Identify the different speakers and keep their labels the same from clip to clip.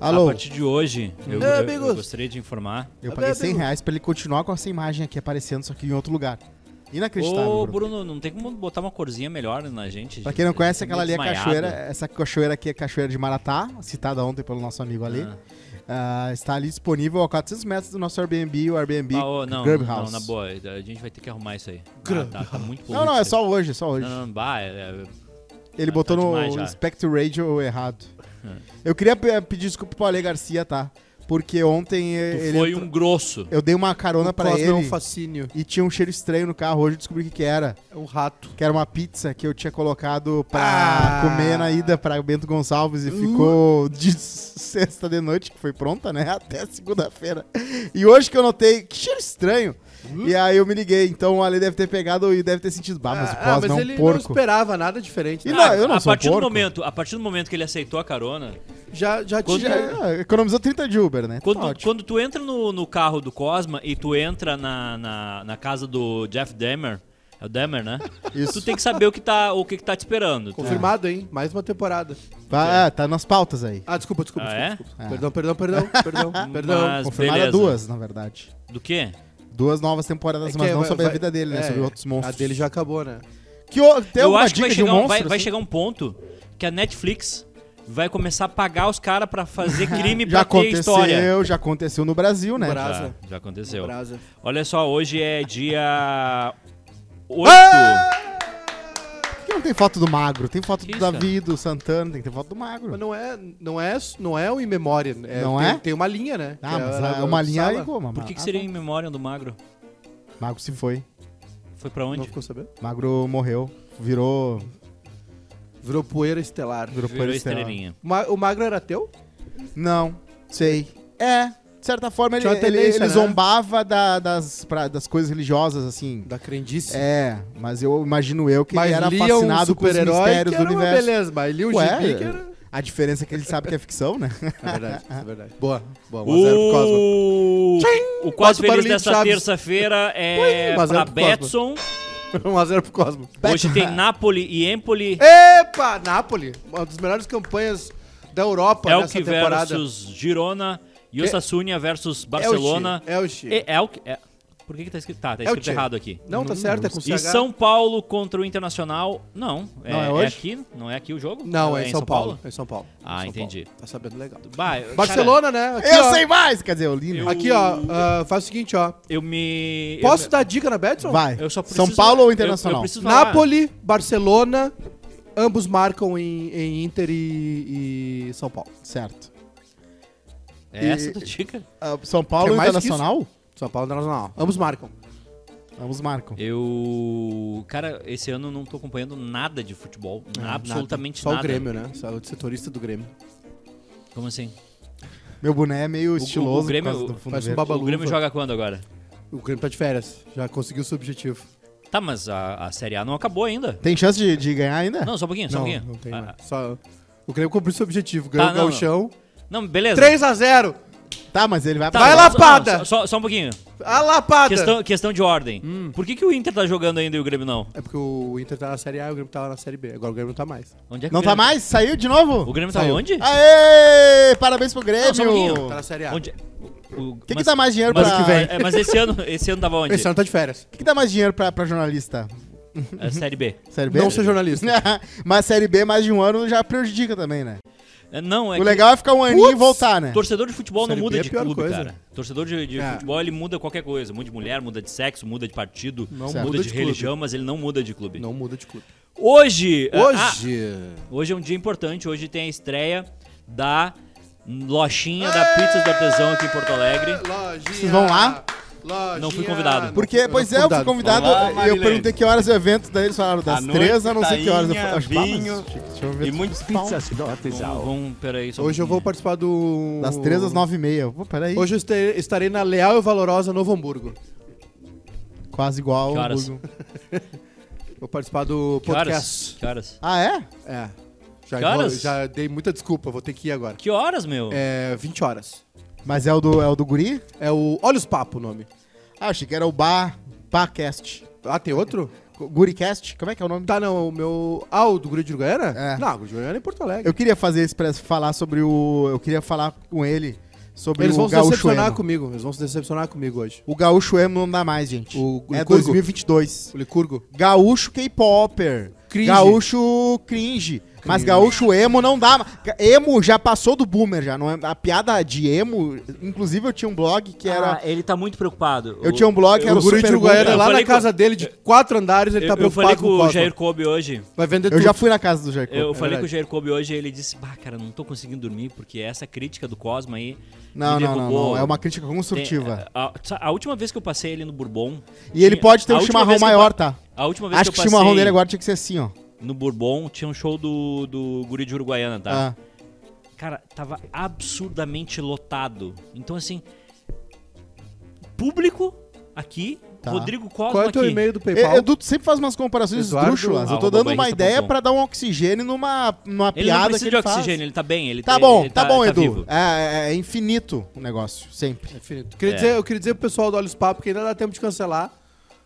Speaker 1: Alô,
Speaker 2: A partir de hoje, eu,
Speaker 1: Ei,
Speaker 2: eu- eu
Speaker 1: amigos.
Speaker 2: gostaria de informar.
Speaker 1: eu paguei 100 reais pra ele continuar com essa imagem aqui aparecendo, só que em outro lugar. Inacreditável.
Speaker 2: Ô,
Speaker 1: Bruno.
Speaker 2: Bruno, não tem como botar uma corzinha melhor na gente?
Speaker 1: Pra quem não conhece,
Speaker 2: Tá
Speaker 1: aquela ali é
Speaker 2: meio
Speaker 1: a
Speaker 2: desmaiado.
Speaker 1: cachoeira. Essa cachoeira aqui é a cachoeira de Maratá, citada ontem pelo nosso amigo ali. Ah, está ali disponível a 400 metros do nosso Airbnb, o Airbnb
Speaker 2: Ah, ô, não,
Speaker 1: Grub
Speaker 2: não,
Speaker 1: House.
Speaker 2: na boa, a gente vai ter que arrumar isso aí. Ah, tá, tá muito
Speaker 1: Não, não,
Speaker 2: bonito
Speaker 1: é
Speaker 2: isso
Speaker 1: só hoje, é só
Speaker 2: aí.
Speaker 1: hoje.
Speaker 2: Não, não, bah, é- é-
Speaker 1: Ele
Speaker 2: Ah,
Speaker 1: botou
Speaker 2: tá demais
Speaker 1: no
Speaker 2: já.
Speaker 1: Spectre Radio errado. Eu queria pe- pedir desculpa pro Ale Garcia, tá? Porque ontem
Speaker 2: tu
Speaker 1: ele.
Speaker 2: foi
Speaker 1: entrou-
Speaker 2: um grosso.
Speaker 1: Eu dei uma carona pra
Speaker 3: Cosmo
Speaker 1: ele
Speaker 3: é um fascínio.
Speaker 1: e tinha um cheiro estranho no carro. Hoje eu descobri o que, que era.
Speaker 3: É um rato.
Speaker 1: Que era uma pizza que eu tinha colocado pra
Speaker 3: Ah.
Speaker 1: comer na ida pra Bento Gonçalves e ficou de sexta de noite, que foi pronta, né? Até segunda-feira. E hoje que eu notei, que cheiro estranho.
Speaker 3: Hum?
Speaker 1: E aí eu me liguei. Então o Ale deve ter pegado e deve ter sentido, bah, mas o
Speaker 3: Ah,
Speaker 1: Cosmo
Speaker 3: mas
Speaker 1: é
Speaker 3: ele
Speaker 1: um
Speaker 3: não
Speaker 1: porco.
Speaker 3: esperava nada diferente.
Speaker 1: E
Speaker 3: né?
Speaker 1: não, eu não
Speaker 2: Ah, a
Speaker 1: sou
Speaker 2: partir
Speaker 1: porco.
Speaker 2: do momento, A partir do momento que ele aceitou a carona,
Speaker 3: Já, já
Speaker 2: Quando-
Speaker 3: tinha...
Speaker 1: É, economizou 30 de Uber, né? Tá
Speaker 2: quando,
Speaker 1: ótimo.
Speaker 2: quando tu entra no, no carro do Cosma e tu entra na, na, na casa do Jeff Dahmer, é o Dahmer, né?
Speaker 1: Isso.
Speaker 2: Tu tem que saber o que tá, o que que tá te esperando. Tu-
Speaker 3: Confirmado, hein? Mais uma temporada.
Speaker 1: Tá, é, tá nas pautas aí.
Speaker 3: Ah, desculpa, desculpa,
Speaker 2: Ah,
Speaker 3: desculpa,
Speaker 2: é?
Speaker 3: desculpa.
Speaker 1: Ah.
Speaker 3: Perdão, perdão, perdão, perdão, perdão.
Speaker 2: Mas
Speaker 1: Confirmaram
Speaker 2: beleza.
Speaker 1: duas, na verdade.
Speaker 2: Do quê?
Speaker 1: Duas novas temporadas,
Speaker 3: É
Speaker 1: mas
Speaker 3: que
Speaker 1: não
Speaker 3: vai-
Speaker 1: sobre a
Speaker 3: vai-
Speaker 1: vida dele, né?
Speaker 3: é,
Speaker 1: sobre outros monstros.
Speaker 3: A dele já acabou, né?
Speaker 1: Que, o- tem
Speaker 2: eu
Speaker 1: alguma
Speaker 2: acho que
Speaker 1: dica
Speaker 2: vai
Speaker 1: de um
Speaker 2: chegar, um,
Speaker 1: monstro?
Speaker 2: vai, vai
Speaker 1: assim?
Speaker 2: chegar um ponto que a Netflix vai começar a pagar os caras pra fazer crime
Speaker 1: já
Speaker 2: pra ter história.
Speaker 1: aconteceu, É, já aconteceu no Brasil, né?
Speaker 3: Bra-
Speaker 2: Já,
Speaker 3: Brasa.
Speaker 2: já aconteceu.
Speaker 3: Brasa.
Speaker 2: Olha só, hoje é dia 8.
Speaker 1: Por que não tem foto do Magro? Tem foto do
Speaker 2: Que isso,
Speaker 1: Davi, do Santana, tem que ter foto do Magro.
Speaker 3: Mas não é, não é, não é o In Memória.
Speaker 1: Não
Speaker 3: tem,
Speaker 1: é?
Speaker 3: Tem uma linha, né?
Speaker 1: Ah,
Speaker 3: Que
Speaker 1: mas
Speaker 3: era-
Speaker 1: é uma linha
Speaker 3: Sala.
Speaker 1: aí, como?
Speaker 2: Por que, que seria em memória do Magro?
Speaker 1: tá Magro se foi.
Speaker 2: Foi pra
Speaker 3: Não
Speaker 2: onde?
Speaker 3: ficou sabendo?
Speaker 1: Magro morreu. Virou.
Speaker 3: Virou poeira estelar.
Speaker 1: Virou,
Speaker 2: Virou
Speaker 1: poeira estelar.
Speaker 2: estrelinha.
Speaker 3: Ma- o Magro era teu?
Speaker 1: Não, sei. É, de certa forma ele,
Speaker 3: Tinha uma
Speaker 1: ele,
Speaker 3: tendência,
Speaker 1: ele
Speaker 3: né?
Speaker 1: zombava da- das, pra- das coisas religiosas, assim.
Speaker 3: Da crendice.
Speaker 1: É, mas eu imagino eu que
Speaker 3: mas
Speaker 1: ele era
Speaker 3: lia um
Speaker 1: fascinado com os
Speaker 3: super-herói
Speaker 1: mistérios
Speaker 3: que
Speaker 1: do
Speaker 3: era uma
Speaker 1: universo.
Speaker 3: Beleza, mas lia o
Speaker 1: Ué,
Speaker 3: gibi que era...
Speaker 1: a diferença é que ele sabe que é ficção, né?
Speaker 3: É verdade, é verdade. Boa, boa. 1 a 0 pro Cosmo.
Speaker 2: O, Uh! o
Speaker 3: Quase
Speaker 2: quase
Speaker 3: o
Speaker 2: feliz
Speaker 3: barulhinho de
Speaker 2: dessa
Speaker 3: Chaves.
Speaker 2: terça-feira é
Speaker 3: Plim, mas é
Speaker 2: pra
Speaker 3: pro Cosma.
Speaker 2: Betson.
Speaker 3: 1x0 pro Cosmo.
Speaker 2: Hoje tem Napoli e Empoli. É
Speaker 3: Epa, Napoli. Uma das melhores campanhas da Europa
Speaker 2: Elk
Speaker 3: nessa temporada. É
Speaker 2: versus Girona. E Osasunha versus Barcelona.
Speaker 3: Elche. Elche.
Speaker 2: E- Elk- é- Por que, que tá escrito? Tá, tá escrito
Speaker 3: Elche.
Speaker 2: errado aqui.
Speaker 3: Não, tá certo, é com
Speaker 2: E
Speaker 3: CH.
Speaker 2: São Paulo contra o Internacional. Não, é,
Speaker 1: Não, é
Speaker 2: é
Speaker 1: hoje?
Speaker 2: aqui, não é aqui o jogo?
Speaker 3: Não, é, em São, Paulo. É em São Paulo.
Speaker 2: Ah,
Speaker 3: Em São
Speaker 2: entendi.
Speaker 3: Paulo. Tá sabendo legal.
Speaker 2: Bah, eu-
Speaker 3: Barcelona, né? Aqui,
Speaker 1: eu
Speaker 3: ó.
Speaker 1: sei mais! Quer dizer, eu li, né?
Speaker 3: Aqui, ó. ah, faz o seguinte, ó.
Speaker 2: cara, eu me
Speaker 3: Posso
Speaker 2: eu,
Speaker 3: dar dica na Betson?
Speaker 1: Vai.
Speaker 2: eu só preciso-
Speaker 1: São Paulo ou
Speaker 2: eu-
Speaker 1: Internacional?
Speaker 2: Eu, preciso falar.
Speaker 3: Napoli, Barcelona, ambos marcam em, em Inter e, e São Paulo.
Speaker 1: Certo.
Speaker 2: É essa a tua dica?
Speaker 1: Ah, São Paulo
Speaker 3: Quer mais que
Speaker 1: Internacional?
Speaker 3: São Paulo Internacional. Ambos marcam.
Speaker 1: Ambos marcam.
Speaker 2: Eu, cara, esse ano eu não tô acompanhando nada de futebol, absolutamente
Speaker 3: Ah, Só
Speaker 2: nada.
Speaker 3: o Grêmio, né? Só o setorista do Grêmio.
Speaker 2: Como assim?
Speaker 1: Meu boné é meio estiloso.
Speaker 2: o Grêmio-
Speaker 1: por causa do fundo
Speaker 3: faz um
Speaker 1: verde.
Speaker 3: baba-
Speaker 2: O
Speaker 3: Babaluva.
Speaker 2: Grêmio joga quando agora?
Speaker 3: O Grêmio tá de férias. Já conseguiu seu objetivo.
Speaker 2: Tá, mas a, a Série A não acabou ainda.
Speaker 1: Tem chance de, de ganhar ainda?
Speaker 2: Não, só um pouquinho, só um
Speaker 3: É. Não,
Speaker 2: pouquinho.
Speaker 3: não tem
Speaker 2: Ah,
Speaker 3: mais. Só... O Grêmio cumpriu seu objetivo. Ganhou
Speaker 2: Ah,
Speaker 3: o
Speaker 2: não, não.
Speaker 3: galchão.
Speaker 2: Não, beleza.
Speaker 3: 3x0.
Speaker 1: Tá, mas ele vai
Speaker 2: Tá,
Speaker 1: pra-
Speaker 3: Vai
Speaker 2: só-
Speaker 3: lapada!
Speaker 2: não, Só, só um pouquinho.
Speaker 3: A lapada.
Speaker 2: Questão, questão de ordem.
Speaker 3: Hum.
Speaker 2: Por que, que o Inter tá jogando ainda e o Grêmio não?
Speaker 3: É porque o Inter tá na Série A e o Grêmio tava na Série B. Agora o Grêmio não tá mais.
Speaker 2: Onde é que
Speaker 1: Não
Speaker 2: o
Speaker 1: tá
Speaker 2: Grêmio-
Speaker 1: mais? Saiu Ah, de novo?
Speaker 2: O Grêmio tá
Speaker 3: Saiu.
Speaker 2: onde?
Speaker 1: Aê! Parabéns pro
Speaker 2: Não, só um
Speaker 1: Grêmio!
Speaker 2: pouquinho.
Speaker 3: Tá na Série A.
Speaker 2: Onde? O
Speaker 1: que dá mais dinheiro pra-
Speaker 2: que vem? É, mas esse ano, esse ano tava onde?
Speaker 3: Esse ano tá de férias.
Speaker 1: O que, que dá mais dinheiro pra, pra jornalista?
Speaker 2: É, série B. Né?
Speaker 1: Série B?
Speaker 3: Não ser jornalista.
Speaker 1: Mas Série B, mais de um ano, já prejudica também, né?
Speaker 2: É, Não, é
Speaker 1: o
Speaker 2: que
Speaker 1: legal é ficar um aninho e
Speaker 3: Putz,
Speaker 1: voltar, né?
Speaker 2: torcedor de futebol
Speaker 3: Série
Speaker 2: não muda
Speaker 3: B é a
Speaker 2: de
Speaker 3: pior
Speaker 2: clube,
Speaker 3: coisa.
Speaker 2: cara. Torcedor de, de
Speaker 3: É.
Speaker 2: futebol, ele muda qualquer coisa. Muda de mulher, muda de sexo, muda de partido,
Speaker 3: Não
Speaker 2: muda,
Speaker 3: muda
Speaker 2: de,
Speaker 3: de clube.
Speaker 2: religião, mas ele não muda de clube.
Speaker 3: Não muda de clube.
Speaker 2: Hoje... ah, ah,
Speaker 3: Hoje.
Speaker 2: hoje é um dia importante. Hoje tem a estreia da lojinha da Pizzas do Artesão aqui em Porto Alegre.
Speaker 3: Lojinha.
Speaker 1: Vocês vão lá?
Speaker 3: Lojinha.
Speaker 2: Não fui convidado.
Speaker 1: Porque, pois é, eu fui convidado,
Speaker 4: Olá,
Speaker 1: eu
Speaker 4: Marilene.
Speaker 1: perguntei que horas é o evento, daí eles falaram das
Speaker 4: À
Speaker 1: três,
Speaker 4: noite,
Speaker 1: a não sei que horas. Eu
Speaker 4: tainha,
Speaker 1: falei, acho que, ah, mas
Speaker 4: vinho
Speaker 1: tinha um evento
Speaker 4: E muitas
Speaker 1: principal.
Speaker 4: pizzas do
Speaker 2: Vamos,
Speaker 4: artesão.
Speaker 2: vamos peraí. só um
Speaker 3: Hoje eu vou
Speaker 2: pouquinho.
Speaker 3: participar do.
Speaker 1: Das três às nove e meia. Pô, peraí,
Speaker 3: Hoje eu estarei, estarei na Leal e Valorosa Novo Hamburgo.
Speaker 1: quase igual
Speaker 2: Que
Speaker 1: ao
Speaker 2: horas?
Speaker 1: Google.
Speaker 3: Vou participar do
Speaker 2: Que horas?
Speaker 3: podcast.
Speaker 2: Que horas?
Speaker 1: Ah, é?
Speaker 3: É. Já,
Speaker 2: Que horas?
Speaker 3: enrolei- já dei muita desculpa, vou ter que ir agora.
Speaker 2: Que horas, meu?
Speaker 3: É 20 horas.
Speaker 1: Mas é o do, é o do guri?
Speaker 3: É o Olhos Papo o nome.
Speaker 1: Ah, achei que era o bar, barcast.
Speaker 3: Ah, tem outro?
Speaker 1: Guricast, como é que é o nome?
Speaker 3: Tá, não, o meu. Ah, o do Guri de Uruguaiana?
Speaker 1: É.
Speaker 3: Não, o Guri de Uruguaiana é em Porto Alegre.
Speaker 1: Eu queria fazer esse pra falar sobre o. Eu queria falar com ele sobre
Speaker 3: Eles
Speaker 1: o
Speaker 3: vão se
Speaker 1: Gaúcho
Speaker 3: decepcionar
Speaker 1: Emo.
Speaker 3: comigo. Eles vão se decepcionar comigo hoje.
Speaker 1: O Gaúcho Emo não dá mais, gente.
Speaker 3: O- o
Speaker 1: é
Speaker 3: Curgo.
Speaker 1: 2022.
Speaker 3: O Licurgo.
Speaker 1: Gaúcho K-Popper.
Speaker 3: Cringe.
Speaker 1: Gaúcho cringe. Mas
Speaker 3: Cringe.
Speaker 1: gaúcho emo não dá. ma- Ga- Emo já passou do boomer, já. Não é, a piada de emo. Inclusive, eu tinha um blog que era.
Speaker 2: Ah, ele tá muito preocupado.
Speaker 1: eu tinha um blog que era
Speaker 3: o
Speaker 1: o
Speaker 3: Guri de
Speaker 1: Super
Speaker 3: Uruguaiana
Speaker 1: Boomer.
Speaker 2: Eu
Speaker 3: lá na
Speaker 2: falei com-
Speaker 3: casa dele, de quatro andares, ele
Speaker 2: eu,
Speaker 3: tá
Speaker 2: eu
Speaker 3: preocupado
Speaker 2: falei
Speaker 3: com
Speaker 2: com o
Speaker 3: Cosmo.
Speaker 2: Jair Kobe hoje.
Speaker 3: Vai vender
Speaker 1: Eu
Speaker 3: tudo.
Speaker 1: já fui na casa do Jair é
Speaker 2: Eu
Speaker 1: Cosmo.
Speaker 2: falei
Speaker 3: verdade.
Speaker 2: com o Jair Kobe hoje e ele disse: Bah, cara, não tô conseguindo dormir porque essa crítica do Cosma aí.
Speaker 1: Não,
Speaker 2: me
Speaker 1: não, não,
Speaker 2: derrubou."
Speaker 1: não. É uma crítica
Speaker 2: Tem- é,
Speaker 1: construtiva.
Speaker 2: a, a- a última vez que eu passei ele no Bourbon.
Speaker 1: E ele
Speaker 2: tinha-
Speaker 1: pode ter
Speaker 2: a
Speaker 1: um
Speaker 2: última
Speaker 1: chimarrão
Speaker 2: vez que eu
Speaker 1: maior,
Speaker 2: pa-
Speaker 1: tá?
Speaker 2: A última vez
Speaker 1: Acho
Speaker 2: que
Speaker 1: que o
Speaker 2: eu
Speaker 1: chimarrão
Speaker 2: passei
Speaker 1: dele agora tinha que ser assim, ó.
Speaker 2: no Bourbon tinha um show do, do Guri de Uruguaiana, tá?
Speaker 1: Ah.
Speaker 2: Cara, tava absurdamente lotado. Então, assim, público aqui,
Speaker 1: Tá.
Speaker 2: Rodrigo Cosma
Speaker 3: Qual é o teu
Speaker 2: aqui.
Speaker 3: e-mail do
Speaker 1: E-
Speaker 3: PayPal?
Speaker 1: Edu tu sempre faz umas comparações
Speaker 3: Eduardo,
Speaker 1: esdrúxulas. Eu tô
Speaker 2: arroba
Speaker 1: dando uma
Speaker 2: barrista ponto
Speaker 1: ideia
Speaker 2: com.
Speaker 1: pra dar um oxigênio numa, numa
Speaker 2: é Ele
Speaker 1: piada
Speaker 2: não
Speaker 1: que
Speaker 2: precisa de
Speaker 1: ele faz.
Speaker 2: oxigênio, ele tá bem. Ele
Speaker 1: Tá
Speaker 2: tá-
Speaker 1: bom,
Speaker 2: ele
Speaker 1: tá, bom,
Speaker 2: tá
Speaker 1: Edu.
Speaker 2: vivo.
Speaker 1: É, é infinito o negócio, sempre.
Speaker 3: Infinito. Queria
Speaker 2: É.
Speaker 3: dizer, eu queria dizer pro pessoal do Olhos Papo que ainda dá tempo de cancelar.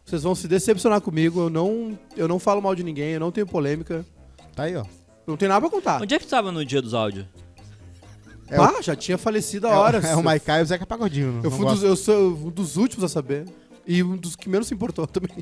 Speaker 3: Vocês vão se decepcionar comigo. Eu não, eu não falo mal de ninguém, eu não tenho polêmica.
Speaker 1: Tá aí, ó.
Speaker 3: Não tem nada pra
Speaker 1: Ah.
Speaker 3: contar.
Speaker 2: Onde é que tu tava no dia dos áudios?
Speaker 1: É
Speaker 3: Pá, já tinha falecido
Speaker 1: É
Speaker 3: há
Speaker 1: o-
Speaker 3: horas.
Speaker 1: É, o Maikai e o Zeca Pagodinho. não- não
Speaker 3: Eu, fui
Speaker 1: gosto.
Speaker 3: dos, eu sou um dos últimos a saber. E um dos que menos se importou também.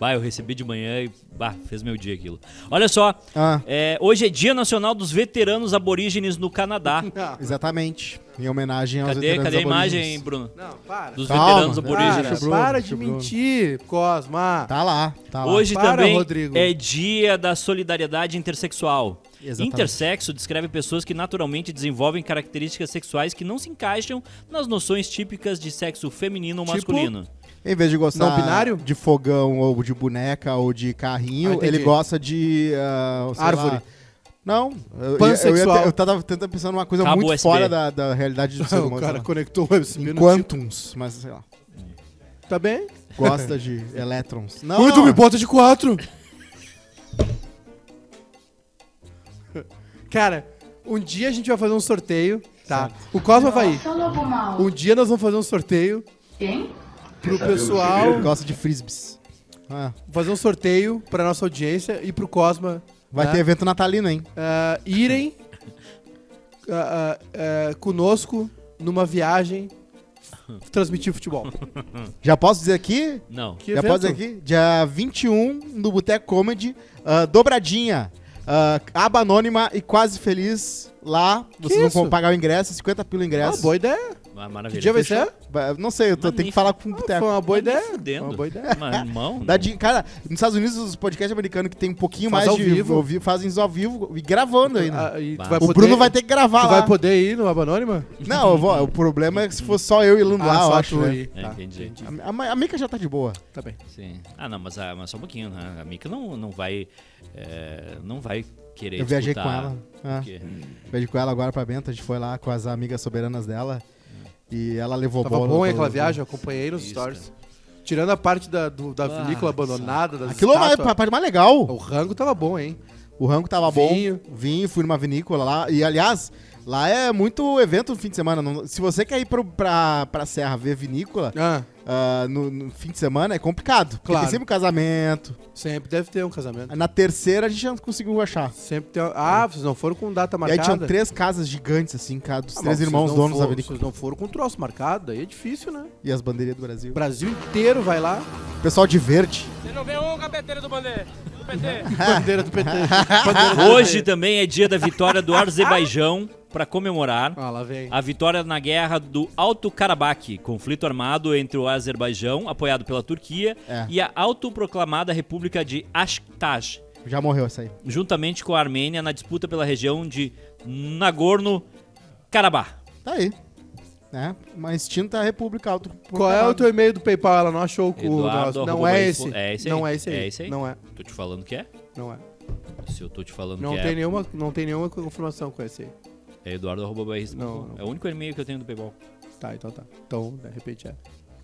Speaker 2: Bah, eu recebi de manhã e bah, fez meu dia aquilo. Olha só,
Speaker 1: Ah,
Speaker 2: é, hoje é Dia Nacional dos Veteranos Aborígenes no
Speaker 1: Ah.
Speaker 2: Canadá.
Speaker 1: exatamente. Em homenagem aos
Speaker 2: Cadê,
Speaker 1: veteranos
Speaker 2: cadê a
Speaker 1: aborígenes.
Speaker 2: imagem, Bruno?
Speaker 3: Não, para.
Speaker 2: Dos
Speaker 1: Calma,
Speaker 2: veteranos
Speaker 1: cara.
Speaker 3: Para,
Speaker 2: aborígenes.
Speaker 1: Bruno,
Speaker 3: para
Speaker 1: deixa
Speaker 3: de
Speaker 1: o Bruno.
Speaker 3: mentir, Cosma.
Speaker 1: Tá lá, tá lá.
Speaker 2: Hoje
Speaker 3: Para,
Speaker 2: também
Speaker 3: Rodrigo.
Speaker 2: é dia da solidariedade intersexual.
Speaker 1: Exatamente.
Speaker 2: Intersexo descreve pessoas que naturalmente desenvolvem características sexuais que não se encaixam nas noções típicas de sexo feminino ou
Speaker 3: Tipo?
Speaker 2: masculino.
Speaker 1: Em vez de gostar
Speaker 3: Não binário?
Speaker 1: de fogão, ou de boneca, ou de carrinho,
Speaker 3: Ah, entendi.
Speaker 1: ele gosta de. ah, sei
Speaker 3: Árvore.
Speaker 1: lá. Não, eu, eu, eu,
Speaker 3: Pansexual.
Speaker 1: ia te- eu tava tentando pensar numa coisa
Speaker 2: Cabo
Speaker 1: muito
Speaker 2: USB.
Speaker 1: fora da, da realidade do ser humano.
Speaker 3: o
Speaker 1: sei
Speaker 3: cara
Speaker 1: lá.
Speaker 3: conectou o USB
Speaker 1: Em
Speaker 3: no tipo.
Speaker 1: quantums, mas sei lá.
Speaker 3: Tá bem?
Speaker 1: Gosta de elétrons. Não,
Speaker 3: Ui, tu
Speaker 1: não.
Speaker 3: me bota de quatro. Cara, um dia a gente vai fazer um sorteio, tá? O Cosma vai ir.
Speaker 4: Tá logo mal.
Speaker 3: Um dia nós vamos fazer um sorteio
Speaker 4: Quem?
Speaker 3: pro pessoal,
Speaker 1: Gosta de frisbees. Ah,
Speaker 3: fazer um sorteio pra nossa audiência e pro Cosma
Speaker 1: vai
Speaker 3: né,
Speaker 1: ter evento natalino, hein?
Speaker 3: ah, irem ah, ah, ah, conosco numa viagem transmitir futebol.
Speaker 1: Já posso dizer aqui?
Speaker 2: Não.
Speaker 3: Que
Speaker 1: Já posso dizer
Speaker 3: evento?
Speaker 1: aqui? Dia 21, no Boteco Comedy, ah, dobradinha. ah, aba anônima e quase feliz lá. Vocês
Speaker 3: isso?
Speaker 1: não vão pagar o ingresso, 50 pila o
Speaker 3: Ah,
Speaker 1: ingresso.
Speaker 3: boa ideia.
Speaker 2: Ah,
Speaker 3: Que
Speaker 2: Maravilha.
Speaker 3: dia vai
Speaker 2: Fechou.
Speaker 3: ser?
Speaker 1: Ba- Não sei, eu tô- tenho que
Speaker 2: Magnífico.
Speaker 1: falar com o
Speaker 3: Ah, Foi
Speaker 1: Boteco.
Speaker 3: uma boa
Speaker 2: Nem
Speaker 3: ideia.
Speaker 2: fudendo.
Speaker 3: Uma boa ideia.
Speaker 2: Mas, irmão,
Speaker 1: Dá
Speaker 2: não.
Speaker 1: de- cara, nos Estados Unidos os podcasts americanos que tem um pouquinho mais
Speaker 3: Faz ao
Speaker 1: de
Speaker 3: vivo.
Speaker 1: ouvir, fazem isso ao vivo e gravando ainda.
Speaker 3: Ah, e tu
Speaker 2: Bah.
Speaker 3: vai
Speaker 1: o
Speaker 3: poder-
Speaker 1: Bruno né? vai ter que gravar
Speaker 3: Tu
Speaker 1: lá.
Speaker 3: vai poder ir no Aba Anônima?
Speaker 1: Não, eu vou- o problema é que se fosse só eu e
Speaker 3: Ah,
Speaker 1: Lando lá, eu acho. né?
Speaker 2: É, entendi.
Speaker 1: A, a, a Mika já tá de boa.
Speaker 3: Tá bem.
Speaker 2: Sim. Ah, não, mas, a, mas só um pouquinho, né? A Mika não, não vai. é, não vai querer.
Speaker 1: Eu viajei com
Speaker 2: disputar,
Speaker 1: ela. Ah,
Speaker 2: porque-
Speaker 1: viajei com ela agora pra Bento, a gente foi lá com as amigas soberanas dela. E ela levou
Speaker 3: Tava
Speaker 1: bola.
Speaker 3: bom hein,
Speaker 1: pro-
Speaker 3: aquela viagem, eu acompanhei nos
Speaker 2: Isso,
Speaker 3: stories. Tirando a parte da, do- da
Speaker 2: Ah,
Speaker 3: vinícola abandonada, das
Speaker 1: Aquilo lá é
Speaker 3: estátuas.
Speaker 1: a parte mais legal.
Speaker 3: O rango tava bom, hein?
Speaker 1: O rango tava
Speaker 3: Vinho.
Speaker 1: bom. Vinho, fui numa vinícola lá. E aliás, lá é muito evento no fim de semana. Não- se você quer ir pro, pra, pra Serra ver vinícola
Speaker 3: Ah,
Speaker 1: ah, no, no fim de semana, é complicado. Porque
Speaker 3: Claro.
Speaker 1: tem sempre um casamento.
Speaker 3: sempre deve ter um casamento.
Speaker 1: Na terceira a gente já não conseguiu achar.
Speaker 3: Sempre tem... Ah, vocês não foram com
Speaker 1: E
Speaker 3: data
Speaker 1: aí
Speaker 3: marcada?
Speaker 1: tinham três casas gigantes, assim, cara, dos
Speaker 3: Ah, mas
Speaker 1: três
Speaker 3: vocês
Speaker 1: irmãos
Speaker 3: não
Speaker 1: donos da
Speaker 3: foram-
Speaker 1: vinícola.
Speaker 3: Vocês não foram com troço marcado, daí é difícil, né?
Speaker 1: E as bandeiras do
Speaker 3: O
Speaker 1: Brasil.
Speaker 3: Brasil inteiro vai lá.
Speaker 1: Pessoal de verde.
Speaker 5: Você não vê um gabeteiro do bandeira. Do PT.
Speaker 3: Bandeira do PT. Bandeira do
Speaker 2: Hoje
Speaker 3: PT.
Speaker 2: também é dia da vitória do Azerbaijão para comemorar.
Speaker 3: Ah, lá vem.
Speaker 2: A vitória na guerra do Alto Karabakh, conflito armado entre o Azerbaijão, apoiado pela Turquia,
Speaker 1: É.
Speaker 2: e a autoproclamada República de Ashkaz,
Speaker 1: Já morreu essa aí.
Speaker 2: juntamente com a Armênia na disputa pela região de Nagorno-Karabakh.
Speaker 1: Tá aí. Né? Uma extinta república auto.
Speaker 3: Qual é o teu e-mail do PayPal? Ela não achou o
Speaker 2: Eduardo
Speaker 3: nosso. Não
Speaker 2: arroba
Speaker 3: é
Speaker 2: Brasil-
Speaker 3: esse.
Speaker 2: É esse aí.
Speaker 3: Não é esse aí.
Speaker 2: É esse aí.
Speaker 3: Não é.
Speaker 2: Tô te falando que é?
Speaker 3: Não é.
Speaker 2: Se eu tô te falando
Speaker 3: Não
Speaker 2: que
Speaker 3: tem,
Speaker 2: é,
Speaker 3: nenhuma, não tem nenhuma confirmação com esse aí.
Speaker 2: é eduardo.br.
Speaker 3: Não, não.
Speaker 2: É o único e-mail que eu tenho do Payball.
Speaker 3: Tá, então tá. Então, de repente é.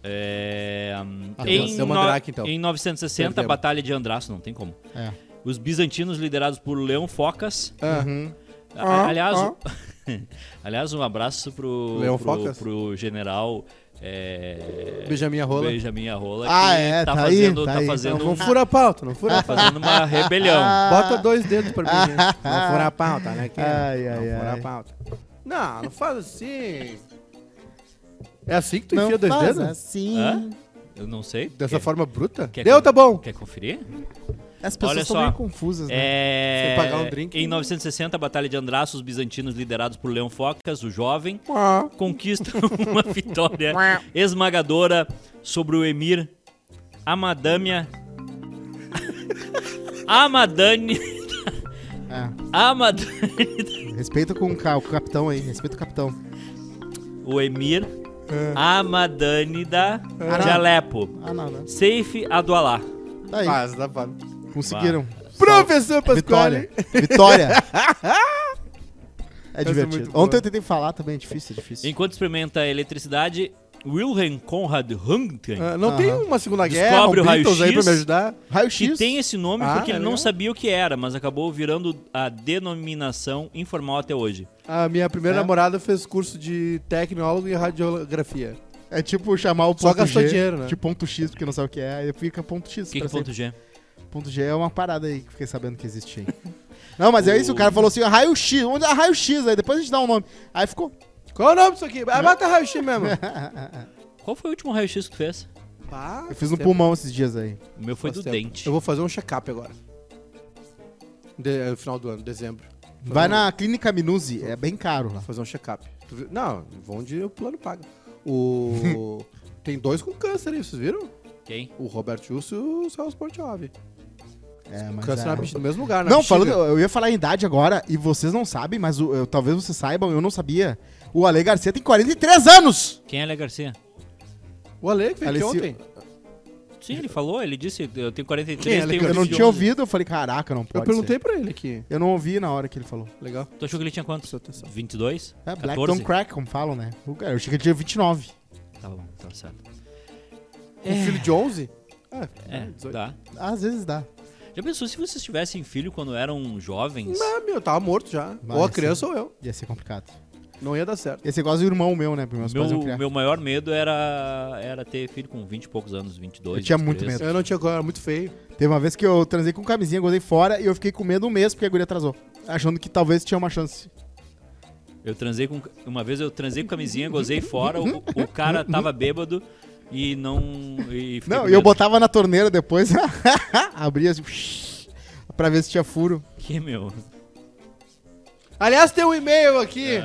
Speaker 2: É, hum,
Speaker 1: Ah,
Speaker 2: em,
Speaker 3: deu uma
Speaker 2: no-
Speaker 3: draca, então.
Speaker 2: em 960,
Speaker 3: Perdemos.
Speaker 2: Batalha de Andraço, não tem como.
Speaker 1: É.
Speaker 2: Os bizantinos liderados por Leão Focas
Speaker 3: Ah,
Speaker 1: Uhum.
Speaker 2: A-
Speaker 3: Ah,
Speaker 2: Aliás,
Speaker 3: ah.
Speaker 2: o- Aliás, um abraço pro,
Speaker 3: Leão
Speaker 2: pro,
Speaker 3: Focas?
Speaker 2: pro general é,
Speaker 3: Benjamin Arrola.
Speaker 2: Benjamin Arrola,
Speaker 1: Ah,
Speaker 2: que
Speaker 1: é,
Speaker 2: tá,
Speaker 1: tá aí,
Speaker 2: fazendo,
Speaker 1: tá
Speaker 2: tá
Speaker 1: aí.
Speaker 2: fazendo,
Speaker 3: Não, não
Speaker 2: um-
Speaker 3: fura a pauta, não fura a pauta.
Speaker 2: fazendo uma rebelião.
Speaker 3: Bota dois dedos pra mim. né? Não fura a pauta, né? Que
Speaker 1: Ai, ai,
Speaker 3: não fura
Speaker 1: ai.
Speaker 3: a pauta. Não, não faz assim. É assim que tu
Speaker 1: Não
Speaker 3: enfia dois
Speaker 1: faz
Speaker 3: dedos?
Speaker 1: assim.
Speaker 2: Hã? Eu não sei.
Speaker 3: Dessa forma bruta?
Speaker 2: quer
Speaker 3: Deu,
Speaker 2: com-
Speaker 3: tá bom.
Speaker 2: Quer conferir?
Speaker 1: As pessoas
Speaker 2: Olha
Speaker 1: estão
Speaker 2: só.
Speaker 1: meio confusas, né?
Speaker 2: É,
Speaker 3: Sem pagar um drink.
Speaker 2: Em 960, a Batalha de Andraços, os bizantinos liderados por Leão Focas, o jovem,
Speaker 3: Ah,
Speaker 2: conquistam uma vitória esmagadora sobre o Emir Amadâmia. Amadani.
Speaker 1: É,
Speaker 2: Amadani.
Speaker 1: respeita com o ca- o capitão aí, respeita o capitão.
Speaker 2: O Emir Amadânida de
Speaker 1: Ah.
Speaker 2: Alepo.
Speaker 1: Ah, não, não.
Speaker 2: Saif Adualá.
Speaker 1: Tá aí,
Speaker 3: Mas dá pra...
Speaker 1: conseguiram.
Speaker 3: Professor
Speaker 1: É Vitória.
Speaker 3: Pasquale.
Speaker 1: Vitória. É
Speaker 3: Essa é
Speaker 1: divertido.
Speaker 3: muito boa.
Speaker 1: Ontem eu tentei falar também, é difícil, é difícil.
Speaker 2: Enquanto experimenta a eletricidade, Wilhelm Conrad Röntgen,
Speaker 3: Ah, não tem
Speaker 1: Aham.
Speaker 3: uma Segunda Guerra,
Speaker 2: Descobre
Speaker 3: um
Speaker 2: o
Speaker 3: Beatles aí pra
Speaker 2: raio-x.
Speaker 3: me ajudar?
Speaker 2: que
Speaker 1: Raio-X.
Speaker 2: tem esse nome
Speaker 3: Ah,
Speaker 2: porque ele
Speaker 3: é
Speaker 2: não
Speaker 3: legal.
Speaker 2: sabia o que era, mas acabou virando a denominação informal até hoje.
Speaker 3: A minha primeira
Speaker 1: É.
Speaker 3: namorada fez curso de tecnólogo em radiografia.
Speaker 1: É tipo chamar o ponto
Speaker 3: Só gastou
Speaker 1: G
Speaker 3: dinheiro, né?
Speaker 1: de ponto X, porque não sabe o que é, aí fica ponto X.
Speaker 2: O que, que
Speaker 1: pra
Speaker 2: é ponto G?
Speaker 1: sempre. ponto G é uma parada aí que eu fiquei sabendo que existe aí. Não, mas é isso, o
Speaker 2: O-
Speaker 1: cara falou assim, raio-X, onde é raio-X? Aí depois a gente dá um nome. Aí ficou...
Speaker 3: Qual é o nome disso aqui? Ah, bota raio-x mesmo.
Speaker 2: Qual foi o último raio-x que tu fez?
Speaker 3: Pá,
Speaker 1: Eu fiz no
Speaker 3: tempo.
Speaker 1: pulmão esses dias aí.
Speaker 2: O meu foi
Speaker 3: um Faz
Speaker 2: do
Speaker 3: tempo.
Speaker 2: dente.
Speaker 3: Eu vou fazer um check-up agora. De- no final do ano, dezembro.
Speaker 1: Vai na clínica Minuzzi, é bem caro lá.
Speaker 3: Vou fazer um check-up. Tu viu? Não, vou onde o plano paga. O... Tem dois com câncer aí, vocês viram?
Speaker 2: Quem?
Speaker 3: O Roberto Justo e o Celso Portiove.
Speaker 1: É, mas
Speaker 3: Câncer
Speaker 1: é-
Speaker 3: na bexiga, no mesmo lugar, na
Speaker 1: Não,
Speaker 3: bexiga.
Speaker 1: falando, eu ia falar em idade agora, e vocês não sabem, mas o- eu- talvez vocês saibam, eu não sabia. O Ale Garcia tem 43 anos!
Speaker 2: Quem é Ale Garcia?
Speaker 3: O Ale que veio aqui
Speaker 1: Alessio-
Speaker 3: ontem.
Speaker 2: Sim, ele falou, ele disse, eu tenho 43,
Speaker 3: Quem é Ale
Speaker 2: tenho
Speaker 1: Eu não
Speaker 2: 21.
Speaker 1: tinha ouvido, eu falei, caraca, não pode
Speaker 3: Eu perguntei
Speaker 1: ser.
Speaker 3: pra ele aqui.
Speaker 1: Eu não ouvi na hora que ele falou.
Speaker 3: Legal.
Speaker 2: Tu achou que ele tinha quantos?
Speaker 3: Prestou atenção.
Speaker 2: 22?
Speaker 1: É, Black
Speaker 2: 14?
Speaker 1: Don't Crack, como falam, né? O cara- Eu achei que ele tinha 29.
Speaker 2: Tá bom, tá certo.
Speaker 1: É.
Speaker 3: Um filho de 11? Ah,
Speaker 2: É,
Speaker 3: 18.
Speaker 2: tá.
Speaker 1: Às vezes dá.
Speaker 2: Já pensou se vocês tivessem filho quando eram jovens?
Speaker 3: Não, meu, eu tava morto já.
Speaker 1: Vai,
Speaker 3: ou a
Speaker 1: sim.
Speaker 3: criança ou eu.
Speaker 1: Ia ser complicado.
Speaker 3: Não ia dar certo.
Speaker 1: Ia ser quase o irmão meu, né? Porque meus pais iam
Speaker 2: Meu,
Speaker 1: criar.
Speaker 2: meu maior medo era, era ter filho com 20 e poucos anos, 22.
Speaker 1: Eu tinha muito
Speaker 2: 23.
Speaker 1: medo.
Speaker 3: Eu não tinha cor, era muito feio.
Speaker 1: Teve uma vez que eu transei com camisinha, gozei fora, e eu fiquei com medo um mês porque a guria atrasou. Achando que talvez tinha uma chance.
Speaker 2: Eu transei com. Uma vez eu transei com camisinha, gozei fora, o, o cara tava bêbado e não. E fiquei
Speaker 1: Não,
Speaker 2: com
Speaker 1: e eu
Speaker 2: medo.
Speaker 1: botava na torneira depois, abria assim, pra ver se tinha furo.
Speaker 2: Que meu.
Speaker 3: Aliás, tem um e-mail aqui.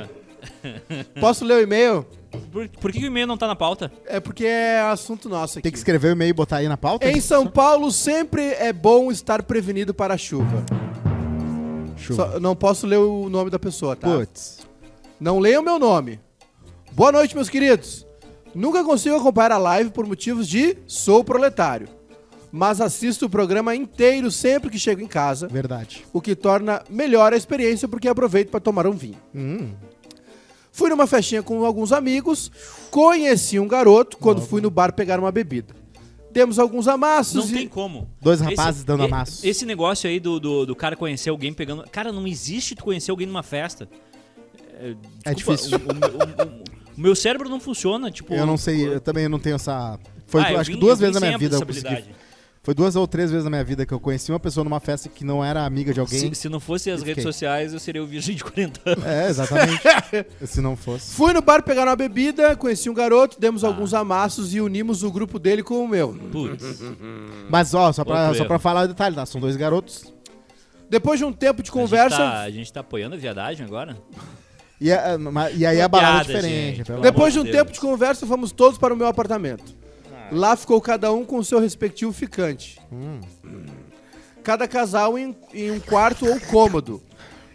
Speaker 3: Posso ler o e-mail?
Speaker 2: Por, por que, que o e-mail não tá na pauta?
Speaker 3: É porque é assunto nosso aqui.
Speaker 1: Tem que escrever o e-mail e botar aí na pauta?
Speaker 3: Em São Paulo, sempre é bom estar prevenido para a chuva.
Speaker 1: Chuva.
Speaker 3: Só- não posso ler o nome da pessoa, tá?
Speaker 1: Putz.
Speaker 3: Não leia o meu nome. Boa noite, meus queridos. Nunca consigo acompanhar a live por motivos de sou proletário. Mas assisto o programa inteiro sempre que chego em casa,
Speaker 1: Verdade.
Speaker 3: o que torna melhor a experiência porque aproveito para tomar um vinho.
Speaker 1: Hum.
Speaker 3: Fui numa festinha com alguns amigos, conheci um garoto quando fui no bar pegar uma bebida. Demos alguns
Speaker 2: Não
Speaker 3: amassos e...
Speaker 2: tem como.
Speaker 1: Dois rapazes dando
Speaker 2: e-
Speaker 1: amasso.
Speaker 2: Esse negócio aí do, do, do cara conhecer alguém pegando. Cara, não existe tu conhecer alguém numa festa.
Speaker 1: É difícil.
Speaker 2: O, o- o- o- o meu cérebro não funciona, tipo.
Speaker 1: eu não sei, eu também não tenho essa. Foi,
Speaker 2: Ah, eu
Speaker 1: acho que
Speaker 2: vim-
Speaker 1: duas
Speaker 2: eu vim
Speaker 1: vezes na
Speaker 2: sem
Speaker 1: minha
Speaker 2: a
Speaker 1: vida eu
Speaker 2: possibilidade.
Speaker 1: consegui. Foi duas ou três vezes na minha vida que eu conheci uma pessoa numa festa que não era amiga de alguém.
Speaker 2: Se, se não fossem as
Speaker 1: Eu
Speaker 2: redes
Speaker 1: fiquei.
Speaker 2: sociais, eu seria o virgem de 40 anos.
Speaker 1: É, exatamente. Se não fosse.
Speaker 3: Fui no bar pegar uma bebida, conheci um garoto,
Speaker 2: Ah.
Speaker 3: demos alguns amassos e unimos o grupo dele com o meu.
Speaker 2: Putz.
Speaker 1: Mas, ó, só pra,
Speaker 2: Outro
Speaker 1: só
Speaker 2: erro.
Speaker 1: pra falar o detalhe, tá? São dois garotos.
Speaker 3: Depois de um tempo de conversa,
Speaker 2: A gente tá, a gente tá apoiando a viadagem agora?
Speaker 1: E, a- ma- e aí a balada é
Speaker 2: Piada,
Speaker 1: diferente. pelo
Speaker 2: gente, pelo
Speaker 1: amor-
Speaker 3: depois de um
Speaker 2: amor de
Speaker 3: tempo
Speaker 2: Deus.
Speaker 3: de conversa, fomos todos para o meu apartamento.
Speaker 1: Ah.
Speaker 3: Lá ficou cada um com o seu respectivo ficante.
Speaker 1: Hum.
Speaker 3: Cada casal em, em um quarto ou cômodo.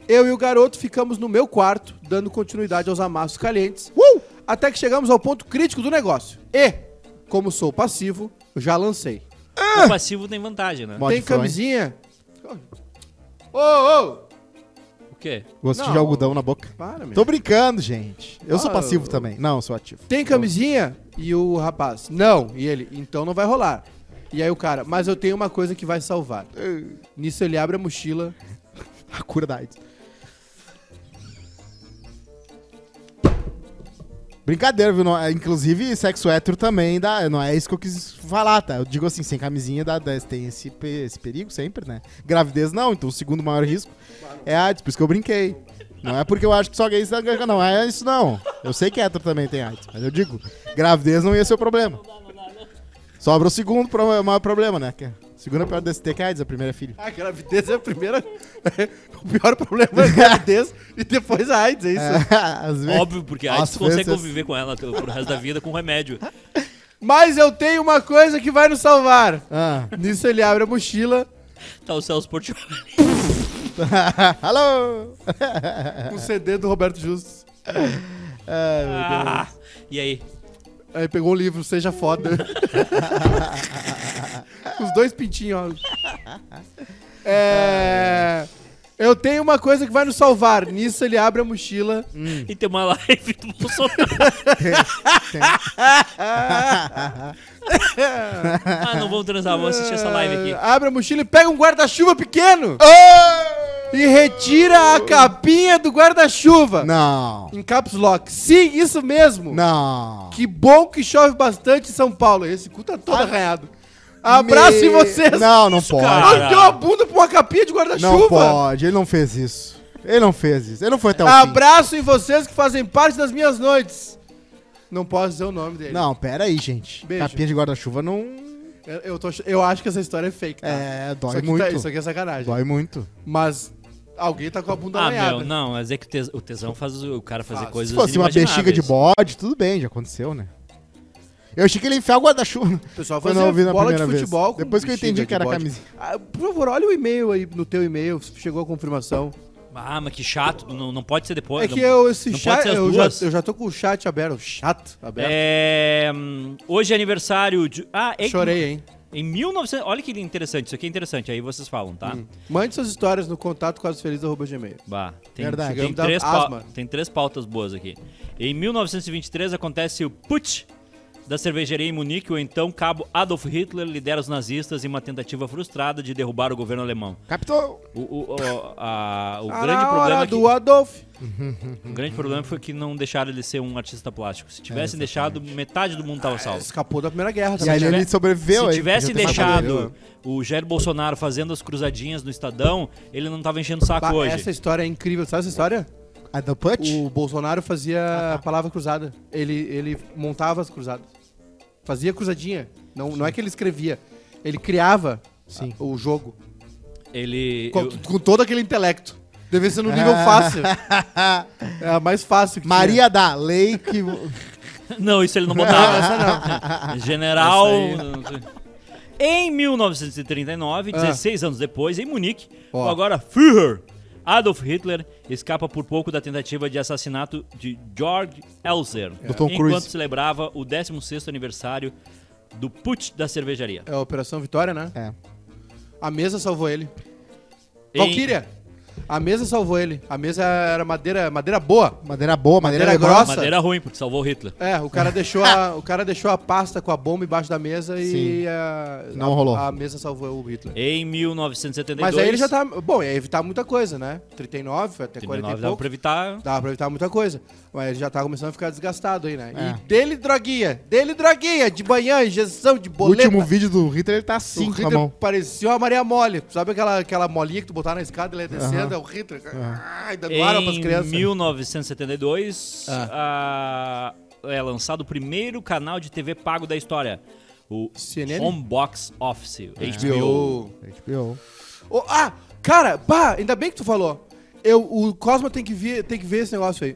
Speaker 3: Eu e o garoto ficamos no meu quarto, dando continuidade aos amassos calientes.
Speaker 1: Uh!
Speaker 3: Até que chegamos ao ponto crítico do negócio. E, como sou passivo, já lancei.
Speaker 2: O passivo tem vantagem, né?
Speaker 1: Ah! Bom, Pode
Speaker 3: Tem
Speaker 1: falar, hein?
Speaker 3: camisinha? Ô, ô!
Speaker 2: O quê?
Speaker 1: Gostinho
Speaker 3: Não.
Speaker 1: de algodão na boca.
Speaker 3: Para, meu.
Speaker 1: Tô brincando, gente. Eu sou
Speaker 3: Ah,
Speaker 1: passivo
Speaker 3: eu-
Speaker 1: também. Não, eu sou ativo.
Speaker 3: Tem camisinha? E o rapaz, não. E ele, então não vai rolar. E aí o cara, mas eu tenho uma coisa que vai salvar. Nisso ele abre a mochila,
Speaker 1: A cura da AIDS. Brincadeira, viu? Não é- inclusive, sexo hétero também dá. Não é isso que eu quis falar, tá? Eu digo assim, sem camisinha dá, dá- tem esse, pe- esse perigo sempre, né? Gravidez não, então o segundo maior risco é AIDS, por isso que eu brinquei. Não é porque eu acho que só gays dá- não é isso não. Eu sei que hétero também tem AIDS, mas eu digo, gravidez não ia ser o problema. Sobra o segundo pro- maior problema, né? Que é- o segundo é pior desse ter que é AIDS, a primeira é filho.
Speaker 3: A gravidez é a primeira. o pior problema é a gravidez e depois a AIDS, é isso.
Speaker 1: Às vezes-
Speaker 2: Óbvio, porque aí
Speaker 1: As
Speaker 2: tu consegue
Speaker 1: Franças-
Speaker 2: conviver com ela t- pro resto da vida com remédio.
Speaker 3: Mas eu tenho uma coisa que vai nos salvar.
Speaker 1: Ah.
Speaker 3: Nisso ele abre a mochila,
Speaker 2: Tá o Celso Portioli.
Speaker 1: Alô!
Speaker 3: um CD do Roberto Justus.
Speaker 2: Ah, e aí?
Speaker 3: Aí pegou um livro, seja foda. Os dois pintinhos. ó. É. Eu tenho uma coisa que vai nos salvar. Nisso ele abre a mochila.
Speaker 2: E tem uma live do Bolsonaro. ah, não vamos transar, vamos assistir essa live
Speaker 3: Ah,
Speaker 2: aqui.
Speaker 3: Abre a mochila e pega um guarda-chuva pequeno. E retira a capinha do guarda-chuva.
Speaker 1: Não!
Speaker 3: Em caps lock. Sim, isso mesmo.
Speaker 1: Não!
Speaker 3: Que bom que chove bastante em São Paulo. Esse cu tá todo arranhado. Abraço em
Speaker 1: Ah. Me-
Speaker 3: vocês.
Speaker 1: Não, não pode.
Speaker 2: cara?
Speaker 3: Ele deu a bunda pra uma capinha de
Speaker 1: Não
Speaker 3: guarda-chuva.
Speaker 1: pode, ele não fez isso. Ele não fez isso. Ele não foi até o fim.
Speaker 3: Abraço em vocês que fazem parte das minhas noites. Não posso dizer o nome dele.
Speaker 1: Não, pera aí, gente.
Speaker 3: Beijo.
Speaker 1: Capinha de guarda-chuva não.
Speaker 3: Eu, eu tô ach- eu acho que essa história é fake. tá?
Speaker 1: É, dói
Speaker 3: isso aqui
Speaker 1: muito.
Speaker 3: tá- isso aqui é sacanagem.
Speaker 1: Dói muito.
Speaker 3: Mas alguém tá com a bunda
Speaker 2: Ah,
Speaker 3: arranhada.
Speaker 2: meu, não, mas é que o tes- o tesão faz o cara fazer
Speaker 3: Faz.
Speaker 2: coisas
Speaker 1: Se fosse uma
Speaker 2: inimagináveis.
Speaker 1: bexiga de bode, tudo bem, já aconteceu, né? Eu achei que ele ia enfiar o guarda-chuva.
Speaker 3: O pessoal
Speaker 1: Quando
Speaker 3: fazia
Speaker 1: eu ouvi na
Speaker 3: bola de
Speaker 1: primeira vez.
Speaker 3: futebol. com
Speaker 1: Depois que eu
Speaker 3: bexiga
Speaker 1: entendi
Speaker 3: de
Speaker 1: que era
Speaker 3: bode.
Speaker 1: camisinha.
Speaker 3: Ah, por favor, olha o e-mail aí no teu e-mail, se chegou a confirmação.
Speaker 2: Ah, mas que chato, não, não pode ser depois.
Speaker 3: é que
Speaker 2: não-
Speaker 3: eu, esse
Speaker 2: não pode
Speaker 3: chat,
Speaker 2: ser as
Speaker 3: eu já,
Speaker 2: duas?
Speaker 3: eu já tô com o chat aberto. Chato aberto.
Speaker 2: É, hum, hoje é aniversário de. Ah, é
Speaker 3: Chorei, hein?
Speaker 2: Em 1900. Olha que interessante, isso aqui é interessante, aí vocês falam, tá?
Speaker 3: Mande suas histórias no contato quasefeliz.gmail.
Speaker 2: Bah, tem,
Speaker 1: Verdade.
Speaker 2: tem,
Speaker 3: Chegamos a
Speaker 2: três
Speaker 3: asma.
Speaker 2: pau- tem três pautas boas aqui. Em 1923 acontece o Putsch da cervejaria em Munique, o então cabo Adolf Hitler lidera os nazistas em uma tentativa frustrada de derrubar o governo alemão.
Speaker 1: Capitão!
Speaker 2: O, o- o- a- o
Speaker 3: Ah,
Speaker 2: grande
Speaker 3: na
Speaker 2: problema
Speaker 3: hora
Speaker 2: é que-
Speaker 3: do Adolf.
Speaker 2: o grande problema foi que não deixaram ele ser um artista plástico. Se
Speaker 3: É,
Speaker 2: tivessem deixado, metade do mundo
Speaker 3: Ah,
Speaker 2: tava salvo.
Speaker 3: Escapou da Primeira Guerra
Speaker 1: E aí
Speaker 3: né?
Speaker 1: ele sobreviveu.
Speaker 2: Se
Speaker 1: aí,
Speaker 2: tivessem
Speaker 1: podia ter
Speaker 2: deixado
Speaker 1: matado
Speaker 2: o Jair Bolsonaro fazendo as cruzadinhas no Estadão, ele não tava enchendo o saco
Speaker 3: Bah,
Speaker 2: hoje.
Speaker 3: essa história é incrível. Sabe essa história?
Speaker 1: ele. A do Putch?
Speaker 3: O Bolsonaro fazia
Speaker 2: Ah, tá.
Speaker 3: a palavra cruzada. Ele, ele montava as cruzadas. Fazia cruzadinha. Não, não é que ele escrevia. Ele criava
Speaker 1: Sim.
Speaker 3: a- o jogo.
Speaker 2: Ele.
Speaker 3: Com,
Speaker 2: eu-
Speaker 3: com todo aquele intelecto. Deve ser no nível fácil. É a mais fácil que
Speaker 1: Maria da Lei que.
Speaker 2: Não, isso ele não botava. General. Em 1939, 16 anos depois, em Munique,
Speaker 3: Ah. Ó.
Speaker 2: o agora Führer Adolf Hitler escapa por pouco da tentativa de assassinato de Georg Elser,
Speaker 1: Tom
Speaker 2: enquanto
Speaker 1: Cruise.
Speaker 2: celebrava o 16º aniversário do putsch da cervejaria.
Speaker 3: tinha. É a Operação Vitória, né?
Speaker 1: É.
Speaker 3: A mesa salvou ele.
Speaker 2: Em-
Speaker 3: Valkyria! A mesa salvou ele. A mesa era madeira, madeira boa.
Speaker 1: Madeira boa, madeira,
Speaker 3: Madeira
Speaker 1: grossa.
Speaker 3: grossa.
Speaker 2: Madeira ruim, porque salvou Hitler.
Speaker 3: É, o cara deixou a, o cara deixou a pasta com a bomba embaixo da mesa e
Speaker 1: Sim.
Speaker 3: a,
Speaker 1: Não
Speaker 3: a-
Speaker 1: rolou.
Speaker 3: a mesa salvou o Hitler.
Speaker 2: Em 1972...
Speaker 3: Mas aí ele já tá. Bom, ia evitar muita coisa, né? 39, foi até 40
Speaker 2: 39
Speaker 3: e
Speaker 2: dava
Speaker 3: pouco.
Speaker 2: pra evitar...
Speaker 3: Dava pra evitar muita coisa. Mas ele já tá começando a ficar desgastado aí, né?
Speaker 1: É.
Speaker 3: E dele droguinha, dele droguinha, de manhã, injeção de boleta.
Speaker 1: Último vídeo do Hitler, ele tá assim
Speaker 3: o
Speaker 1: com a
Speaker 3: Hitler
Speaker 1: mão.
Speaker 3: parecia uma Maria Mole. Sabe aquela, aquela molinha que tu botar na escada, ele ia descendo, é o Hitler. Ai, dando ar pras crianças.
Speaker 2: Em 1972,
Speaker 3: Ah.
Speaker 2: a- é lançado o primeiro canal de TV pago da história. O
Speaker 3: CNN?
Speaker 2: Home Box Office,
Speaker 3: Ah.
Speaker 2: HBO.
Speaker 3: HBO.
Speaker 1: HBO.
Speaker 3: Ô, ah, cara, pá, ainda bem que tu falou. Eu, o Cosma tem que, ver, tem que ver esse negócio aí.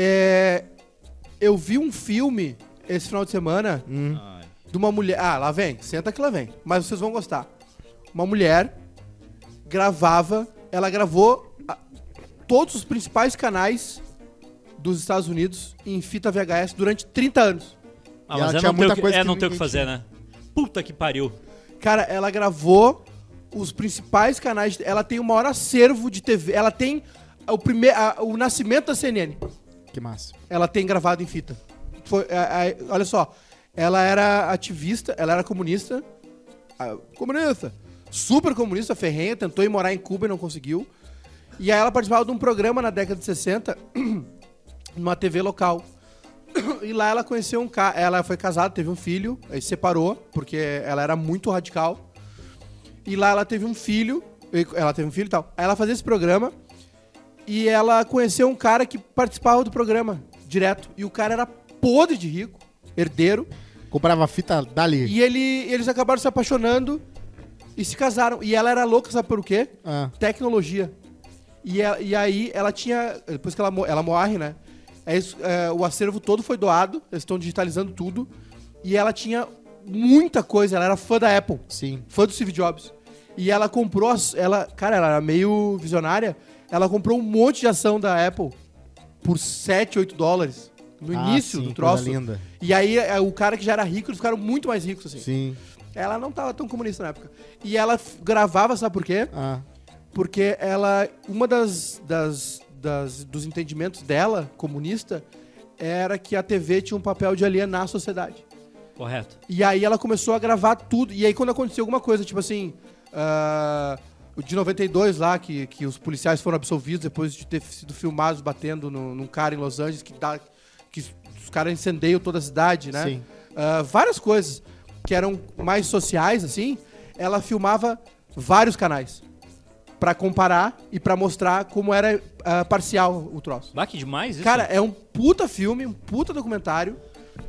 Speaker 3: É, eu vi um filme esse final de semana
Speaker 2: Ai.
Speaker 3: de uma mulher. Ah, lá vem, senta que lá vem. Mas vocês vão gostar. Uma mulher gravava, ela gravou a- todos os principais canais dos Estados Unidos em fita VHS durante 30 anos.
Speaker 1: E
Speaker 2: Ah,
Speaker 1: ela
Speaker 2: mas é
Speaker 1: tinha
Speaker 2: não ter
Speaker 1: muita
Speaker 2: o que,
Speaker 1: coisa
Speaker 2: é
Speaker 1: que
Speaker 2: não ter o que
Speaker 1: ninguém
Speaker 2: fazer, né? Puta que pariu.
Speaker 3: Cara, ela gravou os principais canais. de- Ela tem o maior acervo de TV. Ela tem o, prime... a- o nascimento da CNN.
Speaker 1: Que massa.
Speaker 3: Ela tem gravado em fita. Foi, a- a- olha só. Ela era ativista, ela era comunista. Ah, comunista! Super comunista, ferrenha. Tentou ir morar em Cuba e não conseguiu. E aí ela participava de um programa na década de 60 numa TV local. e lá ela conheceu um cara. Ela foi casada, teve um filho, aí separou, porque ela era muito radical. E lá ela teve um filho. e- Ela teve um filho e tal. Aí ela fazia esse programa. E ela conheceu um cara que participava do programa direto. E o cara era podre de rico, herdeiro.
Speaker 1: Comprava fita dali.
Speaker 3: E ele, eles acabaram se apaixonando e se casaram. E ela era louca, sabe por quê?
Speaker 1: Ah.
Speaker 3: Tecnologia. E, a- e aí ela tinha. Depois que ela, mo- ela morre, né? É isso, é, o acervo todo foi doado, eles estão digitalizando tudo. E ela tinha muita coisa, ela era fã da Apple
Speaker 1: Sim.
Speaker 3: fã do Steve Jobs. E ela comprou, as- ela, cara, ela era meio visionária. Ela comprou um monte de ação da Apple por 7, 8 dólares no
Speaker 1: Ah,
Speaker 3: início
Speaker 1: sim,
Speaker 3: do troço.
Speaker 1: coisa linda.
Speaker 3: E aí é, o cara que já era rico, eles ficaram muito mais ricos assim.
Speaker 1: Sim.
Speaker 3: Ela não tava tão comunista na época. E ela f- gravava, sabe por quê?
Speaker 1: Ah.
Speaker 3: Porque ela, uma das, das, das- dos entendimentos dela, comunista, era que a TV tinha um papel de alienar a sociedade.
Speaker 2: Correto.
Speaker 3: E aí ela começou a gravar tudo. E aí quando aconteceu alguma coisa, tipo assim. ah, o de 92 lá, que, que os policiais foram absolvidos depois de ter sido filmados batendo no- num cara em Los Angeles que dá. que os caras incendeiam toda a cidade, né?
Speaker 1: Sim.
Speaker 3: Ah, várias coisas que eram mais sociais, assim, ela filmava vários canais. Pra comparar e pra mostrar como era ah, parcial o troço.
Speaker 2: Bah, que demais isso.
Speaker 3: Cara, é um puta filme, um puta documentário.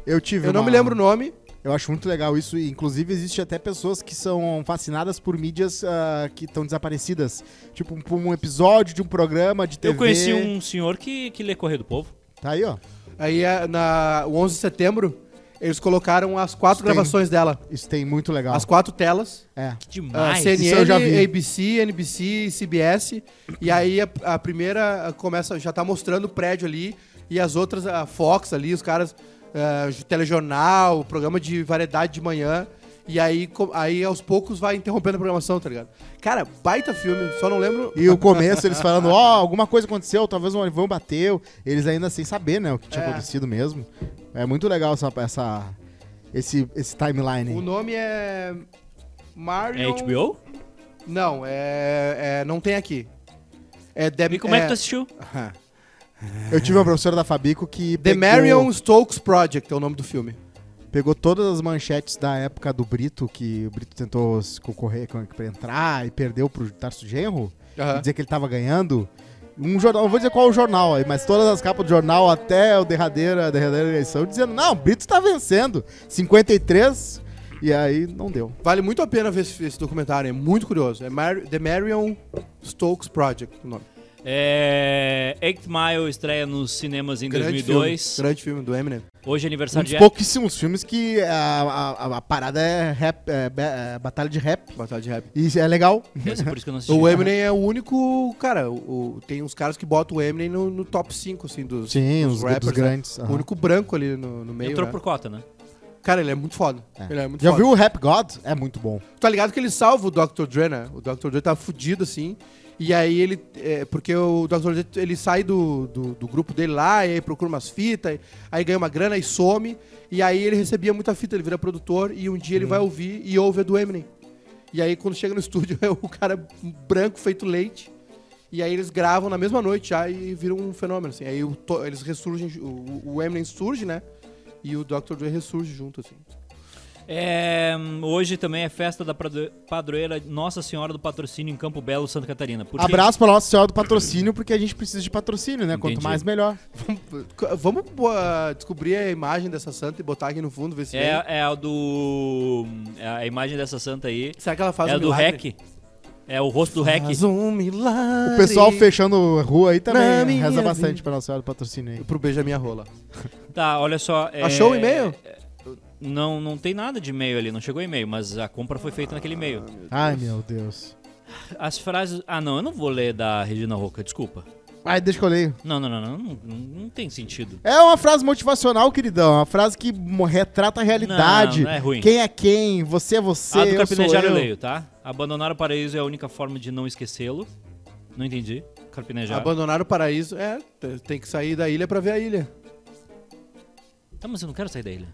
Speaker 1: Eu tive
Speaker 3: Eu não
Speaker 1: uma-
Speaker 3: me lembro o nome.
Speaker 1: Eu acho muito legal isso. e, Inclusive, existe até pessoas que são fascinadas por mídias ah, que estão desaparecidas. Tipo, um, um episódio de um programa de TV.
Speaker 2: eu conheci um senhor que, que lê Correio do Povo.
Speaker 1: Tá aí, ó.
Speaker 3: Aí, eh, na, o 11 de setembro, eles colocaram as quatro
Speaker 1: Isso tem.
Speaker 3: gravações dela.
Speaker 1: Isso tem muito legal.
Speaker 3: As quatro telas.
Speaker 1: É.
Speaker 2: Que
Speaker 3: ah,
Speaker 2: demais.
Speaker 1: Tá. isso
Speaker 3: CNN,
Speaker 1: eu já vi.
Speaker 3: ABC, NBC, CBS. E aí, a, a primeira começa, já tá mostrando o prédio ali. E as outras, a Fox ali, os caras... eh, telejornal, programa de variedade de manhã. E aí, co- aí, aos poucos, vai interrompendo a programação, tá ligado? Cara, baita filme. Só não lembro...
Speaker 1: E o começo, eles falando, ó, alguma coisa aconteceu, talvez um avião bateu. Eles ainda sem saber, né, o que tinha
Speaker 3: É.
Speaker 1: acontecido mesmo. É muito legal essa, essa, esse, esse timeline.
Speaker 3: O
Speaker 1: aí.
Speaker 3: nome é...
Speaker 2: É
Speaker 3: Mario...
Speaker 2: HBO?
Speaker 3: Não, é, é- Não tem aqui. É The,
Speaker 2: E como é,
Speaker 3: é-
Speaker 2: que tu assistiu?
Speaker 1: Eu tive uma professora da Fabico que
Speaker 3: The
Speaker 1: pegou,
Speaker 3: Marion Stokes Project é o nome do filme.
Speaker 1: pegou todas as manchetes da época do Brito, que o Brito tentou se concorrer com- pra entrar e perdeu pro Tarso Genro.
Speaker 3: Aham.
Speaker 1: e dizer que ele tava ganhando. Um jornal, não vou dizer qual o jornal aí, mas todas as capas do jornal até o derradeira, a derradeira eleição, dizendo, não, o Brito tá vencendo. 53, e aí não deu.
Speaker 3: Vale muito a pena ver esse, esse documentário, é muito curioso. É Mar- The Marion Stokes Project o nome.
Speaker 2: É... Eight Mile estreia nos cinemas em 2002.
Speaker 3: filme. Grande filme do Eminem.
Speaker 2: Hoje é
Speaker 1: Um
Speaker 2: aniversário
Speaker 1: dos
Speaker 2: de...
Speaker 1: pouquíssimos filmes que a, a- a parada é, rap, é, ba- é batalha de rap.
Speaker 3: Batalha de rap.
Speaker 1: E é legal.
Speaker 2: Essa, por isso que eu não assisti.
Speaker 3: O Eminem é o único, cara, o- o- tem uns caras que botam o Eminem no, no top 5, assim, dos,
Speaker 1: Sim,
Speaker 3: dos
Speaker 1: os,
Speaker 3: rappers,
Speaker 1: dos
Speaker 3: né?
Speaker 1: grandes.
Speaker 3: O
Speaker 1: aham.
Speaker 3: único branco ali no, no meio,
Speaker 2: Entrou
Speaker 3: né?
Speaker 2: por cota, né?
Speaker 3: Cara, ele é muito foda.
Speaker 1: É.
Speaker 3: Ele é muito
Speaker 1: Já
Speaker 3: foda.
Speaker 1: viu o Rap God? É muito bom.
Speaker 3: Tá ligado que ele salva o Dr. Dre, né? O Dr. Dre tá fudido, assim. E aí ele... é, porque o Dr. Dre, ele sai do, do, do grupo dele lá, e aí procura umas fitas, aí ganha uma grana e some. E aí ele recebia muita fita, ele vira produtor, e um dia ele vai ouvir e ouve a do Eminem. E aí quando chega no estúdio é o cara branco feito leite. E aí eles gravam na mesma noite já e viram um fenômeno, assim. Aí o to- eles ressurgem, o, o Eminem surge, né? E o Dr. Dre ressurge junto, assim.
Speaker 2: É, hum, hoje também é festa da padro- padroeira Nossa Senhora do Patrocínio em Campo Belo, Santa Catarina. Por quê?
Speaker 1: Abraço pra Nossa Senhora do Patrocínio, porque a gente precisa de patrocínio, né? Quanto
Speaker 2: Entendi.
Speaker 1: mais, melhor.
Speaker 3: C- Vamos boa, descobrir a imagem dessa santa e botar aqui no fundo, ver se. vem.
Speaker 2: É, é a do... é a imagem dessa santa aí.
Speaker 3: Será que ela faz
Speaker 2: é a
Speaker 3: um
Speaker 2: do
Speaker 3: milagre?
Speaker 2: REC. É o rosto do REC.
Speaker 3: Faz um milagre.
Speaker 1: O pessoal fechando rua aí também
Speaker 3: Na
Speaker 1: né? reza
Speaker 3: minha
Speaker 1: bastante
Speaker 3: vida.
Speaker 1: pra Nossa Senhora do Patrocínio aí.
Speaker 3: Pro beijo a minha rola.
Speaker 2: Tá, olha só. é-
Speaker 3: um- Achou o e-mail?
Speaker 2: Não, não tem nada de e-mail ali, não chegou e-mail, mas a compra foi feita naquele e-mail.
Speaker 1: Ai, meu Deus.
Speaker 2: As frases. Ah, não, eu não vou ler da Regina Roca, desculpa.
Speaker 1: Ai, deixa que eu leio.
Speaker 2: Não, não, não, não, não, não tem sentido.
Speaker 1: É uma frase motivacional, queridão. Uma frase que mo- retrata a realidade.
Speaker 2: não é ruim.
Speaker 1: Quem é quem, você é você,
Speaker 2: a do
Speaker 1: eu sou
Speaker 2: Carpinejar eu
Speaker 1: eu.
Speaker 2: leio, tá? Abandonar o paraíso é a única forma de não esquecê-lo. Não entendi. Carpinejar.
Speaker 3: Abandonar o paraíso. É, t- tem que sair da ilha pra ver a ilha.
Speaker 2: Tá, mas eu não quero sair da ilha.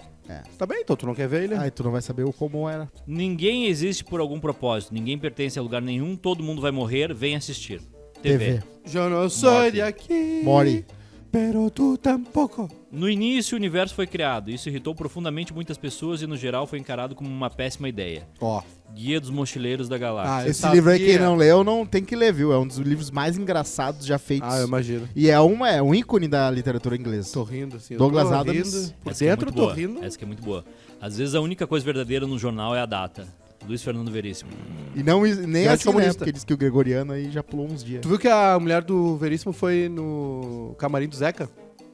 Speaker 3: Tá bem, então tu não quer ver a ilha?
Speaker 1: Ai, tu não vai saber o como era.
Speaker 2: Ninguém existe por algum propósito, ninguém pertence a lugar nenhum, todo mundo vai morrer, vem assistir. TV.
Speaker 3: Já não sou
Speaker 2: Morre.
Speaker 3: daqui.
Speaker 1: More.
Speaker 3: Pero tu tampoco.
Speaker 2: No início, o universo foi criado. Isso irritou profundamente muitas pessoas e, no geral, foi encarado como uma péssima ideia.
Speaker 3: Ó.
Speaker 2: Guia dos Mochileiros da Galáxia.
Speaker 3: Ah,
Speaker 1: Esse
Speaker 3: sabia.
Speaker 1: livro aí, quem não leu, não tem que ler, viu? É um dos livros mais engraçados já feitos.
Speaker 3: Ah, eu imagino.
Speaker 1: E é, uma, é um ícone da literatura inglesa.
Speaker 3: Tô rindo, assim. eu
Speaker 1: Douglas
Speaker 3: tô
Speaker 1: Adams.
Speaker 3: rindo. Por
Speaker 2: Essa que é
Speaker 3: dentro eu
Speaker 2: muito
Speaker 3: tô
Speaker 2: boa.
Speaker 3: rindo.
Speaker 2: Essa que é muito boa. Às vezes a única coisa verdadeira no jornal é a data. Luiz Fernando Veríssimo.
Speaker 1: E não, e nem
Speaker 3: Eu
Speaker 1: assim, né?
Speaker 3: acho é comunista.
Speaker 1: Porque diz que o gregoriano aí já pulou uns dias.
Speaker 3: Tu viu que a mulher do Veríssimo foi no camarim do Zeca? é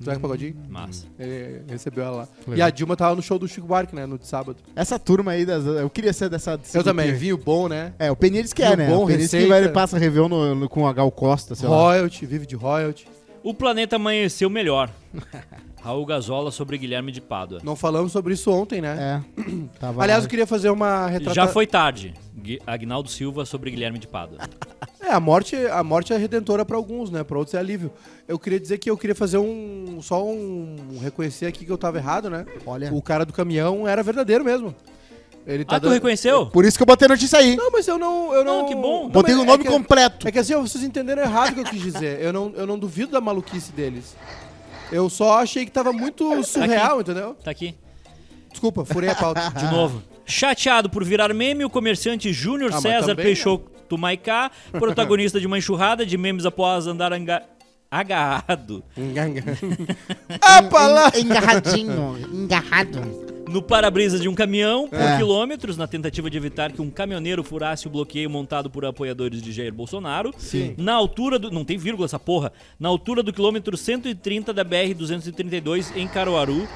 Speaker 3: Do Zeca Pagodinho?
Speaker 2: Massa.
Speaker 3: Ele recebeu ela lá.
Speaker 1: Legal.
Speaker 3: E a Dilma tava no show do Chico Buarque, né? No de sábado.
Speaker 1: Essa turma aí, das, eu queria ser dessa... desse
Speaker 3: Eu
Speaker 1: grupinho
Speaker 3: também.
Speaker 1: aí.
Speaker 3: Vinho bom, né?
Speaker 1: É, o Peninha diz que
Speaker 3: E
Speaker 1: é,
Speaker 3: o
Speaker 1: né?
Speaker 3: bom
Speaker 1: o Peninha diz que
Speaker 3: receita.
Speaker 1: vai, ele passa Réveillon no, no- com a Gal Costa, sei lá.
Speaker 3: Royalty, vive de royalty.
Speaker 2: O planeta amanheceu melhor. Raul Gazola sobre Guilherme de Pádua.
Speaker 3: Não falamos sobre isso ontem, né?
Speaker 1: É. Tava
Speaker 3: Aliás,
Speaker 1: lá.
Speaker 3: eu queria fazer uma retratação.
Speaker 2: Já foi tarde. Gui- Agnaldo Silva sobre Guilherme de Pádua.
Speaker 3: É, a morte, a morte é redentora pra alguns, né? Pra outros é alívio. Eu queria dizer que eu queria fazer um. Só um. Reconhecer aqui que eu tava errado, né?
Speaker 1: Olha.
Speaker 3: O cara do caminhão era verdadeiro mesmo. Ele tá
Speaker 2: ah, tu
Speaker 3: dando-
Speaker 2: reconheceu?
Speaker 1: Por isso que eu botei a notícia aí.
Speaker 3: Não, mas eu não. Eu não,
Speaker 2: Não, que bom.
Speaker 3: Não,
Speaker 1: botei
Speaker 3: mas
Speaker 1: o nome
Speaker 3: é que-
Speaker 1: completo.
Speaker 3: É que assim, vocês entenderam errado o que eu quis dizer. Eu não, eu não duvido da maluquice deles. Eu só achei que tava muito surreal, entendeu?
Speaker 2: Tá aqui.
Speaker 3: Desculpa, furei a pauta.
Speaker 2: De novo. Chateado por virar meme, o comerciante Júnior
Speaker 3: Ah, mas
Speaker 2: César
Speaker 3: também,
Speaker 2: Peixoto Maicá, protagonista de uma enxurrada de memes após andar anga- agarrado
Speaker 3: Opa Ah, lá!
Speaker 1: Engarradinho. Engarrado.
Speaker 2: no para-brisa de um caminhão por
Speaker 1: É.
Speaker 2: quilômetros na tentativa de evitar que um caminhoneiro furasse o bloqueio montado por apoiadores de Jair Bolsonaro.
Speaker 3: Sim.
Speaker 2: Na altura do. Não tem vírgula essa porra. Na altura do quilômetro 130 da BR-232 em Caruaru,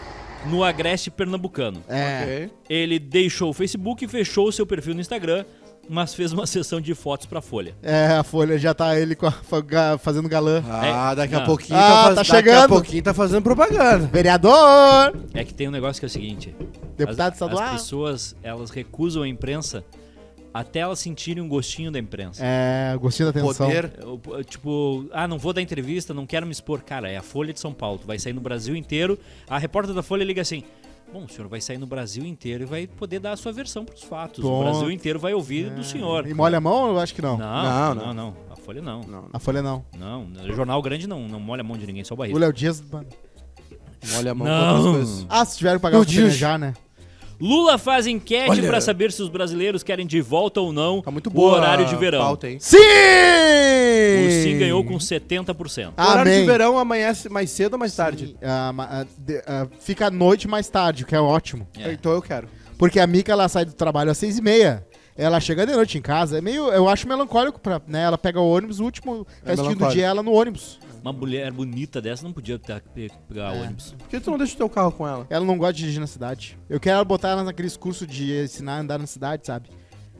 Speaker 2: no Agreste Pernambucano.
Speaker 1: É.
Speaker 3: Ok.
Speaker 2: Ele deixou o Facebook e fechou o seu perfil no Instagram, mas fez uma sessão de fotos pra Folha.
Speaker 1: É, a Folha já tá ele com a fa- ga- fazendo galã.
Speaker 3: Ah, daqui a
Speaker 2: É. Não.
Speaker 3: pouquinho
Speaker 1: Ah, tá
Speaker 3: daqui a
Speaker 1: chegando.
Speaker 3: pouquinho tá fazendo propaganda.
Speaker 1: Vereador!
Speaker 2: É que tem um negócio que é o seguinte:
Speaker 1: Deputado
Speaker 2: as,
Speaker 1: estadual.
Speaker 2: as pessoas elas recusam a imprensa até elas sentirem um gostinho da imprensa.
Speaker 1: É, gostinho da atenção.
Speaker 3: Poder.
Speaker 2: Eu, eu, tipo, ah, não vou dar entrevista, não quero me expor. Cara, é a Folha de São Paulo, tu vai sair no Brasil inteiro. A repórter da Folha liga assim: Bom, o senhor vai sair no Brasil inteiro e vai poder dar a sua versão pros fatos. O
Speaker 1: Ponto. É,
Speaker 2: Brasil inteiro vai ouvir do senhor.
Speaker 1: E molha a mão? Eu acho que não.
Speaker 2: Não,
Speaker 3: Não,
Speaker 2: não, não, A Folha não. Não,
Speaker 1: A Folha não.
Speaker 2: O jornal grande não, não molha a mão de ninguém, só o
Speaker 1: O
Speaker 2: barriga.
Speaker 1: Léo Dias, mano.
Speaker 3: Olha a mão
Speaker 2: Não.
Speaker 3: com outras coisas.
Speaker 1: Ah, se tiver que pagar
Speaker 3: Meu
Speaker 1: o
Speaker 3: Deus.
Speaker 1: já, né?
Speaker 2: Lula faz enquete
Speaker 3: Olha.
Speaker 2: pra saber se os brasileiros querem de volta ou não
Speaker 3: Tá muito
Speaker 2: o
Speaker 3: boa
Speaker 2: horário
Speaker 3: a
Speaker 2: de verão.
Speaker 3: pauta, hein?
Speaker 1: Sim!
Speaker 2: O Sim ganhou com 70%.
Speaker 3: O horário de
Speaker 1: Amém.
Speaker 3: verão amanhece mais cedo ou mais tarde?
Speaker 1: Ah, ma- ah, de- ah, fica à noite mais tarde, o que é ótimo.
Speaker 2: É.
Speaker 3: Então eu quero.
Speaker 1: Porque a Mica, ela sai do trabalho às seis e meia. Ela chega de noite em casa. É meio, eu acho melancólico, pra, né? Ela pega o ônibus, o último
Speaker 3: É
Speaker 1: restinho do
Speaker 3: melancólico.
Speaker 1: dia, ela no ônibus.
Speaker 2: Uma mulher bonita dessa não podia ter- pe- pegar
Speaker 3: É.
Speaker 2: ônibus.
Speaker 3: Por que tu não deixa o teu carro com ela?
Speaker 1: Ela não gosta de dirigir na cidade. Eu quero ela botar ela naqueles cursos de ensinar a andar na cidade, sabe?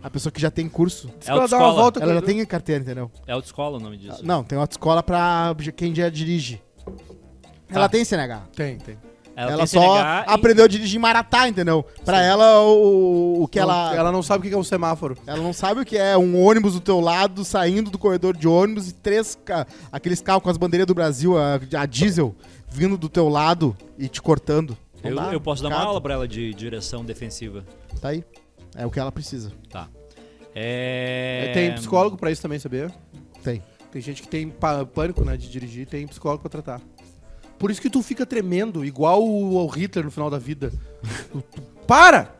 Speaker 1: A pessoa que já tem curso.
Speaker 3: Se ela dar
Speaker 2: É
Speaker 3: uma
Speaker 2: autoescola.
Speaker 3: volta com
Speaker 1: Ela já
Speaker 3: ele-
Speaker 1: tem carteira, entendeu?
Speaker 2: É autoescola o nome disso.
Speaker 1: Não, tem autoescola pra quem já dirige. Ela
Speaker 2: Tá.
Speaker 1: tem CNH.
Speaker 3: Tem, tem.
Speaker 1: Ela,
Speaker 2: tem
Speaker 1: só
Speaker 2: CNH e-
Speaker 1: aprendeu a dirigir em Maratá, entendeu? Pra ela, o, o que
Speaker 3: Não,
Speaker 1: ela, ela...
Speaker 3: ela não sabe o que que é um semáforo.
Speaker 1: não sabe o que é um ônibus do teu lado, saindo do corredor de ônibus e três... ca- Aqueles carros com as bandeiras do Brasil, a, a diesel, vindo do teu lado e te cortando. Não
Speaker 2: Eu,
Speaker 1: dá,
Speaker 2: eu posso dar uma
Speaker 1: complicado.
Speaker 2: aula pra ela de direção defensiva.
Speaker 1: Tá aí. É o que ela precisa.
Speaker 2: Tá. É...
Speaker 3: Tem psicólogo pra isso também, sabia?
Speaker 1: Tem.
Speaker 3: Tem gente que tem pa- pânico, né, de dirigir, tem psicólogo pra tratar. Por isso que tu fica tremendo, igual o, o Hitler no final da vida. Tu- tu- para!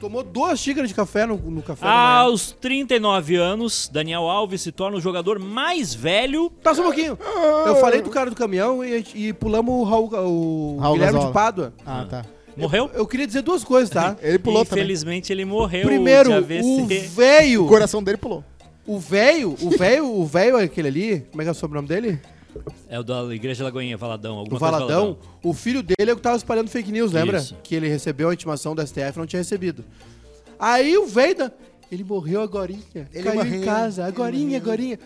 Speaker 3: Tomou duas xícaras de café no, no café da manhã.
Speaker 2: Aos 39 anos, Daniel Alves se torna o jogador mais velho.
Speaker 3: Tá só um pouquinho. Eu falei do cara do caminhão e, e pulamos o, Raul, Ga- o
Speaker 1: Raul
Speaker 3: Guilherme
Speaker 1: Gazola.
Speaker 3: de Pádua.
Speaker 1: Ah, tá.
Speaker 2: Morreu?
Speaker 3: Eu queria dizer duas coisas,
Speaker 2: Ah.
Speaker 3: tá?
Speaker 1: Ele pulou também.
Speaker 2: Infelizmente ele morreu
Speaker 3: Primeiro,
Speaker 2: de
Speaker 3: o
Speaker 2: AVC.
Speaker 1: O
Speaker 3: velho.
Speaker 1: coração dele pulou.
Speaker 3: O velho, o velho, o velho é aquele ali. Como é que é o sobrenome dele?
Speaker 2: É o da Igreja Lagoinha, Valadão.
Speaker 3: O
Speaker 2: Alguma coisa
Speaker 3: Valadão, o filho dele é o que tava espalhando fake news, lembra?
Speaker 2: Isso.
Speaker 3: Que ele recebeu a intimação da STF e não tinha recebido. Aí o Veida, ele morreu agorinha.
Speaker 1: Ele
Speaker 3: caiu
Speaker 1: morreu,
Speaker 3: em casa,
Speaker 1: ele
Speaker 3: agorinha,
Speaker 1: morreu.
Speaker 3: agorinha.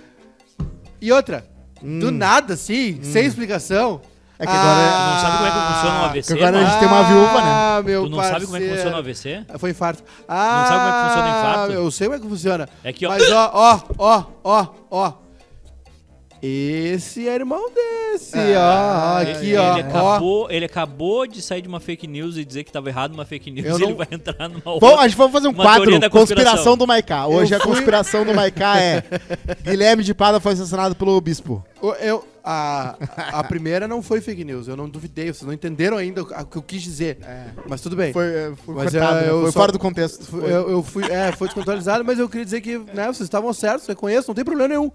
Speaker 3: E outra, do
Speaker 2: Hum.
Speaker 3: nada, assim, sem explicação.
Speaker 1: É que agora é-
Speaker 2: Não sabe como é que funciona um AVC?
Speaker 1: agora a
Speaker 2: mano?
Speaker 1: gente tem uma viúva, né?
Speaker 3: Ah, meu
Speaker 2: Tu não sabe como é que
Speaker 3: parceiro.
Speaker 2: funciona o AVC?
Speaker 3: Ah, Foi infarto.
Speaker 2: Não sabe como é que funciona o
Speaker 3: Ah,
Speaker 2: infarto?
Speaker 3: Eu sei como é que funciona.
Speaker 2: É que, ó.
Speaker 3: Mas ó, ó, ó, ó, ó. Esse é irmão desse, ó. Aqui,
Speaker 2: Ah, é, ele,
Speaker 3: ó. ó.
Speaker 2: acabou, ele acabou de sair de uma fake news e dizer que tava errado uma fake news
Speaker 3: Eu
Speaker 2: e ele
Speaker 3: não-
Speaker 2: vai entrar numa
Speaker 1: Vamos,
Speaker 2: outra.
Speaker 1: a gente vamos fazer um
Speaker 2: Uma
Speaker 1: quadro,
Speaker 2: teoria da
Speaker 1: conspiração.
Speaker 2: conspiração
Speaker 1: do Maiká. Hoje
Speaker 3: Eu
Speaker 1: a conspiração do Maiká é Guilherme de Pada foi assassinado pelo bispo.
Speaker 3: O- Eu, a, a primeira não foi fake news, eu não duvidei, vocês não entenderam ainda o que eu quis dizer. Mas tudo bem.
Speaker 1: Foi, é, foi
Speaker 3: Mas,
Speaker 1: cortado,
Speaker 3: é,
Speaker 1: né?
Speaker 3: eu
Speaker 1: foi
Speaker 3: só-
Speaker 1: fora do contexto.
Speaker 3: Foi-
Speaker 1: Foi.
Speaker 3: Eu, eu fui, é, foi descontextualizado, mas eu queria dizer que, né, vocês estavam certos, reconheço, não tem problema nenhum.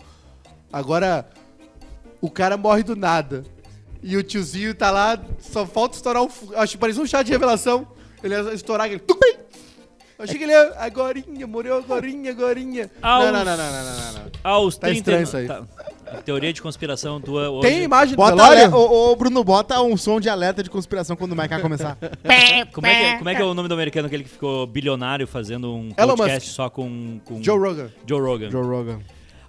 Speaker 3: Agora, o cara morre do nada. E o tiozinho tá lá, só falta estourar o. fu- Acho que parecia um chá de revelação. Ele ia estourar aquele. Tum! Eu achei que ele ia. Agorinha, morreu agorinha, agorinha.
Speaker 2: Aos-
Speaker 3: Não, não, não, não, não, não, não, não.
Speaker 2: Aos
Speaker 3: Tá
Speaker 2: 30
Speaker 3: estranho isso aí.
Speaker 2: tá. teoria de conspiração tua hoje.
Speaker 3: Tem imagem do
Speaker 1: Bota, ale-
Speaker 3: velório?
Speaker 1: ô, ô, Bruno, bota um som de alerta de conspiração quando o Maiká começar.
Speaker 2: Como é, que, como é que é o nome do americano aquele que ficou bilionário fazendo um
Speaker 3: Elon
Speaker 2: podcast só com, com
Speaker 3: Joe Rogan.
Speaker 2: Joe Rogan?
Speaker 1: Joe Rogan.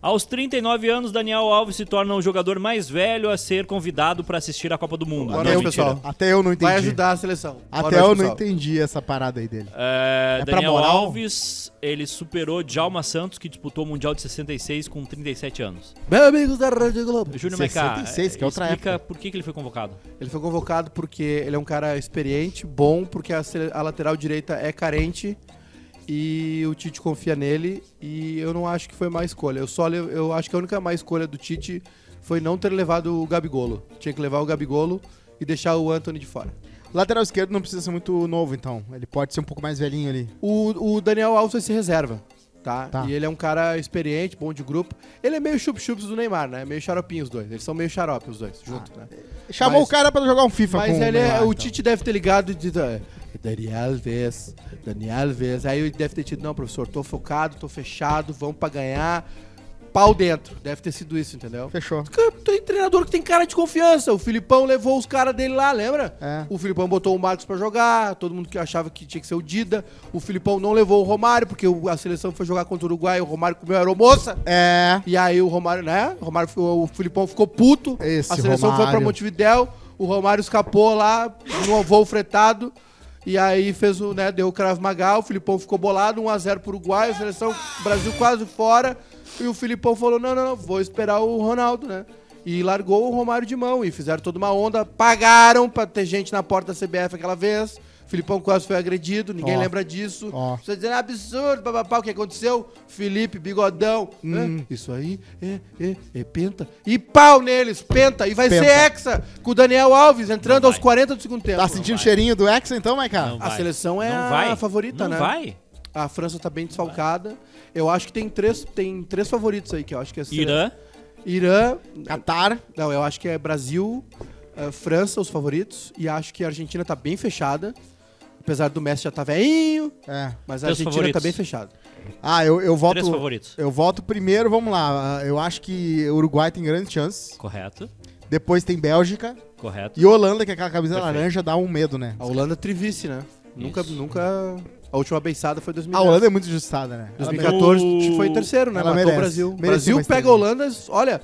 Speaker 2: Aos 39 anos, Daniel Alves se torna o jogador mais velho a ser convidado para assistir a Copa do Mundo.
Speaker 3: Boa
Speaker 2: Não,
Speaker 3: noite,
Speaker 2: mentira.
Speaker 3: pessoal.
Speaker 1: Até eu não entendi.
Speaker 3: Vai ajudar a seleção. Boa
Speaker 1: Até
Speaker 3: noite,
Speaker 1: eu não
Speaker 3: pessoal.
Speaker 1: entendi essa parada aí dele.
Speaker 2: É,
Speaker 1: É pra
Speaker 2: Daniel
Speaker 1: moral?
Speaker 2: Alves, ele superou Djalma Santos, que disputou o Mundial de 66 com 37 anos.
Speaker 3: Meus amigos da Rádio Globo.
Speaker 2: Júnior Maiká,
Speaker 1: 66, que é outra
Speaker 2: explica
Speaker 1: época.
Speaker 2: por que, que ele foi convocado.
Speaker 3: Ele foi convocado porque ele é um cara experiente, bom, porque a, sele- a lateral direita é carente e o Tite confia nele e eu não acho que foi má escolha. Eu só le- eu acho que a única má escolha do Tite foi não ter levado o Gabigolo. Tinha que levar o Gabigolo e deixar o Anthony de fora.
Speaker 1: Lateral esquerdo não precisa ser muito novo, então. Ele pode ser um pouco mais velhinho ali.
Speaker 3: O, o Daniel Alves vai ser reserva, tá?
Speaker 1: Tá.
Speaker 3: E ele é um cara experiente, bom de grupo. Ele é meio chup-chups do Neymar, né? Meio xaropinho os dois. Eles são meio xarope os dois, junto, né?
Speaker 1: Chamou
Speaker 3: Mas-
Speaker 1: o cara pra jogar um FIFA
Speaker 3: Mas
Speaker 1: com
Speaker 3: ele é-
Speaker 1: Neymar,
Speaker 3: o
Speaker 1: então.
Speaker 3: Tite deve ter ligado e dito, "É, Daniel Alves, Daniel Alves. Aí ele deve ter tido, não, professor, tô focado, tô fechado, vamos pra ganhar. Pau dentro. Deve ter sido isso, entendeu?
Speaker 1: Fechou.
Speaker 3: Cara, Tem treinador que tem cara de confiança. O Filipão levou os caras dele lá, lembra?
Speaker 1: É.
Speaker 3: O Filipão botou o Marcos pra jogar, todo mundo que achava que tinha que ser o Dida. O Filipão não levou o Romário, porque o- a seleção foi jogar contra o Uruguai, o Romário comeu a aeromoça.
Speaker 1: É.
Speaker 3: E aí o Romário, né? O, Romário, ficou- o Filipão ficou puto.
Speaker 1: Esse
Speaker 3: a seleção foi pra
Speaker 1: Romário.
Speaker 3: Montevidéu. O Romário escapou lá no voo fretado. E aí fez o, né, deu o Cravo Magal, o Filipão ficou bolado, 1x0 pro Uruguai, a seleção o Brasil quase fora. E o Filipão falou: não, não, não, vou esperar o Ronaldo, né? E largou o Romário de mão e fizeram toda uma onda, pagaram pra ter gente na porta da CBF aquela vez. O Filipão quase foi agredido, ninguém
Speaker 1: Ó.
Speaker 3: lembra disso.
Speaker 1: Ó.
Speaker 3: Você dizendo "Ah, absurdo, papapá, o que aconteceu? Felipe, bigodão.
Speaker 1: Hum.
Speaker 3: né? Isso aí é, é, é penta. E pau neles, penta. E vai
Speaker 1: Penta.
Speaker 3: ser hexa com o Daniel Alves entrando
Speaker 2: Não
Speaker 3: aos
Speaker 2: vai.
Speaker 3: 40 do segundo tempo.
Speaker 1: Tá sentindo o cheirinho do Hexa então, Maiká?
Speaker 2: Não vai.
Speaker 3: seleção é
Speaker 2: Não
Speaker 3: a
Speaker 2: vai.
Speaker 3: favorita,
Speaker 2: Não
Speaker 3: né?
Speaker 2: vai.
Speaker 3: A França tá bem desfalcada. Eu acho que tem três, tem três favoritos aí, que eu acho que é a sele-
Speaker 2: Irã,
Speaker 3: Irã.
Speaker 1: Catar.
Speaker 3: Não, eu acho que é Brasil, eh, França, os favoritos. E acho que a Argentina tá bem fechada. Apesar do Messi já tá velhinho,
Speaker 1: É.
Speaker 3: mas a
Speaker 2: Três
Speaker 3: Argentina
Speaker 2: favoritos.
Speaker 3: tá bem fechada.
Speaker 1: Ah, eu, eu voto.
Speaker 2: três favoritos.
Speaker 1: Eu voto primeiro, vamos lá. ah, Eu acho que o Uruguai tem grandes chances.
Speaker 2: Correto,
Speaker 1: Depois tem Bélgica.
Speaker 2: correto.
Speaker 1: E Holanda, que é aquela camisa
Speaker 2: Perfeito.
Speaker 1: laranja, dá um medo, né?
Speaker 3: A Holanda é trivice, né? Nunca,
Speaker 2: Isso.
Speaker 3: nunca. A última beiçada foi 2010.
Speaker 1: A Holanda é muito ajustada, né? Ela merece.
Speaker 3: 2014
Speaker 2: merece.
Speaker 3: foi terceiro, né?
Speaker 1: Ela
Speaker 3: Matou
Speaker 1: merece.
Speaker 3: o Brasil.
Speaker 1: Merecia
Speaker 3: Brasil
Speaker 1: uma
Speaker 3: pega a
Speaker 1: estrelinha.
Speaker 3: Holanda, olha,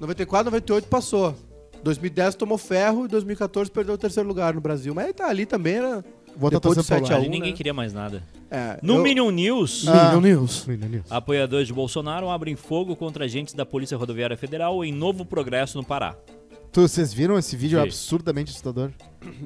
Speaker 3: 94, 98 passou. 2010 tomou ferro e 2014 perdeu o terceiro lugar no Brasil. Mas tá ali também, né?
Speaker 1: Vou tá
Speaker 3: Depois do
Speaker 1: torcendo pra
Speaker 3: 7 a
Speaker 1: Holanda.
Speaker 2: Ali
Speaker 3: 1,
Speaker 2: ninguém
Speaker 3: né?
Speaker 2: queria mais nada.
Speaker 3: É,
Speaker 2: No
Speaker 3: eu-
Speaker 2: Minion News,
Speaker 1: Ah.
Speaker 3: Minion News.
Speaker 2: apoiadores de Bolsonaro abrem fogo contra agentes da Polícia Rodoviária Federal em Novo Progresso, no Pará.
Speaker 1: Tu, vocês viram esse vídeo É
Speaker 2: Vi.
Speaker 1: absurdamente assustador?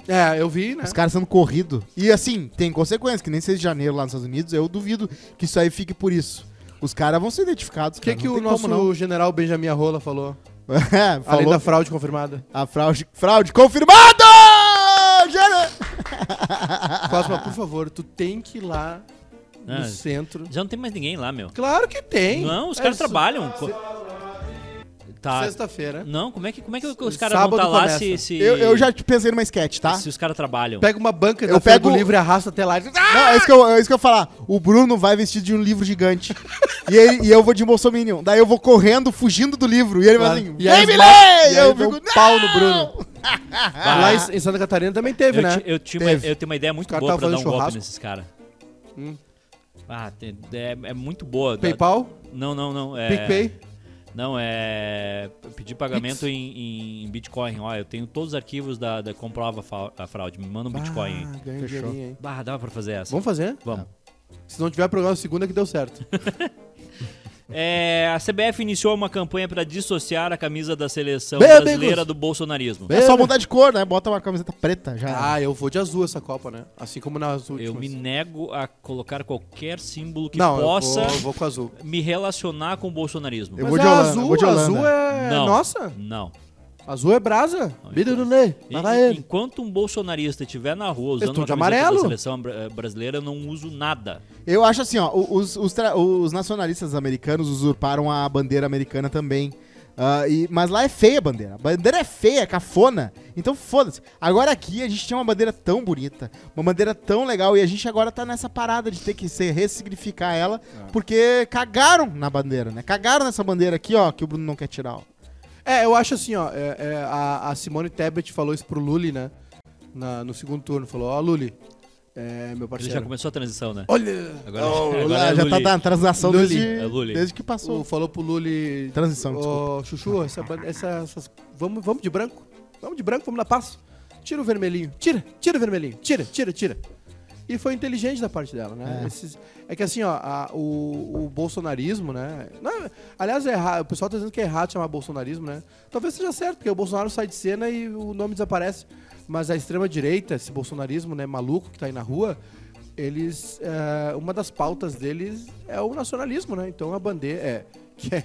Speaker 3: É, eu vi, né?
Speaker 1: Os caras sendo corrido. E assim, tem consequência, que nem 6 de janeiro lá nos Estados Unidos, eu duvido que isso aí fique por isso. Os caras vão ser identificados.
Speaker 3: O que,
Speaker 1: cara,
Speaker 3: que
Speaker 1: não
Speaker 3: o
Speaker 1: tem
Speaker 3: nosso
Speaker 1: como não.
Speaker 3: general Benjamin Arrola falou?
Speaker 1: É,
Speaker 3: Além
Speaker 1: falou
Speaker 3: da fraude confirmada.
Speaker 1: a fraude. Fraude confirmada! Gera-
Speaker 3: Cosma, por favor, tu tem que ir lá no
Speaker 2: Ah.
Speaker 3: centro.
Speaker 2: Já não tem mais ninguém lá, meu.
Speaker 3: Claro que tem.
Speaker 2: Não, os
Speaker 3: É
Speaker 2: caras
Speaker 3: isso.
Speaker 2: trabalham. Co- Tá.
Speaker 3: Sexta-feira.
Speaker 2: Não, como é que, como é que os caras vão
Speaker 3: Sábado
Speaker 2: estar lá
Speaker 3: começa.
Speaker 2: se, se-
Speaker 1: Eu, eu já te pensei numa sketch, tá?
Speaker 2: se os caras trabalham?
Speaker 3: Então, Pega uma banca
Speaker 1: Eu
Speaker 3: da Feira
Speaker 1: pego-
Speaker 3: do livro e arrasta até lá. e diz, "Ah,
Speaker 1: Não, é isso, que eu, é isso que eu ia falar. O Bruno vai vestido de um livro gigante. e, ele- e eu vou de Bolsominion. Daí eu vou correndo, fugindo do livro. E ele vai assim,
Speaker 3: E aí
Speaker 1: vem me
Speaker 3: eles matam,
Speaker 1: ler!
Speaker 3: e
Speaker 1: Eu
Speaker 3: aí deu um
Speaker 1: fico,
Speaker 3: pau no Bruno.
Speaker 2: Vai.
Speaker 3: Lá em, em Santa Catarina também teve,
Speaker 2: eu,
Speaker 3: né?
Speaker 2: ti- eu, tinha uma,
Speaker 1: Teve.
Speaker 2: eu tenho uma ideia muito
Speaker 3: caras
Speaker 2: boa
Speaker 3: tavam
Speaker 2: pra dar um
Speaker 3: fazendo
Speaker 2: golpe
Speaker 3: churrasco.
Speaker 2: nesses caras.
Speaker 3: Hum.
Speaker 2: Ah, tem- é, é muito boa. Da-
Speaker 3: PayPal,
Speaker 2: Não, não, não. É,
Speaker 3: PicPay.
Speaker 2: Não, é. Pedir pagamento em, em Bitcoin. Ó, eu tenho todos os arquivos da, da comprova fa- a fraude. Me manda um Bitcoin aí.
Speaker 3: Ah, ganha um
Speaker 1: Fechou.
Speaker 3: dinheirinho aí.
Speaker 2: Bah, dava pra fazer essa.
Speaker 3: tá. Vamos fazer?
Speaker 2: Vamos.
Speaker 3: Se não tiver programa segunda que deu certo.
Speaker 2: É, a CBF iniciou uma campanha para dissociar a camisa da seleção
Speaker 3: Bem,
Speaker 2: brasileira
Speaker 3: amigos.
Speaker 2: do bolsonarismo.
Speaker 1: É só mudar de cor, né? Bota uma camiseta preta já.
Speaker 3: Ah, eu vou de azul essa Copa, né? Assim como nas últimas.
Speaker 2: Eu me nego a colocar qualquer símbolo que
Speaker 3: não, eu
Speaker 2: possa
Speaker 3: vou- eu vou com azul.
Speaker 2: me relacionar com o bolsonarismo.
Speaker 1: Eu
Speaker 3: Mas
Speaker 1: vou de
Speaker 3: é
Speaker 1: Holanda,
Speaker 3: azul,
Speaker 1: vou de Holanda.
Speaker 3: azul é
Speaker 2: Não.
Speaker 3: nossa.
Speaker 2: Não.
Speaker 3: Azul é brasa.
Speaker 2: Não,
Speaker 3: Vida do
Speaker 2: então.
Speaker 3: Ney.
Speaker 2: E-
Speaker 3: Lá vai ele.
Speaker 2: enquanto um bolsonarista estiver na rua
Speaker 3: Eu
Speaker 2: usando
Speaker 3: tô
Speaker 2: uma
Speaker 3: de
Speaker 2: camiseta
Speaker 3: amarelo.
Speaker 2: da seleção bra- eh, brasileira, eu não uso nada.
Speaker 1: Eu acho assim, ó, o- os, os tra- os nacionalistas americanos usurparam a bandeira americana também. Ah, e- mas lá é feia a bandeira. A bandeira é feia, é cafona. Então foda-se. Agora aqui a gente tinha uma bandeira tão bonita, uma bandeira tão legal, e a gente agora tá nessa parada de ter que ser, ressignificar ela, porque cagaram na bandeira, né? Cagaram nessa bandeira aqui, ó, que o Bruno não quer tirar. Ó.
Speaker 3: É, eu acho assim, ó. é- é, a, a Simone Tebet falou isso pro Lully, né? Na- no segundo turno. Falou, ó, Lully. É, meu
Speaker 2: Ele já
Speaker 3: parceiro.
Speaker 2: começou a transição, né?
Speaker 3: Olha!
Speaker 2: Agora,
Speaker 1: Lá,
Speaker 2: é
Speaker 1: já tá
Speaker 2: Lully.
Speaker 1: na transação
Speaker 3: Lully.
Speaker 1: desde,
Speaker 2: É Lully.
Speaker 1: desde que passou.
Speaker 3: O- falou pro Lully.
Speaker 1: Transição,
Speaker 3: Ô, Chuchu, essa, ban- essa- essas- vamos, vamos de branco. Vamos de branco, vamos na paz. Tira o vermelhinho. Tira, tira o vermelhinho. Tira, tira, tira. E foi inteligente da parte dela, né? Esses- É, que assim, ó, a- o, o bolsonarismo, né? Não, aliás, é erra- o pessoal tá dizendo que é errado chamar bolsonarismo, né? Talvez seja certo, porque o Bolsonaro sai de cena e o nome desaparece. Mas a extrema-direita, esse bolsonarismo, né, maluco que tá aí na rua, eles. é, uma das pautas deles é o nacionalismo, né? Então a bandeira. É, que é.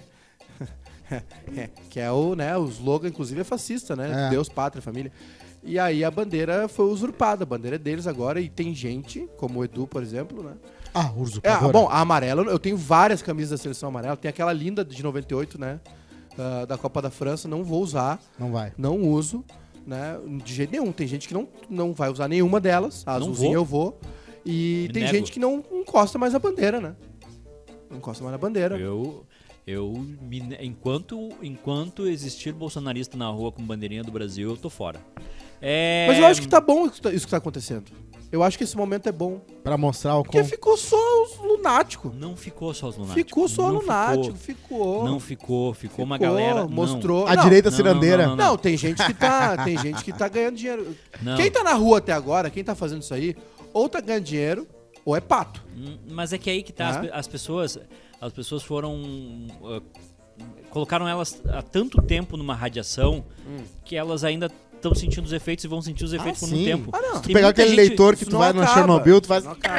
Speaker 3: que é o, né, o slogan, inclusive, é fascista, né?
Speaker 1: É.
Speaker 3: Deus, pátria, família. E aí a bandeira foi usurpada, a bandeira é deles agora, e tem gente, como o Edu, por exemplo, né?
Speaker 1: Ah,
Speaker 3: É,
Speaker 1: usurpadora.
Speaker 3: bom, a amarela, eu tenho várias camisas da seleção amarela, tem aquela linda de 98, né? ah, da Copa da França, não vou usar,
Speaker 1: Não vai.
Speaker 3: não uso, né? De jeito nenhum. Tem gente que não, não vai usar nenhuma delas, a
Speaker 2: Não vou.
Speaker 3: azulzinha eu vou. E
Speaker 2: Me
Speaker 3: tem
Speaker 2: nego.
Speaker 3: gente que não encosta mais na bandeira, né? Não encosta mais na bandeira.
Speaker 2: Eu, eu me ne- enquanto, enquanto existir bolsonarista na rua com bandeirinha do Brasil, eu tô fora. É,
Speaker 3: Mas eu acho que tá bom isso que tá- isso que tá acontecendo. Eu acho que esse momento é bom.
Speaker 1: Pra mostrar o
Speaker 3: Porque
Speaker 1: quão...
Speaker 3: ficou só os lunáticos.
Speaker 2: Não ficou só os lunáticos.
Speaker 3: Ficou só
Speaker 2: não
Speaker 3: lunático,
Speaker 2: Ficou,
Speaker 3: ficou.
Speaker 2: não ficou, ficou, uma
Speaker 3: Ficou,
Speaker 2: galera. não.
Speaker 3: Mostrou.
Speaker 1: A
Speaker 3: Não,
Speaker 1: direita é
Speaker 2: não,
Speaker 1: cirandeira.
Speaker 2: não,
Speaker 3: Não, tem gente que tá, tem gente que tá ganhando dinheiro.
Speaker 2: Não.
Speaker 3: Quem tá na rua até agora, quem tá fazendo isso aí, ou tá ganhando dinheiro, ou é pato.
Speaker 2: Hum, Mas é que aí que tá. As,
Speaker 3: Né?
Speaker 2: pe- as pessoas. As pessoas foram. ah, colocaram elas há tanto tempo numa radiação que elas ainda estão sentindo os efeitos e vão sentir os efeitos por
Speaker 1: sim.
Speaker 2: muito tempo.
Speaker 3: Hum. Ah, não.
Speaker 1: Tu pegar aquele leitor que
Speaker 3: isso
Speaker 1: tu
Speaker 3: não
Speaker 1: vai na
Speaker 3: acaba.
Speaker 1: Chernobyl, tu faz.
Speaker 3: Não acaba.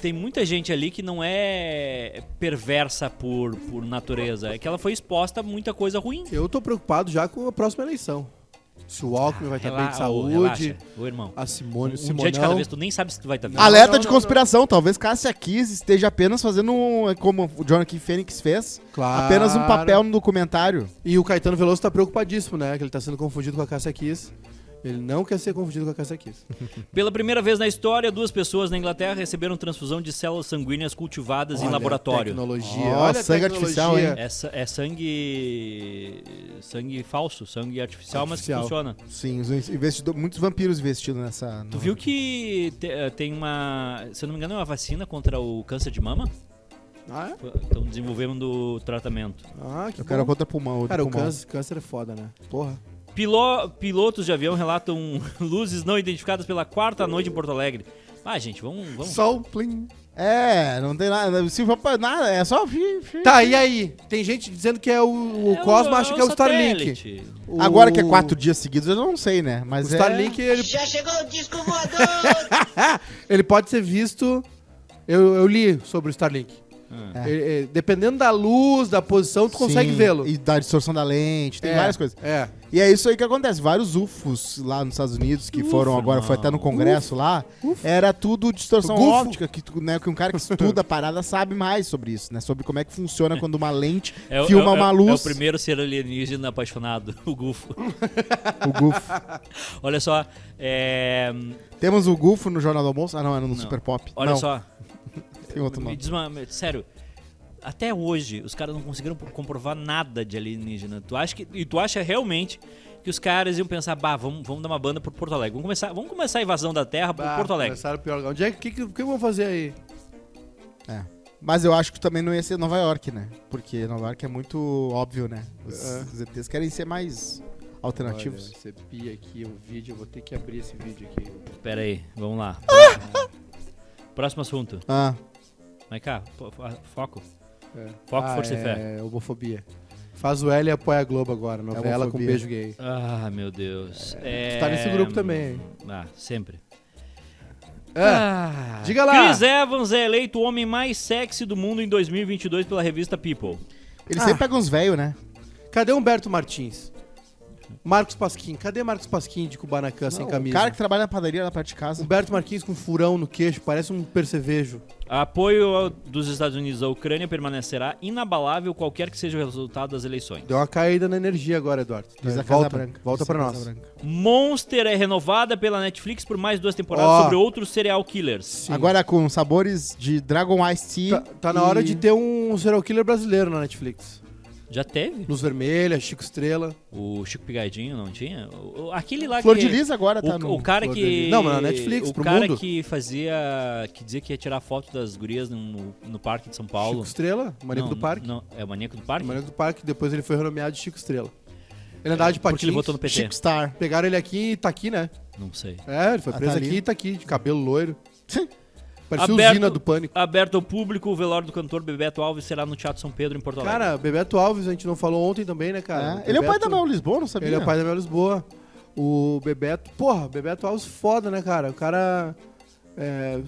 Speaker 2: Tem muita gente ali que não é perversa por, por natureza. É que ela foi exposta a muita coisa ruim.
Speaker 3: Eu tô preocupado já com a próxima eleição. Se o Alckmin vai estar bem de
Speaker 2: Relaxa, ah, ô,
Speaker 3: saúde,
Speaker 2: relaxa, ô, irmão.
Speaker 3: a Simone, o
Speaker 2: Um dia
Speaker 3: Simonão.
Speaker 2: de cada vez, tu nem sabe se tu vai tá estar vivo.
Speaker 3: Não,
Speaker 1: Alerta
Speaker 3: não,
Speaker 1: de
Speaker 3: não,
Speaker 1: conspiração, talvez Cássia Kiss esteja apenas fazendo um, como o Jonathan Fênix fez,
Speaker 3: Claro.
Speaker 1: apenas um papel no documentário.
Speaker 3: E o Caetano Veloso tá preocupadíssimo, né? Que ele tá sendo confundido com a Cássia Kiss. Ele não quer ser confundido com a Cássia Kiss.
Speaker 2: Pela primeira vez na história, duas pessoas na Inglaterra receberam transfusão de células sanguíneas cultivadas em
Speaker 3: Olha a
Speaker 2: laboratório.
Speaker 3: Tecnologia.
Speaker 1: Ó,
Speaker 3: Olha a
Speaker 1: sangue
Speaker 3: tecnologia.
Speaker 1: artificial, hein?
Speaker 2: É, sa- é sangue. sangue falso, sangue artificial, mas que
Speaker 3: Artificial.
Speaker 2: funciona.
Speaker 1: Sim, os investido- muitos vampiros investidos nessa.
Speaker 2: Tu viu que te- eh, tem uma. Se eu não me engano, é uma vacina contra o câncer de mama?
Speaker 3: Ah, é?
Speaker 2: Estão desenvolvendo o tratamento.
Speaker 3: Ah, que
Speaker 1: Eu quero
Speaker 3: bom.
Speaker 1: contra pulmão.
Speaker 3: Cara, o
Speaker 1: pulmão.
Speaker 3: câncer, câncer é foda, né? Porra.
Speaker 2: Pilo- pilotos de avião relatam luzes não identificadas pela quarta noite em Porto Alegre. Ah, gente, vamos. vamos.
Speaker 3: Sol, plim.
Speaker 1: É, não tem nada. Se for pra nada, é só. fi- fi-
Speaker 3: Tá, e aí? Tem gente dizendo que é o, o
Speaker 2: É
Speaker 3: Cosmo, acha que é o Starlink.
Speaker 2: satélite.
Speaker 3: O-
Speaker 1: Agora que é quatro dias seguidos, eu não sei, né?
Speaker 3: O
Speaker 1: Mas é.
Speaker 3: Starlink, ele,
Speaker 4: Já chegou o disco voador!
Speaker 3: ele pode ser visto... Eu, eu li sobre o Starlink.
Speaker 2: Ah.
Speaker 3: Ele- ele- dependendo da luz, da posição, tu
Speaker 1: é, Sim,
Speaker 3: consegue vê-lo.
Speaker 1: E da distorção da lente, tem
Speaker 3: É,
Speaker 1: várias coisas.
Speaker 3: É.
Speaker 1: E é isso aí que acontece. Vários UFOs lá nos Estados Unidos, que
Speaker 2: Ufa,
Speaker 1: foram agora,
Speaker 2: não.
Speaker 1: foi até no Congresso lá, era tudo distorção
Speaker 3: Gufo.
Speaker 1: óptica, que, tu- né, que um cara que estuda a parada sabe mais sobre isso, né? Sobre como é que funciona quando uma lente
Speaker 2: É o-
Speaker 1: filma
Speaker 2: é o-
Speaker 1: uma
Speaker 2: é o- É o
Speaker 1: luz.
Speaker 2: primeiro ser alienígena apaixonado, o Gufo.
Speaker 1: o Gufo.
Speaker 2: Olha só, é,
Speaker 1: Temos o Gufo no Jornal do Almoço? Ah, não, era no Super Pop.
Speaker 2: Olha
Speaker 1: não,
Speaker 2: só,
Speaker 1: Tem outro
Speaker 2: me
Speaker 1: nome.
Speaker 2: diz uma, me- sério. Até hoje, os caras não conseguiram comprovar nada de alienígena. Tu acha que, e tu acha realmente que os caras iam pensar, bah, vamos, vamos dar uma banda por Porto Alegre. Vamos começar, vamos começar a invasão da Terra por
Speaker 3: Ah,
Speaker 2: Porto Alegre.
Speaker 3: Começaram pior. Onde é que, que, que vão fazer aí?
Speaker 1: É. Mas eu acho que também não ia ser Nova York, né? Porque Nova York é muito óbvio, né? Os,
Speaker 3: É.
Speaker 1: os ETs querem ser mais alternativos.
Speaker 3: Olha, você pia aqui um vídeo, eu vou ter que abrir esse vídeo aqui.
Speaker 2: Pera aí, vamos lá. Próximo assunto.
Speaker 1: Ah,
Speaker 2: Mas cá, fo- fo- foco. Foco, força e fé.
Speaker 3: É, homofobia. Faz o L e apoia a Globo agora, novela com
Speaker 1: É homofobia.
Speaker 3: beijo gay.
Speaker 2: Ah, meu Deus. É,
Speaker 3: tu tá nesse grupo também, hein?
Speaker 2: Ah, sempre.
Speaker 3: Ah,
Speaker 2: Ah,
Speaker 3: diga lá.
Speaker 2: Chris Evans é eleito o homem mais sexy do mundo em 2022 pela revista People.
Speaker 1: Ele
Speaker 3: Ah.
Speaker 1: sempre pega uns velhos, né?
Speaker 3: Cadê Humberto Martins? Marcos Pasquim. Cadê Marcos Pasquim de Kubanacan Tá sem
Speaker 1: Não,
Speaker 3: camisa? Um
Speaker 1: O cara que trabalha na padaria lá perto de casa.
Speaker 3: Humberto Martins com furão no queixo, parece um percevejo.
Speaker 2: Apoio ao- dos Estados Unidos à Ucrânia permanecerá inabalável qualquer que seja o resultado das eleições.
Speaker 3: Deu uma caída na energia agora, Eduardo.
Speaker 1: Diz a Casa
Speaker 3: volta,
Speaker 1: Branca.
Speaker 3: volta
Speaker 1: Diz a
Speaker 3: pra
Speaker 1: Casa
Speaker 3: nós.
Speaker 1: Branca.
Speaker 2: Monster é renovada pela Netflix por mais duas temporadas
Speaker 3: Ó.
Speaker 2: sobre outros serial killers.
Speaker 3: Sim.
Speaker 1: Agora com sabores de Dragon Ice Tea.
Speaker 3: Tá, tá na
Speaker 1: e-
Speaker 3: hora de ter um serial killer brasileiro na Netflix.
Speaker 2: Já teve?
Speaker 3: Luz Vermelha, Chico Estrela.
Speaker 2: O Chico Pigadinho não tinha? O- o- Aquele lá
Speaker 1: Flor
Speaker 2: que...
Speaker 1: de Lis agora tá
Speaker 2: O,
Speaker 1: no.
Speaker 2: o cara
Speaker 3: Flor de
Speaker 2: que.
Speaker 3: Lis. Não, mas na Netflix,
Speaker 2: O
Speaker 3: pro
Speaker 2: cara
Speaker 3: mundo.
Speaker 2: que fazia. que dizia que ia tirar foto das gurias no, no parque de São Paulo.
Speaker 3: Chico Estrela, o maníaco
Speaker 2: Não,
Speaker 3: do parque.
Speaker 2: Não, é o Maníaco do Parque?
Speaker 3: O maníaco do parque, depois ele foi renomeado de Chico Estrela. Ele andava de
Speaker 2: Porque
Speaker 3: patins.
Speaker 2: ele votou no PT.
Speaker 1: Chico Star.
Speaker 3: Pegaram ele aqui e tá aqui, né?
Speaker 2: Não sei.
Speaker 3: É, ele foi
Speaker 1: Ah,
Speaker 3: preso
Speaker 1: tá ali.
Speaker 3: aqui e tá aqui, de cabelo loiro. Parecia
Speaker 2: Aberto-
Speaker 3: usina do pânico.
Speaker 2: Aberto ao público, o velório do cantor Bebeto Alves será no Teatro São Pedro, em Porto Alegre.
Speaker 3: Cara, Bebeto Alves, a gente não falou ontem também, né, cara?
Speaker 1: né? Ele é o pai da
Speaker 3: Bebeto-
Speaker 1: Mel Lisboa, não sabia?
Speaker 3: Ele é o pai da Mel Lisboa. O Bebeto. Porra, Bebeto Alves foda, né, cara? O cara. é,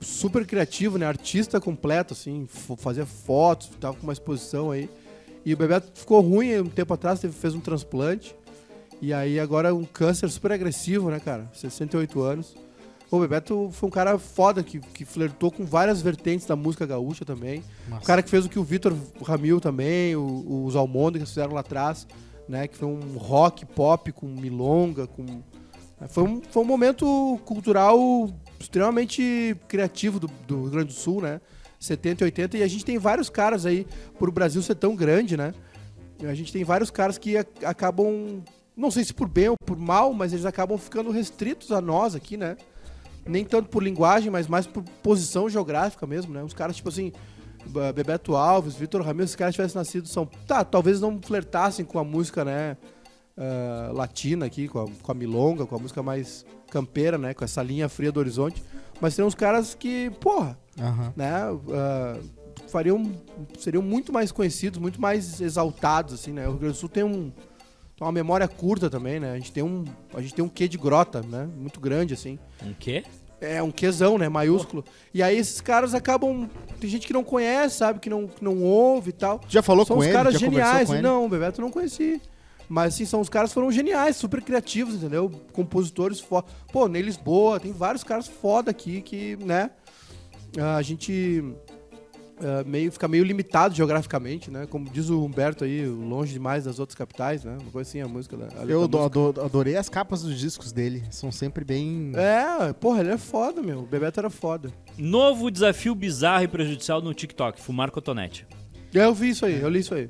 Speaker 3: super criativo, né? Artista completo, assim. fo- Fazia fotos, tava com uma exposição aí. E o Bebeto ficou ruim um tempo atrás, teve, fez um transplante. E aí agora é um câncer super agressivo, né, cara? 68 anos. O Bebeto foi um cara foda que, que flertou com várias vertentes da música gaúcha também. O cara que fez o que o Vitor Ramil também, o- os Almôndegas fizeram lá atrás, né? Que foi um rock pop com milonga, com... Foi um, foi um momento cultural extremamente criativo do, do Rio Grande do Sul, né? 70 e 80, e a gente tem vários caras aí, por o Brasil ser tão grande, né? A gente tem vários caras que a- acabam, não sei se por bem ou por mal, mas eles acabam ficando restritos a nós aqui, né? Nem tanto por linguagem, mas mais por posição geográfica mesmo, né? Uns caras tipo assim, Ba- Bebeto Alves, Vitor Ramiro, se os caras tivessem nascido em São Tá, talvez não flertassem com a música, né? ah, latina aqui, com a, com a milonga, com a música mais campeira, né? Com essa linha fria do horizonte. Mas tem uns caras que, porra,
Speaker 1: Aham.
Speaker 3: né? ah, fariam, seriam muito mais conhecidos, muito mais exaltados, assim, né? O Rio Grande do Sul tem um, tem uma memória curta também, né? A gente tem um, a gente tem um quê de grota, né? Muito grande, assim.
Speaker 2: Um quê?
Speaker 3: É um quesão, né? Maiúsculo. E aí esses caras acabam. Tem gente que não conhece, sabe? Que não, que não ouve e tal.
Speaker 1: Já falou
Speaker 3: são
Speaker 1: com
Speaker 3: os
Speaker 1: ele?
Speaker 3: caras
Speaker 1: Já
Speaker 3: geniais.
Speaker 1: conversou com ele?
Speaker 3: Não, o Bebeto eu não conheci. Mas assim, são os caras que foram geniais, super criativos, entendeu? Compositores foda. Pô, Ney Lisboa, tem vários caras foda aqui que, né? A gente ah, meio, fica meio limitado geograficamente, né? Como diz o Humberto aí, longe demais das outras capitais, né? Uma coisa assim, a música. da- a letra
Speaker 1: Eu né?
Speaker 3: da
Speaker 1: ado- ado- adorei as capas dos discos dele. São sempre bem.
Speaker 3: É, porra, ele é foda, meu. O Bebeto era foda.
Speaker 2: Novo desafio bizarro e prejudicial no TikTok: fumar cotonete.
Speaker 3: É, Eu vi isso aí, eu li isso aí.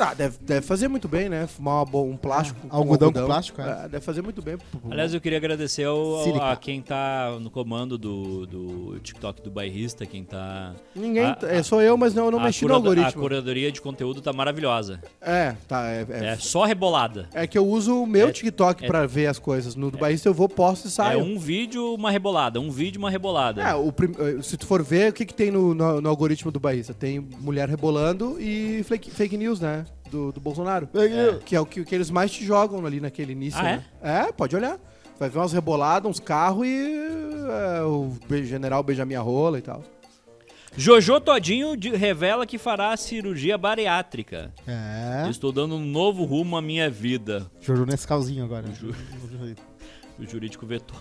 Speaker 3: Ah, deve, deve fazer muito bem, né? Fumar uma bo- um plástico.
Speaker 1: Ah, algodão com plástico, é.
Speaker 3: Ah, deve fazer muito bem. pro- pro-
Speaker 2: Aliás, eu queria agradecer ao-
Speaker 1: Sílica.
Speaker 2: a quem tá no comando do, do TikTok do bairrista, quem tá.
Speaker 3: Ninguém.
Speaker 2: a-
Speaker 3: é, sou eu, mas não, eu não
Speaker 2: a
Speaker 3: mexi
Speaker 2: curado-
Speaker 3: no
Speaker 2: A
Speaker 3: algoritmo.
Speaker 2: curadoria de conteúdo tá maravilhosa.
Speaker 3: É, tá. É,
Speaker 2: É,
Speaker 3: é-
Speaker 2: só rebolada.
Speaker 3: é que eu uso o meu
Speaker 2: É-
Speaker 3: TikTok
Speaker 2: é-
Speaker 3: pra ver as coisas. No do Bahia Tá, eu vou, posto e
Speaker 2: é
Speaker 3: saio.
Speaker 2: um vídeo, uma rebolada. Um vídeo, uma rebolada.
Speaker 3: É, o prim- eh, se tu for ver, o que, que tem no, no- no algoritmo do Bahia? Tem mulher rebolando e fake, fake news, né? Do, do Bolsonaro. Que é o que, o que eles mais te jogam ali naquele início,
Speaker 2: Ah,
Speaker 3: né? É? pode olhar. Vai ver umas reboladas, uns carros e eh, o be- general beija minha rola e tal.
Speaker 2: Jojo Todinho de- revela que fará cirurgia bariátrica.
Speaker 1: É.
Speaker 2: Estou dando um novo rumo à minha vida.
Speaker 1: Jojo nesse calzinho agora.
Speaker 2: O jurídico vetou.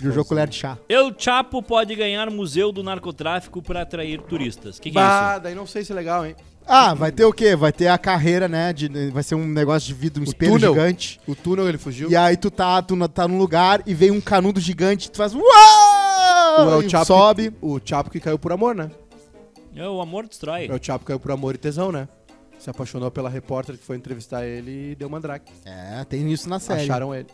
Speaker 1: Jojo colher de chá.
Speaker 2: El Chapo pode ganhar museu do narcotráfico para atrair turistas. O que, que é
Speaker 3: Bah,
Speaker 2: isso?
Speaker 3: daí não sei se é legal, hein?
Speaker 1: Ah, vai ter o quê? Vai ter a carreira, né? de- vai ser um negócio de vidro, um espelho
Speaker 3: túnel.
Speaker 1: gigante.
Speaker 3: O túnel ele fugiu.
Speaker 1: E aí tu tá, tu na- tá num lugar e vem um canudo gigante, tu faz. Uau!
Speaker 3: El
Speaker 1: E
Speaker 3: Chapo-
Speaker 1: sobe.
Speaker 3: O Chapo que caiu por amor, né?
Speaker 2: É, o amor destrói.
Speaker 3: É o Chapo que caiu por amor e tesão, né? Se apaixonou pela repórter que foi entrevistar ele e deu mandrake.
Speaker 1: É, tem isso na série.
Speaker 3: Acharam ele.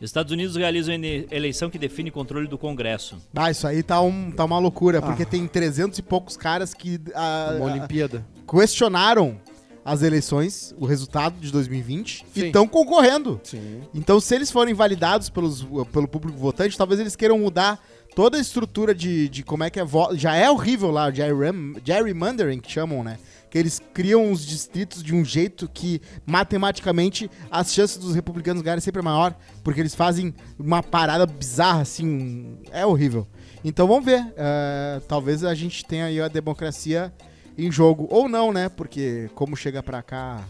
Speaker 2: Estados Unidos realizam ene- eleição que define controle do Congresso.
Speaker 1: Ah, isso aí tá, um, tá uma loucura, porque tem 300 e poucos caras que ah,
Speaker 3: Uma
Speaker 1: ah,
Speaker 3: Olimpíada.
Speaker 1: questionaram a as eleições, o resultado de 2020, e
Speaker 3: Sim.
Speaker 1: estão concorrendo.
Speaker 3: Sim.
Speaker 1: Então, se eles forem validados pelos, pelo público votante, talvez eles queiram mudar toda a estrutura de, de como é que é voto. Já é horrível lá, o gerrym- gerrymandering que chamam, né? Que eles criam os distritos de um jeito que, matematicamente, as chances dos republicanos ganharem sempre é maior, porque eles fazem uma parada bizarra, assim, um- é horrível. Então vamos ver. eh, talvez a gente tenha aí a democracia em jogo. Ou não, né? Porque como chega pra cá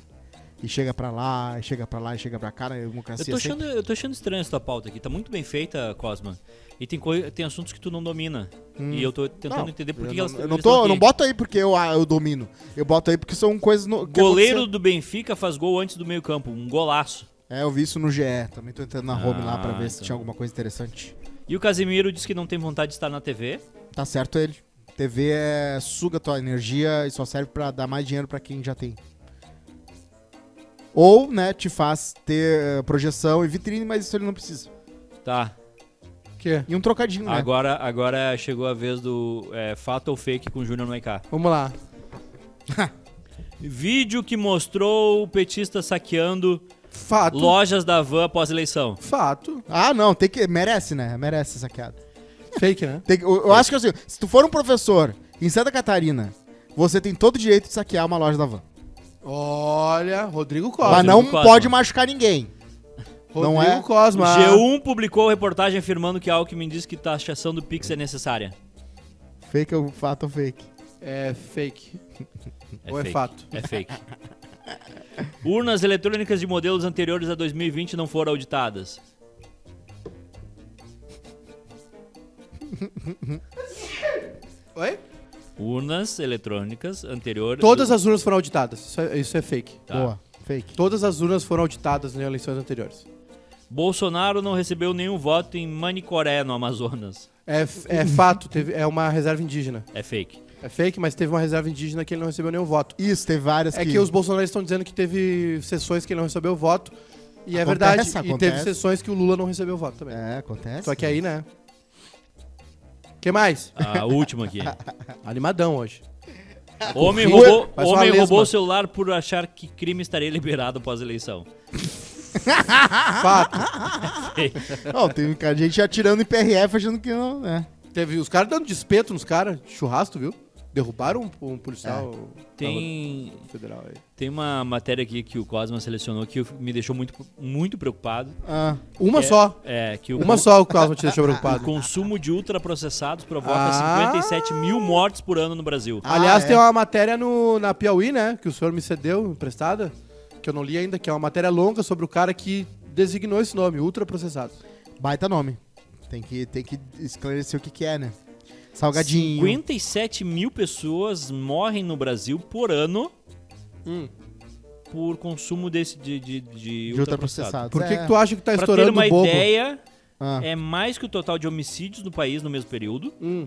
Speaker 1: e chega pra lá, e chega pra lá, e chega pra cá, né? a democracia
Speaker 2: Eu tô,
Speaker 1: sempre-
Speaker 2: achando, eu tô achando estranho essa tua pauta aqui. Tá muito bem feita, Cosma. E tem, coi- tem assuntos que tu não domina. E eu tô tentando
Speaker 1: Hum. Não,
Speaker 2: entender por
Speaker 1: eu
Speaker 2: que
Speaker 1: não,
Speaker 2: elas
Speaker 1: eu não
Speaker 2: eles
Speaker 1: tô,
Speaker 2: tão
Speaker 1: eu não
Speaker 2: aqui.
Speaker 1: boto aí porque eu, ah, eu domino. Eu boto aí porque são coisas no, que
Speaker 2: Goleiro
Speaker 1: aconteceram.
Speaker 2: do Benfica faz gol antes do meio-campo. Um golaço.
Speaker 1: É, eu vi isso no GE. Também tô entrando na home lá pra ver se
Speaker 2: então.
Speaker 1: tinha alguma coisa interessante.
Speaker 2: E o Casimiro diz que não tem vontade de estar na TV.
Speaker 1: Tá certo ele. TV é suga tua energia e só serve pra dar mais dinheiro pra quem já tem. Ou, né, te faz ter eh, projeção e vitrine, mas isso ele não precisa.
Speaker 2: Tá.
Speaker 3: Que?
Speaker 1: E um trocadinho, né?
Speaker 2: Agora, agora chegou a vez do é, fato ou fake com o Júnior Noicá.
Speaker 3: Vamos lá.
Speaker 2: Vídeo que mostrou o petista saqueando
Speaker 1: Tá
Speaker 3: Fato.
Speaker 2: lojas da van após eleição.
Speaker 3: Fato.
Speaker 1: Ah, não, tem que. Merece, né? Merece essa saqueada.
Speaker 3: Fake, né?
Speaker 1: Tem que- eu,
Speaker 2: É.
Speaker 1: eu acho que assim, se tu for um professor em Santa Catarina, você tem todo o direito de saquear uma loja da van.
Speaker 3: Olha, Rodrigo Cosma.
Speaker 1: Mas não
Speaker 2: Cosma.
Speaker 1: pode machucar ninguém.
Speaker 3: Rodrigo
Speaker 1: não é?
Speaker 3: Cosma.
Speaker 2: G1 publicou reportagem afirmando que Alckmin diz que taxação do Pix é necessária.
Speaker 1: Fake é o fato ou fake.
Speaker 3: É fake.
Speaker 2: É
Speaker 3: Ou é
Speaker 2: fake.
Speaker 3: fato?
Speaker 2: É fake. Urnas eletrônicas de modelos anteriores a 2020 não foram auditadas.
Speaker 3: Oi?
Speaker 2: Urnas eletrônicas anteriores.
Speaker 3: Todas as urnas foram auditadas. Isso é, isso é fake.
Speaker 2: Tá.
Speaker 1: Boa, fake.
Speaker 3: Todas as urnas foram auditadas nas eleições anteriores.
Speaker 2: Bolsonaro não recebeu nenhum voto em Manicoré, no Amazonas.
Speaker 3: É, f- é fato, teve, é uma reserva indígena.
Speaker 2: É fake.
Speaker 3: É fake, mas teve uma reserva indígena que ele não recebeu nenhum voto.
Speaker 1: Isso, teve várias
Speaker 3: É que os bolsonaristas estão dizendo que teve sessões que ele não recebeu voto. E é
Speaker 1: Acontece,
Speaker 3: verdade. E
Speaker 1: acontece.
Speaker 3: teve sessões que o Lula não recebeu voto também.
Speaker 1: É, acontece.
Speaker 3: Só que aí, né? que mais?
Speaker 2: A última aqui.
Speaker 1: É.
Speaker 3: Animadão hoje.
Speaker 2: Homem
Speaker 3: Correu,
Speaker 2: roubou,
Speaker 3: faz uma
Speaker 2: homem
Speaker 3: lesma.
Speaker 2: roubou o celular por achar que crime estaria liberado após a eleição.
Speaker 3: Tá
Speaker 1: Ah,
Speaker 3: Fato.
Speaker 1: Não, tem cara de gente atirando em PRF achando que não, né?
Speaker 3: Teve os caras dando despeto nos caras, churrasco, viu? Derrubaram um, um policial
Speaker 2: É, Tem,
Speaker 3: federal aí.
Speaker 2: tem uma matéria aqui que o Cosma selecionou que me deixou muito, muito preocupado.
Speaker 1: Ah,
Speaker 3: Uma
Speaker 2: É,
Speaker 3: só.
Speaker 2: É, que o,
Speaker 3: Uma só o Cosmo te deixou preocupado.
Speaker 2: o consumo de ultraprocessados provoca
Speaker 3: Ah.
Speaker 2: 57 mil mortes por ano no Brasil.
Speaker 1: Ah,
Speaker 3: Aliás,
Speaker 1: é.
Speaker 3: tem uma matéria no, na Piauí, né? Que o senhor me cedeu, emprestada, que eu não li ainda, que é uma matéria longa sobre o cara que designou esse nome, ultraprocessado.
Speaker 1: baita nome. Tem que, tem que esclarecer o que que é, né? Salgadinho.
Speaker 2: 57 mil pessoas morrem no Brasil por ano
Speaker 3: Hum.
Speaker 2: por consumo desse de, de, de
Speaker 1: de
Speaker 2: ultraprocessado.
Speaker 1: ultraprocessados.
Speaker 3: Por que,
Speaker 1: É.
Speaker 3: que tu acha que tá
Speaker 2: Pra ter
Speaker 3: estourando
Speaker 2: uma
Speaker 3: o bobo?
Speaker 2: ideia,
Speaker 1: Ah.
Speaker 2: é mais que o total de homicídios no país no mesmo período.
Speaker 3: Hum.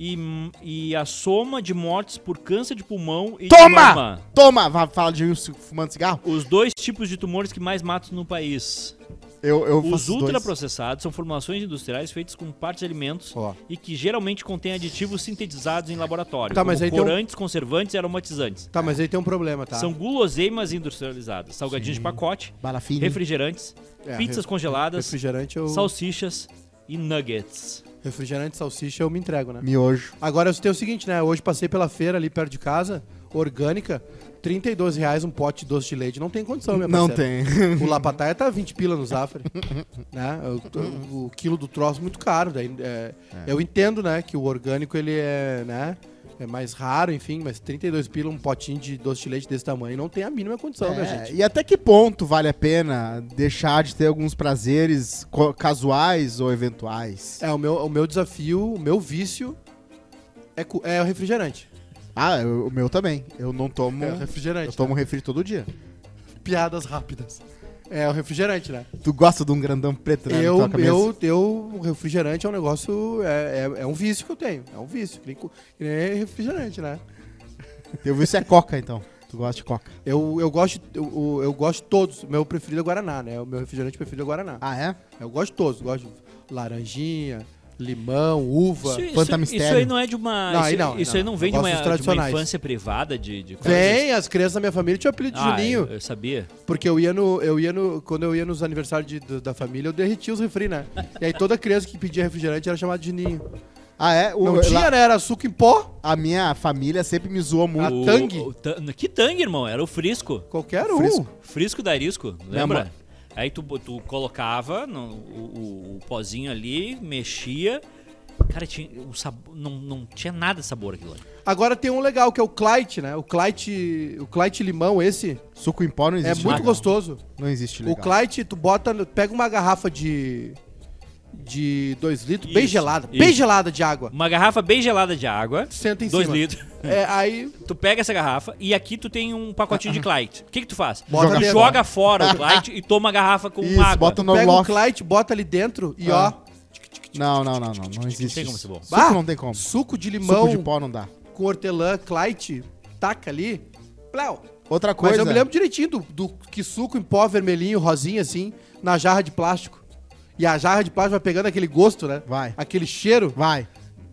Speaker 2: E, e a soma de mortes por câncer de pulmão e
Speaker 1: Toma!
Speaker 2: mama.
Speaker 1: Toma! Vai falar de um ci- fumando cigarro?
Speaker 2: Os dois tipos de tumores que mais matam no país.
Speaker 1: Eu, eu faço
Speaker 2: Os
Speaker 1: dois.
Speaker 2: ultraprocessados são formulações industriais feitas com partes de alimentos
Speaker 3: Ó.
Speaker 2: e que geralmente contêm aditivos sintetizados em laboratório,
Speaker 3: Tá, mas
Speaker 2: como
Speaker 3: aí tem um-
Speaker 2: corantes, conservantes e aromatizantes.
Speaker 3: Tá, mas aí tem um problema, tá?
Speaker 2: São guloseimas industrializadas, salgadinhos de pacote,
Speaker 1: Bala fine.
Speaker 2: refrigerantes,
Speaker 3: Uhum. É,
Speaker 2: pizzas
Speaker 3: ref-
Speaker 2: congeladas,
Speaker 3: Refrigerante eu...
Speaker 2: salsichas e nuggets.
Speaker 3: Refrigerante, salsicha, eu me entrego, né?
Speaker 1: Miojo.
Speaker 3: Agora eu tenho o seguinte, né? Hoje passei pela feira ali perto de casa, orgânica, R$ 32 reais um pote de doce de leite. Não tem condição, minha
Speaker 1: Não
Speaker 3: parceira.
Speaker 1: tem.
Speaker 3: O Lapataia tá 20 pila no Zafre. né? O- O, o quilo do troço muito caro. Daí, é, Eu entendo, né, que o orgânico ele é, né, é mais raro, enfim, mas 32 pila, um potinho de doce de leite desse tamanho, não tem a mínima condição, minha
Speaker 1: É,
Speaker 3: gente.
Speaker 1: E até que ponto vale a pena deixar de ter alguns prazeres co- casuais ou eventuais?
Speaker 3: É, o meu, o meu desafio, o meu vício é, cu- é o refrigerante.
Speaker 1: Ah, eu- o meu também. Eu não tomo.
Speaker 3: É o refrigerante. né?
Speaker 1: eu tomo refri todo dia.
Speaker 3: Piadas rápidas. É o refrigerante, né?
Speaker 1: Tu gosta de um grandão preto, né? na
Speaker 3: Eu,
Speaker 1: tua cabeça?
Speaker 3: eu, eu, o refrigerante é um negócio, é, é, é um vício que eu tenho. É um vício, que nem, cu- que nem refrigerante, né?
Speaker 1: Eu vi isso é coca, então. Tu gosta de coca.
Speaker 3: Eu, eu, gosto, de- eu, eu gosto de todos. Meu preferido é Guaraná, né? O meu refrigerante preferido é Guaraná.
Speaker 1: Ah, é?
Speaker 3: Eu gosto de todos. Gosto de laranjinha, Limão, uva.
Speaker 2: Isso, isso,
Speaker 1: Fantasmistério.
Speaker 2: isso aí não é de uma.
Speaker 3: Não,
Speaker 2: isso
Speaker 3: aí não,
Speaker 2: isso
Speaker 3: não.
Speaker 2: aí não vem de
Speaker 3: Eu
Speaker 2: uma,
Speaker 3: gosto dos
Speaker 2: de uma
Speaker 3: tradicionais.
Speaker 2: infância privada de. de coisas.
Speaker 3: Vem, as crianças da minha família tinham o apelido de
Speaker 2: Ah,
Speaker 3: Juninho.
Speaker 2: Eu, eu sabia.
Speaker 3: Porque eu ia no. Eu ia no. Quando eu ia nos aniversários de- do- da família, eu derretia os refri, né? E aí toda criança que pedia refrigerante era chamada de Ninho.
Speaker 1: Ah, é? O-
Speaker 3: Não
Speaker 1: lá-
Speaker 3: tinha, né? Era suco em pó.
Speaker 1: A minha família sempre me zoou muito.
Speaker 3: A Tang?
Speaker 2: o ta- que Tang, irmão? Era o Frisco.
Speaker 3: Qualquer um.
Speaker 1: Fresco.
Speaker 2: Frisco da Arisco,
Speaker 1: Minha
Speaker 2: lembra?
Speaker 1: mãe-
Speaker 2: Aí tu, bo- tu colocava no- o, o- o pozinho ali, mexia. Cara, tinha um sabor, não, não tinha nada de sabor aquilo ali.
Speaker 3: Agora tem um legal, que é o Clyde, né? O Clyde. O Clyde limão, esse,
Speaker 1: Suco em pó não
Speaker 3: é
Speaker 1: existe.
Speaker 3: muito
Speaker 2: né?
Speaker 1: legal.
Speaker 3: gostoso.
Speaker 1: Não existe
Speaker 3: O
Speaker 1: legal.
Speaker 3: Clyde, tu bota. no- Pega uma garrafa de. De 2 litros, bem
Speaker 2: Isso,
Speaker 3: gelada.
Speaker 2: isso.
Speaker 3: Bem gelada de água.
Speaker 2: Uma garrafa bem gelada de água,
Speaker 3: Senta em
Speaker 2: 2
Speaker 3: cima.
Speaker 2: litros.
Speaker 3: É, aí.
Speaker 2: Tu pega essa garrafa e aqui tu tem um pacotinho de Clyde. O que, que tu faz?
Speaker 3: Bota
Speaker 2: tu
Speaker 3: dentro.
Speaker 2: joga fora o Clyde e toma a garrafa com
Speaker 1: Isso,
Speaker 2: água.
Speaker 1: bota no
Speaker 3: Pega o
Speaker 1: lock.
Speaker 3: Clyde, bota ali dentro e
Speaker 1: Ah.
Speaker 3: ó.
Speaker 1: Não, não, não, não. Não existe.
Speaker 2: tem como
Speaker 1: isso.
Speaker 2: ser bom.
Speaker 1: Suco
Speaker 3: Bah,
Speaker 1: não tem como.
Speaker 3: Suco de limão
Speaker 1: Suco de pó não dá.
Speaker 3: com hortelã, Clyde, taca ali. Plau.
Speaker 1: Outra
Speaker 3: Mas
Speaker 1: coisa.
Speaker 3: eu me lembro direitinho do, do que suco em pó vermelhinho, rosinha, assim, na jarra de plástico. E a jarra de plástico vai pegando aquele gosto, né?
Speaker 1: Vai.
Speaker 3: Aquele cheiro.
Speaker 1: Vai.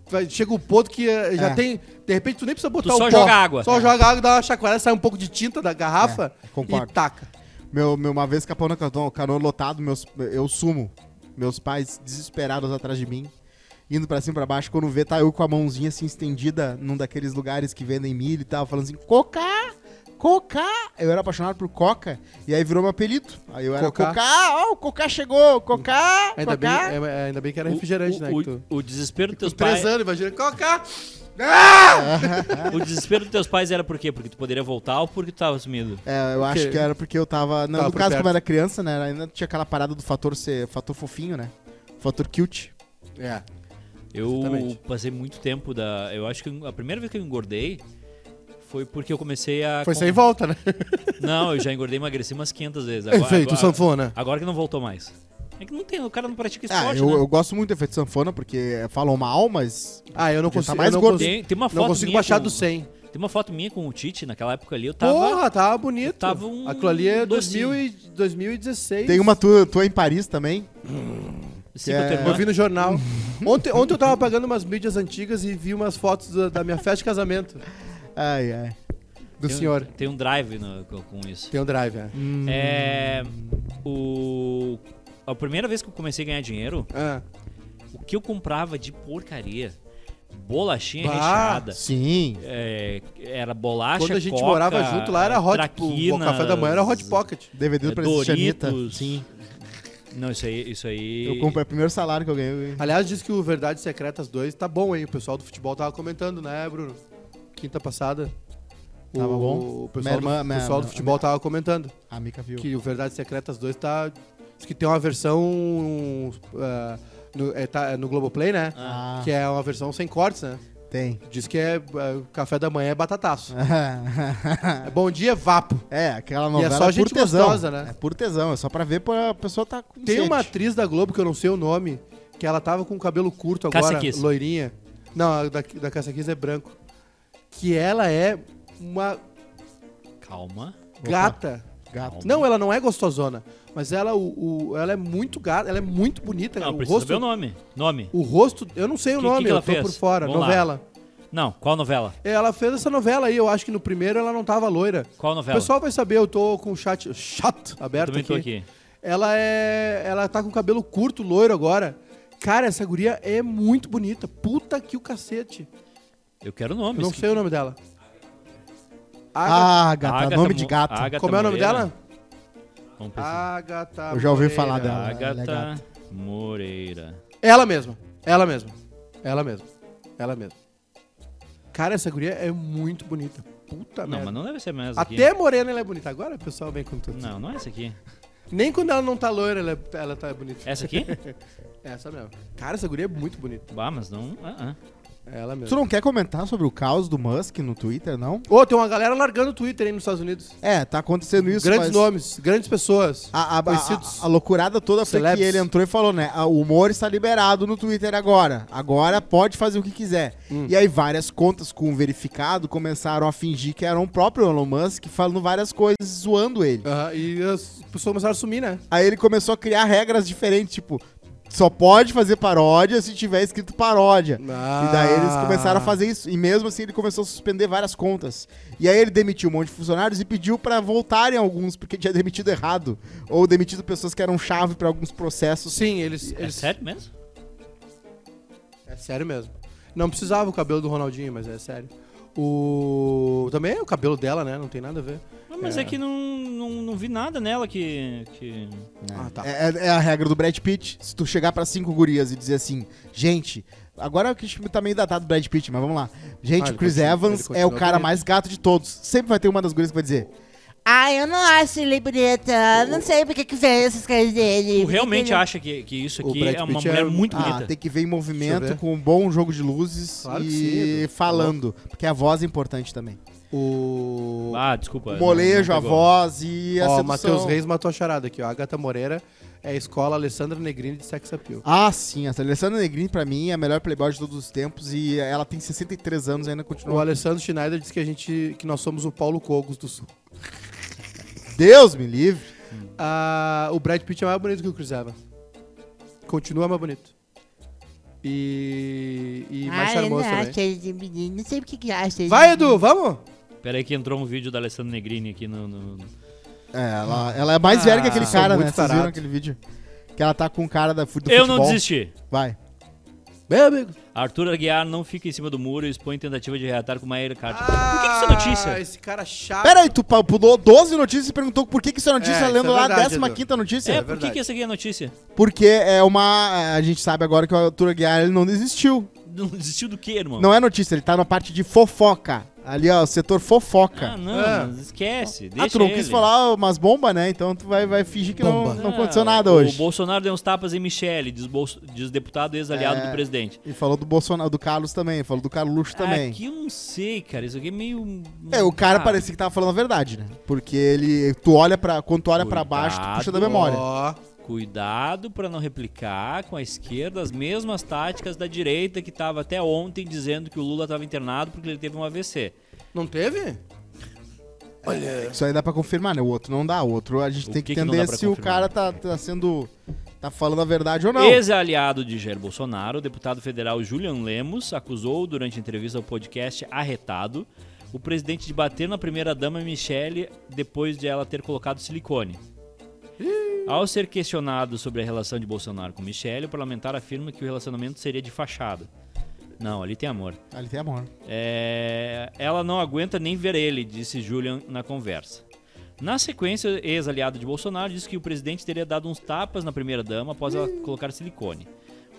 Speaker 3: Vai- Chega o ponto que eh, já
Speaker 1: É.
Speaker 3: tem. De repente tu nem precisa botar
Speaker 2: Tu
Speaker 3: o
Speaker 2: só
Speaker 3: pó.
Speaker 2: joga água.
Speaker 3: Só
Speaker 2: É.
Speaker 3: joga água, dá uma chacoalhada, sai um pouco de tinta da garrafa
Speaker 1: É,
Speaker 3: e
Speaker 1: concordo.
Speaker 3: taca.
Speaker 1: Meu, meu, uma vez Capão Canoa, canoa lotado, meus, eu sumo. Meus pais desesperados atrás de mim, indo pra cima e pra baixo. Quando vê, tá eu com a mãozinha assim estendida num daqueles lugares que vendem milho e tal, falando assim: Coca! Coca! Eu era apaixonado por Coca, e aí virou meu apelido. Aí eu era
Speaker 3: Cocá.
Speaker 1: Coca, ó, o Coca chegou! Coca!
Speaker 3: Ainda bem,
Speaker 1: Coca!
Speaker 3: é, é, ainda bem que era
Speaker 2: O-
Speaker 3: refrigerante,
Speaker 2: o,
Speaker 3: né?
Speaker 2: O,
Speaker 3: que tu-
Speaker 2: o desespero dos teus pais.
Speaker 3: Três anos, imagina. Coca!
Speaker 2: O desespero dos teus pais era por quê? Porque tu poderia voltar ou porque tu tava sumido?
Speaker 1: É, eu acho
Speaker 3: Porque-
Speaker 1: que era porque eu tava. Não,
Speaker 3: Tava
Speaker 1: no
Speaker 3: por
Speaker 1: caso,
Speaker 3: perto.
Speaker 1: como eu era criança, né? Ainda tinha aquela parada do fator ser fator fofinho, né? Fator cute.
Speaker 3: É.
Speaker 2: Tá Eu
Speaker 3: Exatamente.
Speaker 2: passei muito tempo da. Eu acho que a primeira vez que eu engordei foi porque eu comecei a.
Speaker 3: Foi
Speaker 2: com-
Speaker 3: sem volta, né?
Speaker 2: Não, eu já engordei e emagreci umas 500 vezes.
Speaker 3: Efeito
Speaker 2: agora,
Speaker 3: sanfona.
Speaker 2: agora que não voltou mais. É que não tem, o cara não pratica
Speaker 1: Ah,
Speaker 2: esporte,
Speaker 1: eu,
Speaker 2: né?
Speaker 1: eu gosto muito do efeito sanfona, porque falam mal, mas
Speaker 3: Ah, eu não
Speaker 1: Podia tá
Speaker 3: consigo.
Speaker 1: mais
Speaker 3: eu não
Speaker 1: gordo.
Speaker 3: consigo-
Speaker 2: Tem, tem uma foto
Speaker 3: Não consigo
Speaker 2: minha
Speaker 3: baixar
Speaker 2: com-
Speaker 3: do 100.
Speaker 2: Tem uma foto minha com o Tite naquela época ali, eu tava.
Speaker 3: Porra, tava bonito.
Speaker 2: tava um
Speaker 3: Aquilo ali é
Speaker 2: docinho.
Speaker 3: 2000 e- 2016.
Speaker 1: Tem uma tua, tua em Paris também.
Speaker 2: Sim, assim com a tua
Speaker 1: é-
Speaker 2: irmã.
Speaker 3: Eu vi no jornal. Ontem, ontem eu tava pagando umas mídias antigas e vi umas fotos da, da minha festa de casamento
Speaker 1: Ai, ai.
Speaker 3: do
Speaker 2: Tem um-
Speaker 3: senhor.
Speaker 2: Tem um drive no- com com isso.
Speaker 3: Tem um drive, é.
Speaker 2: É. O. A primeira vez que eu comecei a ganhar dinheiro,
Speaker 3: Ah,
Speaker 2: o que eu comprava de porcaria? Bolachinha
Speaker 3: Bah,
Speaker 2: recheada.
Speaker 1: Sim.
Speaker 2: é, era bolacha,
Speaker 3: quando a gente
Speaker 2: coca,
Speaker 3: morava junto lá era hot pocket. O
Speaker 2: traquinas,
Speaker 3: café da manhã era hot pocket.
Speaker 1: DVD
Speaker 2: é,
Speaker 1: do Presidente Anitta.
Speaker 2: Doritos.
Speaker 1: Sim.
Speaker 2: Não, isso aí... Isso aí
Speaker 1: Eu comprei o primeiro salário que eu ganhei. eu ganhei.
Speaker 3: Aliás, diz que o Verdades Secretas 2 tá bom, hein? O pessoal do futebol tava comentando, né, Bruno? Quinta passada. O,
Speaker 1: Tava bom?
Speaker 3: O pessoal,
Speaker 1: Minha irmã-
Speaker 3: do, o
Speaker 1: minha-
Speaker 3: pessoal do
Speaker 1: minha-
Speaker 3: futebol tava comentando.
Speaker 1: A Mica viu.
Speaker 3: Que o Verdades Secretas 2 tá. Diz que tem uma versão. ah, no, é, tá, é no Globoplay, né?
Speaker 1: Ah.
Speaker 3: Que é uma versão sem cortes, né?
Speaker 1: Tem.
Speaker 3: Diz que é, é, café da manhã é batataço. É bom dia, é vapo.
Speaker 1: é, aquela
Speaker 3: E é
Speaker 1: novela
Speaker 3: só gente
Speaker 1: por tesão.
Speaker 3: gostosa, né?
Speaker 1: É por tesão, é só pra ver pra a pessoa tá com
Speaker 3: Tem
Speaker 1: sede.
Speaker 3: uma atriz da Globo, que eu não sei o nome, que ela tava com o cabelo curto
Speaker 2: Cássia
Speaker 3: agora,
Speaker 2: Kiss.
Speaker 3: loirinha. Não, a da, da Cássia Kiss é branco. Que ela é uma
Speaker 2: Calma.
Speaker 3: gata.
Speaker 1: Gato.
Speaker 3: Não, ela não é gostosona, mas ela, o, o- ela é muito gata, ela é muito bonita.
Speaker 2: Não,
Speaker 3: cara. o
Speaker 2: precisa saber o
Speaker 3: rosto,
Speaker 2: nome. Nome.
Speaker 3: o rosto, eu não sei o
Speaker 2: Que-
Speaker 3: nome,
Speaker 2: que que
Speaker 3: eu
Speaker 2: ela
Speaker 3: tô
Speaker 2: fez?
Speaker 3: por fora.
Speaker 2: Vamos lá.
Speaker 3: novela. É,
Speaker 2: Não, qual novela?
Speaker 3: Ela fez essa novela aí, eu acho que no primeiro ela não tava loira.
Speaker 2: Qual novela?
Speaker 3: O pessoal vai saber, eu tô com o chat, chat
Speaker 2: Eu
Speaker 3: aberto
Speaker 2: também tô aqui.
Speaker 3: Ela é. Ela tá com cabelo curto, loiro agora. Cara, essa guria é muito bonita. Puta que o cacete.
Speaker 2: Eu quero o
Speaker 3: Eu
Speaker 2: nome.
Speaker 3: não sei o nome dela. Aga-
Speaker 1: Ah, gata.
Speaker 2: Agatha
Speaker 1: nome
Speaker 2: Mo-
Speaker 1: de gata.
Speaker 2: Agatha
Speaker 3: Como é o nome
Speaker 2: Moreira.
Speaker 3: dela? Ah,
Speaker 2: Vamos pesquisar.
Speaker 3: Agatha.
Speaker 1: Eu já ouvi
Speaker 3: Moreira.
Speaker 1: falar dela. Ela é
Speaker 2: Agatha
Speaker 1: gata.
Speaker 2: Moreira.
Speaker 3: Ela mesma. Ela mesma. Ela mesma. Ela mesma. Cara, essa guria é muito bonita. Puta
Speaker 2: Não,
Speaker 3: merda.
Speaker 2: mas não deve ser mais aqui.
Speaker 3: É. Até morena ela é bonita. Agora o pessoal vem com tudo.
Speaker 2: Não, não é essa aqui.
Speaker 3: Nem quando ela não tá loira, ela, é- ela tá bonita.
Speaker 2: Essa aqui?
Speaker 3: É essa mesmo. Cara, essa guria é muito bonita.
Speaker 2: bah, mas não... ah, ah.
Speaker 3: É ela
Speaker 1: Tu
Speaker 3: mesma.
Speaker 1: não quer comentar sobre o caos do Musk no Twitter, não?
Speaker 3: Ô, tem uma galera largando o Twitter aí nos Estados Unidos.
Speaker 1: É, tá acontecendo isso.
Speaker 3: grandes
Speaker 1: mas- Ah.
Speaker 3: nomes, grandes pessoas.
Speaker 1: A, a,
Speaker 3: Conhecidos.
Speaker 1: a, a loucurada toda foi
Speaker 3: Celebs.
Speaker 1: que ele entrou e falou, né? "Ah, O humor está liberado no Twitter agora. Agora pode fazer o que quiser.
Speaker 3: Hum.
Speaker 1: E aí várias contas com um verificado começaram a fingir que eram o próprio Elon Musk falando várias coisas, zoando ele.
Speaker 3: Aham, e as pessoas começaram a sumir, né?
Speaker 1: Aí ele começou a criar regras diferentes, tipo, só pode fazer paródia se tiver escrito paródia.
Speaker 3: Ah.
Speaker 1: E daí eles começaram a fazer isso. E mesmo assim ele começou a suspender várias contas. E aí ele demitiu um monte de funcionários e pediu pra voltarem alguns, porque tinha demitido errado. Ou demitido pessoas que eram chave pra alguns processos.
Speaker 3: Sim, eles.
Speaker 2: É
Speaker 3: eles-
Speaker 2: sério mesmo?
Speaker 3: É sério mesmo. Não precisava o cabelo do Ronaldinho, mas é sério. O. Também é o cabelo dela, né? Não tem nada a ver.
Speaker 2: Ah, mas é, que não, não, não vi nada nela que. que...
Speaker 3: Ah, tá.
Speaker 1: É, é- é a regra do Brad Pitt. Se tu chegar pra cinco gurias e dizer assim, gente, agora o filme tá meio datado do Brad Pitt, mas vamos lá.
Speaker 3: Ah,
Speaker 1: Gente,
Speaker 3: ele
Speaker 1: o Chris
Speaker 3: continua-
Speaker 1: Evans
Speaker 3: ele
Speaker 1: é o
Speaker 3: continua
Speaker 1: cara
Speaker 3: bonito.
Speaker 1: mais gato de todos. Sempre vai ter uma das gurias que vai dizer.
Speaker 6: Ah, eu não acho ele bonito. Não sei porque que vem essas coisas dele.
Speaker 2: Tu Tipo, realmente acha que, que isso
Speaker 3: O
Speaker 2: aqui
Speaker 3: Brad
Speaker 2: é uma
Speaker 3: Pitt é
Speaker 2: mulher
Speaker 3: um-
Speaker 2: muito
Speaker 1: Ah,
Speaker 2: bonita?
Speaker 1: tem que ver em
Speaker 3: Deixa eu
Speaker 1: movimento,
Speaker 3: ver.
Speaker 1: com um bom jogo de luzes
Speaker 3: Claro que sim,
Speaker 1: e
Speaker 3: Edu. Tá
Speaker 1: falando. Porque a voz é importante também.
Speaker 3: O.
Speaker 2: Ah, desculpa.
Speaker 1: O
Speaker 2: não-
Speaker 1: molejo,
Speaker 2: não
Speaker 1: a
Speaker 2: pegou.
Speaker 1: voz e a
Speaker 3: Ó,
Speaker 1: sedução.
Speaker 3: Matheus Reis matou a charada aqui, ó. Agatha Moreira é a escola Alessandra Negrini de Sex Appeal.
Speaker 1: Ah, sim. A Alessandra Negrini, pra mim, é a melhor playboy de todos os tempos. E ela tem 63 anos e ainda
Speaker 3: O
Speaker 1: continua.
Speaker 3: Alessandro Schneider disse que a gente. que nós somos o Paulo Cogos do Sul.
Speaker 1: Deus me livre.
Speaker 3: Ah, o Brad Pitt é mais bonito que o Chris Evans. Continua mais bonito. E. E mais
Speaker 6: Ah, eu não
Speaker 1: é,
Speaker 3: charmoso também.
Speaker 6: acho ele bonito. Não sei porque que acha
Speaker 3: né?
Speaker 6: ele
Speaker 3: Vai, Edu, vamos!
Speaker 2: Pera aí que entrou um vídeo da Alessandra Negrini aqui no. no-
Speaker 1: É, ela, ela é mais velha que aquele
Speaker 3: vocês são
Speaker 1: cara, né?
Speaker 3: Ah, muito
Speaker 1: Vocês viram
Speaker 3: tarado.
Speaker 1: aquele vídeo? Que ela tá com o cara da, fu- do
Speaker 2: Eu
Speaker 1: futebol.
Speaker 2: não desisti.
Speaker 1: Vai.
Speaker 3: Bem, amigo.
Speaker 2: Arthur Aguiar não fica em cima do muro e expõe tentativa de reatar com Maíra Carter. Por que, que isso é
Speaker 3: Ah,
Speaker 2: notícia?
Speaker 3: Esse cara chato.
Speaker 1: Pera aí, tu pa- pulou 12 notícias e perguntou por que, que isso é
Speaker 3: É,
Speaker 1: notícia,
Speaker 3: isso
Speaker 1: lendo
Speaker 3: é
Speaker 1: lá
Speaker 3: verdade,
Speaker 1: a 15
Speaker 3: Edu.
Speaker 1: quinta notícia.
Speaker 2: É,
Speaker 3: é
Speaker 2: por que,
Speaker 3: verdade.
Speaker 2: que essa aqui é notícia?
Speaker 1: Porque é uma. A gente sabe agora que o Arthur Aguiar ele não desistiu.
Speaker 2: Não desistiu do que, irmão?
Speaker 1: Não é notícia, ele tá na parte de fofoca. Ali, ó, o setor fofoca.
Speaker 2: Ah, não,
Speaker 3: É.
Speaker 2: mas esquece.
Speaker 1: Ah,
Speaker 2: Deixa
Speaker 1: tu não
Speaker 2: ele.
Speaker 1: quis falar umas bombas, né? Então tu vai, vai fingir que não,
Speaker 3: Bomba.
Speaker 1: não
Speaker 2: Ah,
Speaker 1: aconteceu nada
Speaker 2: o-
Speaker 1: hoje.
Speaker 2: O Bolsonaro deu uns tapas em Michele, diz, bolso- diz deputado ex-aliado
Speaker 1: É.
Speaker 2: do presidente.
Speaker 1: E falou do Bolsonaro, do Carlos também, falou do
Speaker 2: Ah,
Speaker 1: Carluxo também.
Speaker 2: Aqui eu não sei, cara. Isso aqui é meio.
Speaker 1: É, o cara
Speaker 2: Ah,
Speaker 1: parecia que tava falando a verdade, né? Porque ele. Tu olha para Quando tu olha pra
Speaker 2: Cuidado.
Speaker 1: baixo, tu puxa da memória.
Speaker 3: Ó,
Speaker 2: Cuidado pra não replicar com a esquerda as mesmas táticas da direita que tava até ontem dizendo que o Lula tava internado porque ele teve um AVC.
Speaker 3: não teve? Olha.
Speaker 1: Isso aí dá pra confirmar, né? O outro não dá. O outro a gente
Speaker 2: O
Speaker 1: tem que,
Speaker 2: que que não
Speaker 1: entender
Speaker 2: dá pra
Speaker 1: se o
Speaker 2: confirmar?
Speaker 1: cara tá, tá sendo. tá falando a verdade ou não.
Speaker 2: Ex-aliado de Jair Bolsonaro, o deputado federal Julian Lemos acusou durante entrevista ao podcast Arretado o presidente de bater na primeira-dama Michele depois de ela ter colocado silicone. Ao ser questionado sobre a relação de Bolsonaro com Michele, o parlamentar afirma que o relacionamento seria de fachada. Não, ali tem amor.
Speaker 1: Ali tem amor.
Speaker 2: É, ela não aguenta nem ver ele, disse Julian na conversa. Na sequência, ex-aliado de Bolsonaro disse que o presidente teria dado uns tapas na primeira-dama após ela colocar silicone.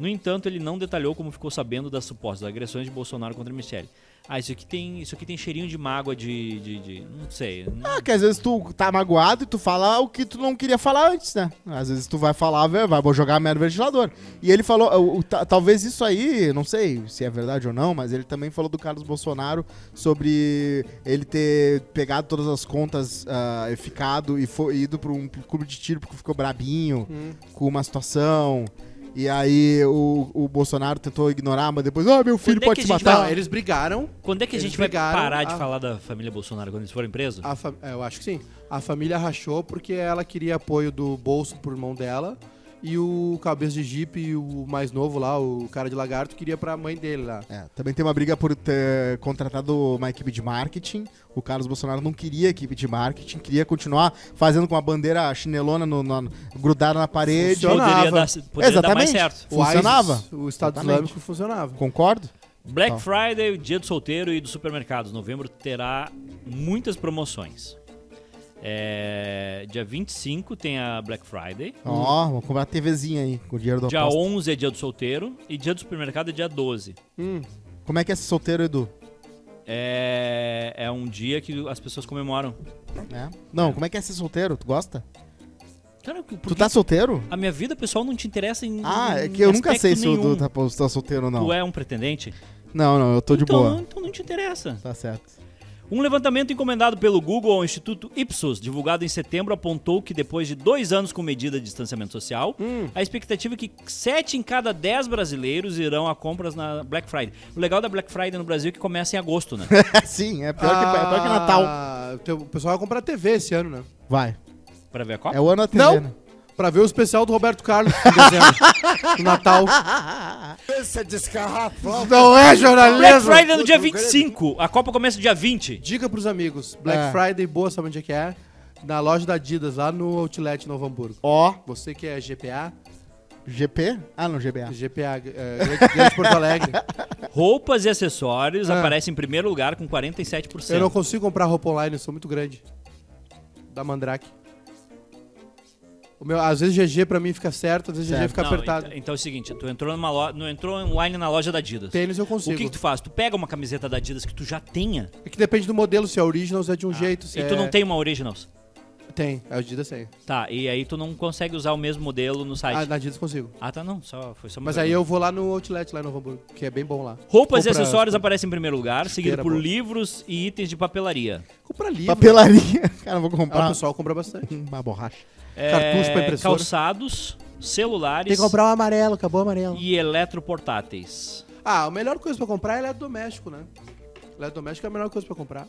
Speaker 2: No entanto, ele não detalhou como ficou sabendo das supostas agressões de Bolsonaro contra Michele. Ah, isso aqui tem, isso aqui tem cheirinho de mágoa de. de, de- não sei.
Speaker 1: Ah, que às vezes tu tá magoado e tu fala o que tu não queria falar antes, né? Às vezes tu vai falar, vai vai jogar a merda no ventilador. E ele falou, o- o- ta- talvez isso aí, não sei se é verdade ou não, mas ele também falou do Carlos Bolsonaro sobre ele ter pegado todas as contas ah, e ficado e foi, ido pra um clube de tiro porque ficou brabinho
Speaker 2: Hum.
Speaker 1: com uma situação. E aí o, o Bolsonaro tentou ignorar, mas depois, ah, meu filho
Speaker 2: Quando é
Speaker 1: pode
Speaker 2: que
Speaker 1: se
Speaker 2: a gente
Speaker 1: matar.
Speaker 3: Não, eles brigaram.
Speaker 2: Quando é que a
Speaker 3: Eles
Speaker 2: gente vai
Speaker 3: brigaram,
Speaker 2: parar de
Speaker 3: ah.
Speaker 2: falar da família Bolsonaro quando eles forem presos?
Speaker 3: A fa- é, Eu acho que sim. A família rachou porque ela queria apoio do bolso pro irmão dela. E o cabeça de jipe e o mais novo lá, o cara de lagarto, queria pra mãe dele lá.
Speaker 1: É, também tem uma briga por ter contratado uma equipe de marketing. O Carlos Bolsonaro não queria equipe de marketing, queria continuar fazendo com a bandeira chinelona no, no- grudada na parede.
Speaker 3: Funciona.
Speaker 2: Poderia, dar, poderia dar
Speaker 1: Exatamente.
Speaker 2: mais certo.
Speaker 3: O ISIS,
Speaker 1: Funcionava?
Speaker 3: o Estado
Speaker 1: Exatamente.
Speaker 3: Islâmico funcionava.
Speaker 1: Concordo?
Speaker 2: Black
Speaker 1: Tá.
Speaker 2: Friday, o dia do solteiro e dos supermercados. Novembro terá muitas promoções. É, dia 25 tem a Black Friday.
Speaker 1: Ó, vou comprar a TVzinha aí com o dinheiro do
Speaker 2: Hum. Dia
Speaker 1: aposta.
Speaker 2: 11 é dia do solteiro e dia do supermercado é dia 12.
Speaker 1: Como é que é esse solteiro, Edu?
Speaker 2: É, é um dia que as pessoas comemoram.
Speaker 1: É? Não, como é que é esse solteiro? Tu gosta?
Speaker 2: Cara, por
Speaker 1: Tu
Speaker 2: que
Speaker 1: tá solteiro?
Speaker 2: a minha vida pessoal não te interessa em
Speaker 1: Ah, é
Speaker 2: em
Speaker 1: que eu nunca
Speaker 2: aspecto
Speaker 1: sei se o
Speaker 2: nenhum.
Speaker 1: Edu tá, tá solteiro ou não.
Speaker 2: Tu é um pretendente?
Speaker 1: Não, não, eu tô de
Speaker 2: então,
Speaker 1: boa.
Speaker 2: então não te interessa.
Speaker 1: Tá certo.
Speaker 2: Um levantamento encomendado pelo Google ao Instituto Ipsos, divulgado em setembro, apontou que depois de dois anos com medida de distanciamento social,
Speaker 3: Hum.
Speaker 2: a expectativa é que sete em cada dez brasileiros irão a compras na Black Friday. O legal da Black Friday no Brasil é que começa em agosto, né?
Speaker 1: Sim, é pior, que, é pior que Natal.
Speaker 3: Ah, teu- O pessoal vai comprar TV esse ano, né?
Speaker 1: Vai.
Speaker 2: Pra ver a Copa?
Speaker 1: É o ano a TV,
Speaker 3: Não.
Speaker 1: né?
Speaker 3: Pra ver o especial do Roberto Carlos em dezembro, no Natal.
Speaker 2: é
Speaker 3: Não é
Speaker 2: Black
Speaker 3: jornalismo!
Speaker 2: Friday é no dia 25. A Copa começa no dia 20.
Speaker 3: Dica pros amigos. Black
Speaker 1: É.
Speaker 3: Friday, boa, sabe onde é que é? Na loja da Adidas, lá no Outlet Novo Hamburgo.
Speaker 1: Ó,
Speaker 3: Você que é GPA,
Speaker 1: GP? Ah, não, GBA.
Speaker 3: GPA, é, Grande- Grande Porto Alegre.
Speaker 2: Roupas e acessórios
Speaker 3: Ah.
Speaker 2: aparecem em primeiro lugar com
Speaker 3: Eu não
Speaker 2: 47%.
Speaker 3: consigo comprar roupa online, eu sou muito grande. Da Mandrake. O meu, às vezes GG pra mim fica certo, às vezes GG
Speaker 1: Certo.
Speaker 3: fica
Speaker 2: Não,
Speaker 3: apertado.
Speaker 2: ent- Então é o seguinte, tu entrou numa loja, não entrou online na loja da Adidas.
Speaker 3: Tênis eu
Speaker 2: O
Speaker 3: consigo.
Speaker 2: que, que tu faz? Tu pega uma camiseta da Adidas que tu já tenha
Speaker 3: É que depende do modelo, se é Originals é de um jeito, se
Speaker 2: Ah, e
Speaker 3: é...
Speaker 2: tu não tem uma Originals.
Speaker 3: Tem, a Adidas tem.
Speaker 2: Tá, e aí tu não consegue usar o mesmo modelo no
Speaker 3: Ah,
Speaker 2: site.
Speaker 3: na Adidas consigo.
Speaker 2: Ah, tá, não. Só, foi só uma
Speaker 3: Mas
Speaker 2: pergunta.
Speaker 3: aí eu vou lá no Outlet, lá em Novo Hamburgo, que é bem bom lá.
Speaker 2: Roupas e
Speaker 3: Compra-
Speaker 2: acessórios aparecem em primeiro lugar, seguido
Speaker 3: Esteira,
Speaker 2: por
Speaker 3: boa.
Speaker 2: livros e itens de papelaria.
Speaker 3: Compra livro.
Speaker 1: Papelaria. Cara, eu vou
Speaker 3: Ah, o
Speaker 1: comprar
Speaker 3: pessoal compra bastante.
Speaker 1: uma borracha.
Speaker 2: Uhum. É,
Speaker 3: Cartucho pra impressora.
Speaker 2: Calçados, celulares
Speaker 3: o amarelo, acabou o amarelo.
Speaker 2: e eletroportáteis.
Speaker 3: Ah, a melhor coisa pra comprar é eletrodoméstico, né? Eletrodoméstico é a melhor coisa pra comprar.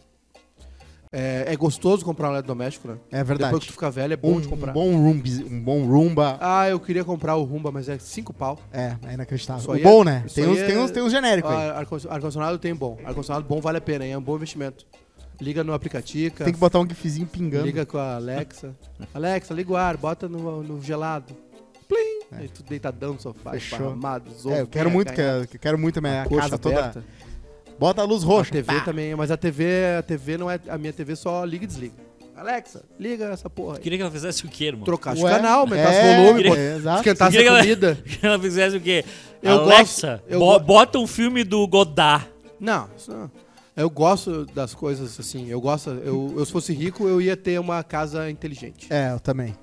Speaker 3: É, é gostoso comprar um eletrodoméstico, né?
Speaker 1: É verdade.
Speaker 3: Depois que tu fica velho, é bom
Speaker 1: um,
Speaker 3: de comprar.
Speaker 1: um bom rumba, um bom rumba.
Speaker 3: Ah, eu queria comprar o Rumba, mas é cinco pau.
Speaker 1: É, é inacreditável.
Speaker 3: Isso
Speaker 1: O
Speaker 3: aí
Speaker 1: bom,
Speaker 3: é-
Speaker 1: né?
Speaker 3: isso
Speaker 1: Tem
Speaker 3: aí
Speaker 1: uns,
Speaker 3: é-
Speaker 1: tem uns, tem uns genéricos aí.
Speaker 3: Ah, arcon- Ar-condicionado tem bom. Ar-condicionado bom vale a pena, hein? É um bom investimento. Liga no aplicativa,
Speaker 1: Tem que botar um gifzinho pingando.
Speaker 3: é. liga com a Alexa. Alexa, liga o ar, bota no, no gelado. Plim! Aí tu deitadão no sofá,
Speaker 1: É. Fechou.
Speaker 3: esparramado, os
Speaker 1: É, eu quero muito que, a- que- quero muito a minha
Speaker 3: coxa
Speaker 1: casa toda.
Speaker 3: aberta.
Speaker 1: Bota a luz
Speaker 3: A
Speaker 1: roxa. Ah,
Speaker 3: TV
Speaker 1: pá.
Speaker 3: também, mas a TV, a TV não é. A minha TV só liga e desliga. Alexa, liga essa porra aí.
Speaker 2: Queria que ela fizesse o quê, irmão?
Speaker 3: Trocasse
Speaker 1: Ué,
Speaker 3: o canal, aumentasse
Speaker 1: é,
Speaker 3: o volume,
Speaker 1: queria-
Speaker 3: bota-
Speaker 1: é, exato.
Speaker 3: esquentasse
Speaker 2: Queria
Speaker 3: a
Speaker 2: que
Speaker 3: comida.
Speaker 2: Que ela fizesse o quê?
Speaker 3: Eu
Speaker 2: Alexa,
Speaker 3: gosto- eu
Speaker 2: bo-
Speaker 3: go-
Speaker 2: bota um filme do Godard.
Speaker 3: Não, isso não. Eu gosto das coisas assim. Eu gosto. Eu, eu se fosse rico, eu ia ter uma casa inteligente.
Speaker 1: É, eu também.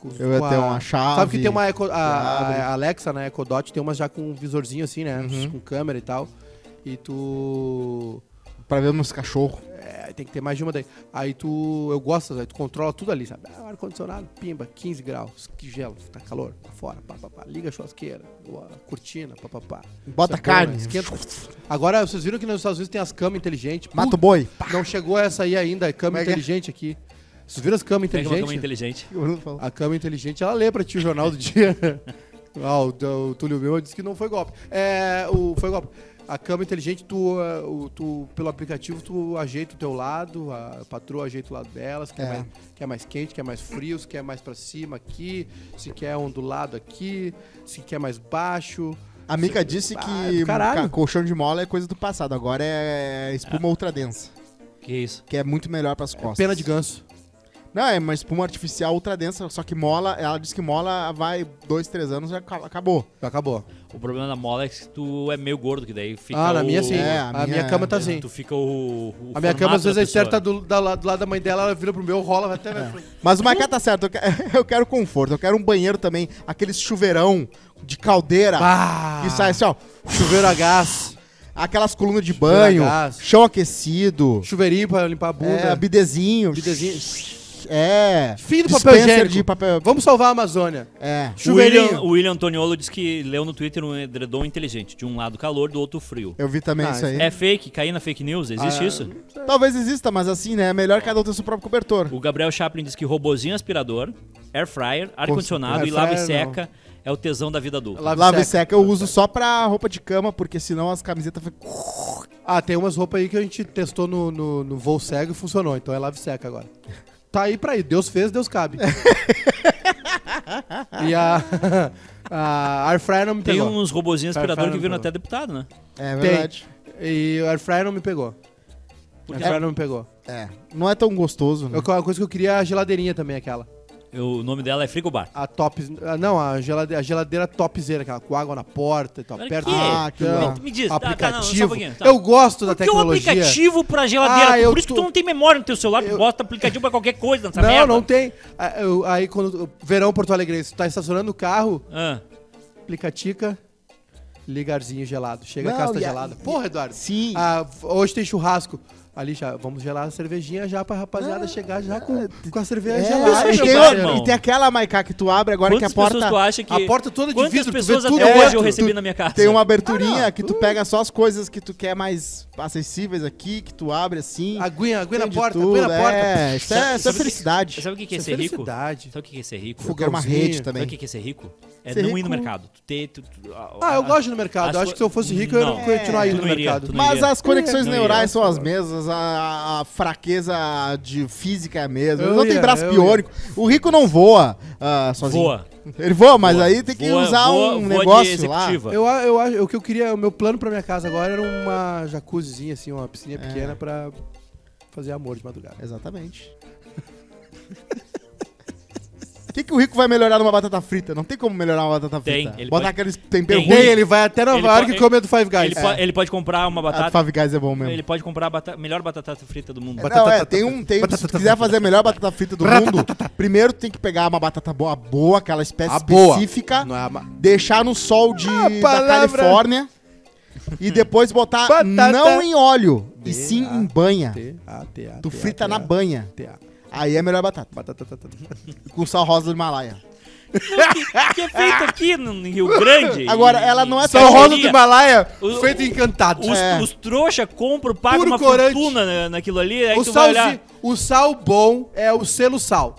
Speaker 3: Com-
Speaker 1: Eu ia
Speaker 3: com
Speaker 1: ter
Speaker 3: a-
Speaker 1: uma chave.
Speaker 3: Sabe que tem uma Echo- a, a Alexa, né? Echo Dot tem umas já com um visorzinho assim, né?
Speaker 1: Uhum.
Speaker 3: Com câmera e tal. E tu.
Speaker 1: Pra ver meus cachorros.
Speaker 3: É, tem que ter mais de uma daí. Aí tu. Eu gosto, aí tu controla tudo ali, sabe? Ah, ar-condicionado, pimba, 15 graus, que gelo, tá calor, tá fora, pá, pá, pá. Liga a churrasqueira, ou a cortina, pá, pá, pá.
Speaker 1: Bota
Speaker 3: Isso é bom,
Speaker 1: carne.
Speaker 3: né? Esquenta. Agora, vocês viram que nos Estados Unidos tem as camas inteligentes.
Speaker 1: Mata o boi.
Speaker 3: Puta, Não chegou essa aí ainda, a cama
Speaker 1: Como é que é?
Speaker 3: inteligente aqui. Vocês viram as camas
Speaker 2: Pega uma cama
Speaker 3: inteligentes?
Speaker 2: inteligente.
Speaker 3: A cama inteligente, ela lê pra ti o jornal do dia. ah, o, o Túlio Meu disse que não foi golpe. É, o, foi golpe. A cama inteligente, tu, eh, o- tu, pelo aplicativo, tu ajeita o teu lado, a patroa ajeita o lado delas, quer,
Speaker 1: É.
Speaker 3: mais, quer mais quente, quer mais frio, se quer mais pra cima aqui, se quer ondulado aqui, se quer mais baixo.
Speaker 1: A Mika disse
Speaker 3: Ah,
Speaker 1: que
Speaker 3: do caralho. Ah.
Speaker 1: ca- colchão de mola é coisa do passado. Agora é espuma ultradensa,
Speaker 2: Que isso?
Speaker 1: que é muito melhor pras costas.
Speaker 3: Pena de ganso.
Speaker 1: Não, é uma espuma artificial ultradensa, só que mola, ela diz que mola vai dois, três anos já ca- acabou.
Speaker 3: Acabou.
Speaker 2: O problema da mola é que tu é meio gordo, que daí fica
Speaker 3: ah, na
Speaker 2: o-
Speaker 3: minha sim.
Speaker 1: É, a
Speaker 3: a, minha,
Speaker 1: minha-
Speaker 3: cama tá assim.
Speaker 2: Tu fica o, o
Speaker 3: A minha
Speaker 2: formato
Speaker 3: cama, às
Speaker 2: da
Speaker 3: vezes, é
Speaker 2: pessoa.
Speaker 3: certa do, da- do lado da mãe dela, ela vira pro meu, rola, vai até... Hum?
Speaker 1: Mas o Maicá tá certo, eu que- eu quero, conforto, eu quero um banheiro também, aqueles chuveirão de caldeira,
Speaker 3: Bah!
Speaker 1: que sai assim, ó,
Speaker 3: Chuveiro a gás.
Speaker 1: aquelas colunas de banho,
Speaker 3: gás.
Speaker 1: chão aquecido,
Speaker 3: Chuveirinho pra limpar a bunda.
Speaker 1: é, bidezinho,
Speaker 3: bidezinho.
Speaker 1: é,
Speaker 3: Fim do papel
Speaker 1: dispenser
Speaker 3: higiênico.
Speaker 1: de papel,
Speaker 3: Vamos salvar a Amazônia.
Speaker 1: é,
Speaker 2: O William,
Speaker 3: Chuveirinho.
Speaker 2: o William Antoniolo disse que leu no Twitter um edredom inteligente. De um lado calor, do outro frio.
Speaker 1: eu vi também
Speaker 3: Ah,
Speaker 1: isso aí.
Speaker 2: É fake? Cair na fake news? Existe isso?
Speaker 1: Talvez exista, mas assim, né, é melhor cada um ter seu próprio cobertor.
Speaker 2: O Gabriel Chaplin diz que robozinho aspirador, air fryer, ar-condicionado
Speaker 3: air
Speaker 2: e lava e
Speaker 3: fryer, não.
Speaker 2: seca é o tesão da vida adulta.
Speaker 3: Lave
Speaker 1: Lava e
Speaker 3: seca.
Speaker 1: seca eu uso só pra roupa de cama, porque senão as camisetas ficam...
Speaker 3: Ah, tem umas roupas aí que a gente testou no, no, no voo cego e funcionou. Então é lave e seca agora. Tá aí pra aí. Deus fez, Deus cabe. e a... A Air Fryer não me
Speaker 2: Tem um
Speaker 3: pegou.
Speaker 2: uns robozinhos
Speaker 3: Air
Speaker 2: aspirador
Speaker 3: fryer
Speaker 2: que
Speaker 3: não
Speaker 2: viram
Speaker 3: pegou.
Speaker 2: até deputado, né?
Speaker 1: É
Speaker 3: Tem.
Speaker 1: verdade.
Speaker 3: E o Air Fryer não me pegou. O Air Fryer não me pegou.
Speaker 1: É, não é tão gostoso, né?
Speaker 3: Eu, uma coisa que eu queria é a geladeirinha também, aquela.
Speaker 2: Eu- o nome dela é Frigobar.
Speaker 3: A top... ah, Não, a geladeira, a geladeira topzera, aquela com água na porta e tal.
Speaker 2: Cara,
Speaker 3: Perto
Speaker 2: que-
Speaker 1: Ah, que
Speaker 3: Não.
Speaker 1: bom.
Speaker 2: Me diz, tá, tá, não, só um
Speaker 3: aplicativo.
Speaker 2: pouquinho, tá.
Speaker 3: Eu gosto da
Speaker 2: Porque o
Speaker 3: tecnologia.
Speaker 2: aplicativo pra geladeira,
Speaker 3: Ah,
Speaker 2: tu-
Speaker 3: eu
Speaker 2: por isso que
Speaker 3: tô-
Speaker 2: tu não tem memória no teu celular, tu
Speaker 3: Eu-
Speaker 2: bota aplicativo pra qualquer coisa nessa
Speaker 3: não,
Speaker 2: é merda.
Speaker 3: não tem. Ah, eu- Aí quando verão Porto Alegre, tu tá estacionando o carro,
Speaker 2: Ah,
Speaker 3: aplicatica, ligarzinho gelado, chega
Speaker 1: Não,
Speaker 3: a casta
Speaker 1: e a-
Speaker 3: gelada. Porra, Eduardo.
Speaker 1: Sim.
Speaker 3: Ah, hoje tem churrasco. ali já, vamos gelar a cervejinha já pra rapaziada chegar já com, com a cerveja
Speaker 1: Ah, É,
Speaker 3: gelada.
Speaker 1: e,
Speaker 2: Isso aí,
Speaker 1: tem,
Speaker 2: meu
Speaker 1: outra-
Speaker 2: irmão.
Speaker 1: e tem aquela, Maiká, que tu abre agora
Speaker 2: Quantas
Speaker 1: que a porta...
Speaker 2: pessoas tu acha que...
Speaker 3: a porta toda de
Speaker 2: Quantas
Speaker 3: vidro, tu vê
Speaker 2: pessoas
Speaker 3: tudo
Speaker 2: até
Speaker 1: dentro,
Speaker 2: hoje eu recebi
Speaker 1: É, tu-
Speaker 2: na minha casa?
Speaker 1: Tem uma
Speaker 3: Ah,
Speaker 1: aberturinha que tu pega só as coisas que tu quer mais acessíveis aqui, que tu abre assim.
Speaker 3: Aguinha, aguinha
Speaker 1: tem
Speaker 3: na
Speaker 1: de
Speaker 3: porta,
Speaker 1: tudo,
Speaker 3: aguinha na porta.
Speaker 1: É, isso é,
Speaker 2: Sabe-
Speaker 1: isso é
Speaker 2: sabe-
Speaker 1: felicidade.
Speaker 2: Sabe o que que é
Speaker 3: Isso
Speaker 2: ser
Speaker 3: é
Speaker 2: rico?
Speaker 3: felicidade.
Speaker 2: Sabe o que que é ser rico?
Speaker 1: Fogar uma
Speaker 3: fogãozinho.
Speaker 1: rede
Speaker 2: Sabe o
Speaker 1: também.
Speaker 2: que que é ser rico? É
Speaker 1: Ser
Speaker 2: não
Speaker 1: rico-
Speaker 2: ir no mercado. Tu ter- tu- tu- a-
Speaker 3: Ah,
Speaker 2: a-
Speaker 3: eu gosto de ir no mercado.
Speaker 2: as
Speaker 3: Eu acho
Speaker 2: co-
Speaker 3: que se eu fosse rico, eu ia
Speaker 2: Não.
Speaker 3: continuar
Speaker 2: É,
Speaker 3: indo
Speaker 2: tu
Speaker 3: no
Speaker 2: não iria,
Speaker 3: mercado.
Speaker 2: tu não
Speaker 1: Mas
Speaker 2: iria.
Speaker 1: as conexões
Speaker 3: É,
Speaker 2: Não iria.
Speaker 1: neurais são as mesmas, a, a fraqueza de física é a mesma.
Speaker 3: Eu
Speaker 1: não tem
Speaker 3: ia,
Speaker 1: braço
Speaker 3: eu
Speaker 1: biônico. O rico não voa ah, sozinho.
Speaker 2: Voa.
Speaker 1: Ele voa, mas
Speaker 2: Voa.
Speaker 1: aí tem que
Speaker 2: Voa-
Speaker 1: usar
Speaker 2: voa-
Speaker 1: um
Speaker 2: voa de
Speaker 1: negócio lá.
Speaker 2: executiva.
Speaker 3: Eu, a- eu, acho- o que eu queria, o meu plano pra minha casa agora era uma jacuzzizinha, assim, uma piscininha
Speaker 1: É.
Speaker 3: pequena pra fazer amor de madrugada.
Speaker 1: Exatamente. O que, que o rico vai melhorar numa batata frita? Não tem como melhorar uma batata
Speaker 2: Tem,
Speaker 1: frita.
Speaker 2: ele
Speaker 1: Botar
Speaker 2: pode-
Speaker 1: aqueles tempero
Speaker 2: Tem.
Speaker 1: ruim.
Speaker 3: Tem, ele vai até
Speaker 2: Ele
Speaker 3: Nova York
Speaker 2: pode-
Speaker 3: e come do Five Guys. É.
Speaker 2: Ele, po- ele pode comprar uma
Speaker 1: A do
Speaker 2: batata.
Speaker 1: Five Guys é bom é. mesmo.
Speaker 2: Ele pode comprar a bata- melhor batata frita do mundo.
Speaker 1: não, é, tem um, tem, se tu quiser fazer a melhor batata frita do mundo, primeiro tu tem que pegar uma batata boa, boa, aquela espécie
Speaker 3: A boa.
Speaker 1: específica,
Speaker 3: Não é a ma-
Speaker 1: deixar no sol de,
Speaker 3: A
Speaker 1: da
Speaker 3: palavra-
Speaker 1: Califórnia e depois botar
Speaker 3: Batata.
Speaker 1: não em óleo, e sim
Speaker 3: A,
Speaker 1: em banha.
Speaker 3: T, A, T, A.
Speaker 1: Tu
Speaker 3: T, A,
Speaker 1: frita
Speaker 3: T,
Speaker 1: na
Speaker 3: A,
Speaker 1: banha.
Speaker 3: T, A.
Speaker 1: Aí é a melhor batata.
Speaker 3: Batata, batata, batata.
Speaker 1: Com sal rosa do Himalaia.
Speaker 2: que é feito aqui no em Rio Grande.
Speaker 1: Agora,
Speaker 2: e-
Speaker 1: ela não é
Speaker 2: e
Speaker 1: só
Speaker 3: Sal rosa do
Speaker 2: Cachoeirinha.
Speaker 3: Himalaia,
Speaker 2: O-
Speaker 3: feito encantado.
Speaker 2: Os,
Speaker 1: É.
Speaker 2: os trouxa compram, pagam
Speaker 3: Puro
Speaker 2: uma
Speaker 3: corante.
Speaker 2: fortuna na- naquilo ali, aí
Speaker 3: O
Speaker 2: é tu vai
Speaker 3: sal,
Speaker 2: olhar.
Speaker 3: o sal bom é o selo sal.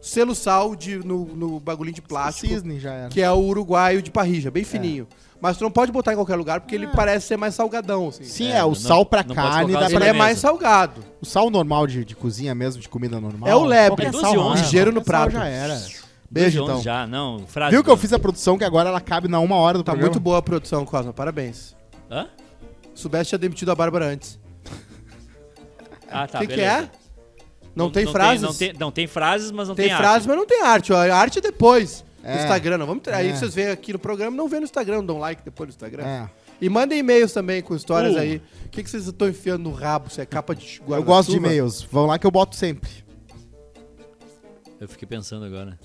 Speaker 3: Selo sal de, no, no bagulhinho de plástico,
Speaker 1: Cisne já era.
Speaker 3: que é o uruguaio de parrija,
Speaker 1: É.
Speaker 3: bem fininho. Mas tu não pode botar em qualquer lugar porque ele parece ser mais salgadão, assim.
Speaker 1: Sim,
Speaker 2: É,
Speaker 1: é, o
Speaker 2: não-
Speaker 1: sal pra
Speaker 2: não pode
Speaker 1: carne,
Speaker 2: colocar
Speaker 1: dá
Speaker 2: o
Speaker 3: Ele
Speaker 1: pra
Speaker 2: sal
Speaker 3: é
Speaker 2: mesmo.
Speaker 3: mais salgado.
Speaker 1: O sal normal de, de cozinha mesmo, de comida normal.
Speaker 3: É o lebre.
Speaker 1: qualquer
Speaker 2: É
Speaker 1: sal
Speaker 2: 12
Speaker 1: rosa,
Speaker 2: onças.
Speaker 3: Ligeiro no
Speaker 1: qualquer sal
Speaker 3: prato.
Speaker 1: Já era. Beijo,
Speaker 2: 12
Speaker 1: então.
Speaker 2: anos Já, não, frase.
Speaker 1: Viu que eu fiz a produção que agora ela cabe na uma hora do
Speaker 3: Tá
Speaker 1: programa?
Speaker 3: muito boa a produção, Cosma, parabéns.
Speaker 1: É.
Speaker 2: Hã?
Speaker 3: Soubesse tinha demitido a Bárbara antes.
Speaker 2: Ah,
Speaker 3: O
Speaker 2: tá.
Speaker 3: que, que
Speaker 2: beleza.
Speaker 3: é? Não, tem frases?
Speaker 2: não, tem, não tem frases, mas não tem,
Speaker 3: Tem frases, mas não tem arte. ó. A arte é depois.
Speaker 1: É.
Speaker 3: No Instagram. não Vamos tra-
Speaker 1: É.
Speaker 3: Aí vocês veem aqui no programa, não vê no Instagram, não dão like depois no Instagram.
Speaker 1: É.
Speaker 3: E mandem e-mails também com histórias
Speaker 2: Uh.
Speaker 3: aí. O que, que vocês estão enfiando no rabo? Se é capa de guarda
Speaker 1: Eu gosto de e-mails. Vão lá que eu boto sempre.
Speaker 2: Eu fiquei pensando agora.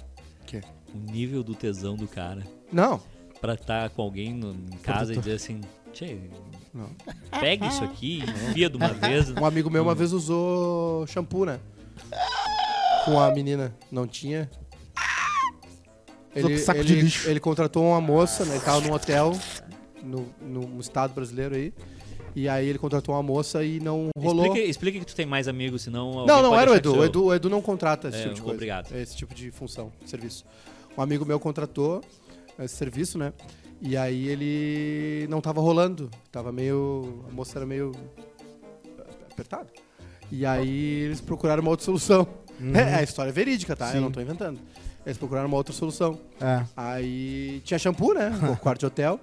Speaker 3: Quê?
Speaker 2: O nível do tesão do cara
Speaker 3: Não.
Speaker 2: pra estar com alguém no- em casa e dizer assim, Tchê,
Speaker 3: Não.
Speaker 2: pega isso aqui e enfia de uma vez.
Speaker 3: Um amigo meu uma
Speaker 1: Hum.
Speaker 3: vez usou shampoo, né? Com a menina. Não tinha.
Speaker 1: Usou
Speaker 3: Ele,
Speaker 1: com saco
Speaker 3: ele-
Speaker 1: de lixo.
Speaker 3: ele contratou uma moça, né? Ele tava num hotel, no, num estado brasileiro aí. E aí ele contratou uma moça e não rolou.
Speaker 2: Explica, explica que tu tem mais amigos, senão. alguém
Speaker 3: Não, não
Speaker 2: pode
Speaker 3: era o
Speaker 2: achar que
Speaker 3: Edu.
Speaker 2: sou
Speaker 3: O
Speaker 2: eu.
Speaker 3: Edu, o Edu não contrata esse
Speaker 2: É,
Speaker 3: tipo de coisa.
Speaker 2: obrigado.
Speaker 3: Esse tipo de função, serviço. Um amigo meu contratou esse serviço, né? E aí ele não tava rolando. Tava meio. A moça era meio. apertada. E aí eles procuraram uma outra solução.
Speaker 2: Uhum.
Speaker 3: É, a história é verídica, tá?
Speaker 1: Sim.
Speaker 3: Eu não tô inventando. Eles procuraram uma outra solução.
Speaker 1: É.
Speaker 3: Aí tinha shampoo, né? No quarto de hotel.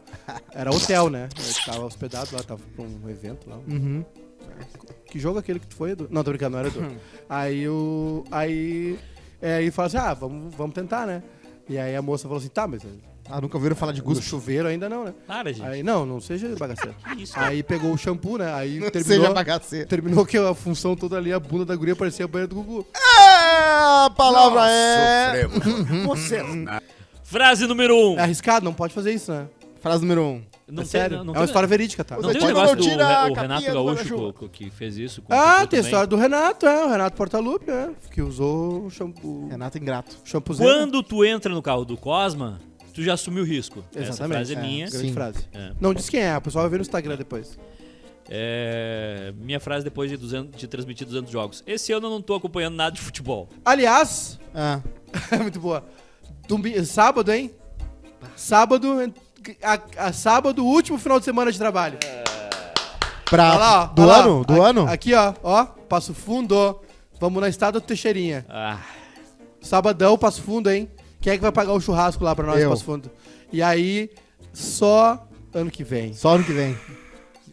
Speaker 3: Era hotel, né? Eu tava hospedado lá, tava pra um evento lá. Que jogo é aquele que tu foi, Edu? Não, tô brincando, não era Edu. aí o. Aí. É, aí fala assim: ah, vamos, vamos tentar, né? E aí a moça falou assim: tá, mas no
Speaker 1: Ah, nunca ouviram falar de Gusto?
Speaker 3: chuveiro ainda não, né?
Speaker 2: Para, gente.
Speaker 3: Aí, não, não seja bagaceiro.
Speaker 2: isso, cara?
Speaker 3: aí pegou o shampoo, né? Aí terminou.
Speaker 1: Seja bagaceiro.
Speaker 3: Terminou que a função toda ali, a bunda da guria parecia a banheira do Gugu.
Speaker 1: É, a palavra é...
Speaker 3: um
Speaker 2: Frase número 1. Um.
Speaker 3: É arriscado, não pode fazer isso, né?
Speaker 1: Frase número um.
Speaker 2: Não tem-
Speaker 3: é sério.
Speaker 2: não- não
Speaker 3: é
Speaker 2: tem-
Speaker 3: uma história verídica, tá?
Speaker 2: Não tem o
Speaker 1: Pode
Speaker 2: negócio do
Speaker 1: não tirar
Speaker 2: Re-
Speaker 1: a
Speaker 2: o
Speaker 1: capinha
Speaker 2: Renato
Speaker 1: do
Speaker 2: Gaúcho
Speaker 1: guarda-chuva.
Speaker 2: co- que fez isso com
Speaker 3: Ah,
Speaker 2: o
Speaker 3: tem a
Speaker 2: Tutu
Speaker 3: história do Renato, é. O Renato Portaluppi, né? Que usou o shampoo.
Speaker 1: Renato Ingrato.
Speaker 3: shampoozinho.
Speaker 2: Quando tu entra no carro do Cosma, tu já assumiu o risco. Essa frase é minha.
Speaker 3: Grande
Speaker 1: Sim.
Speaker 3: frase.
Speaker 2: É.
Speaker 3: Não diz quem é, o pessoal vai ver no Instagram depois.
Speaker 2: É, minha frase depois de, 200 de transmitir 200 jogos. Esse ano eu não tô acompanhando nada de futebol.
Speaker 3: Aliás,
Speaker 1: Ah,
Speaker 3: é muito boa. Domingo, sábado, hein? Sábado, a, a- sábado, último final de semana de trabalho.
Speaker 1: pra...
Speaker 3: Olha lá, ó,
Speaker 1: Ah, do
Speaker 3: olha lá,
Speaker 1: ano?
Speaker 3: ó.
Speaker 1: do
Speaker 3: A-
Speaker 1: ano?
Speaker 3: Aqui, ó, ó, Passo Fundo. Vamos na Estrada do Teixeirinha.
Speaker 2: Ah,
Speaker 3: Sabadão, Passo Fundo, hein? Quem é que vai pagar o churrasco lá pra nós,
Speaker 1: Eu.
Speaker 3: Passo Fundo? E aí, só ano que vem.
Speaker 1: Só ano que vem.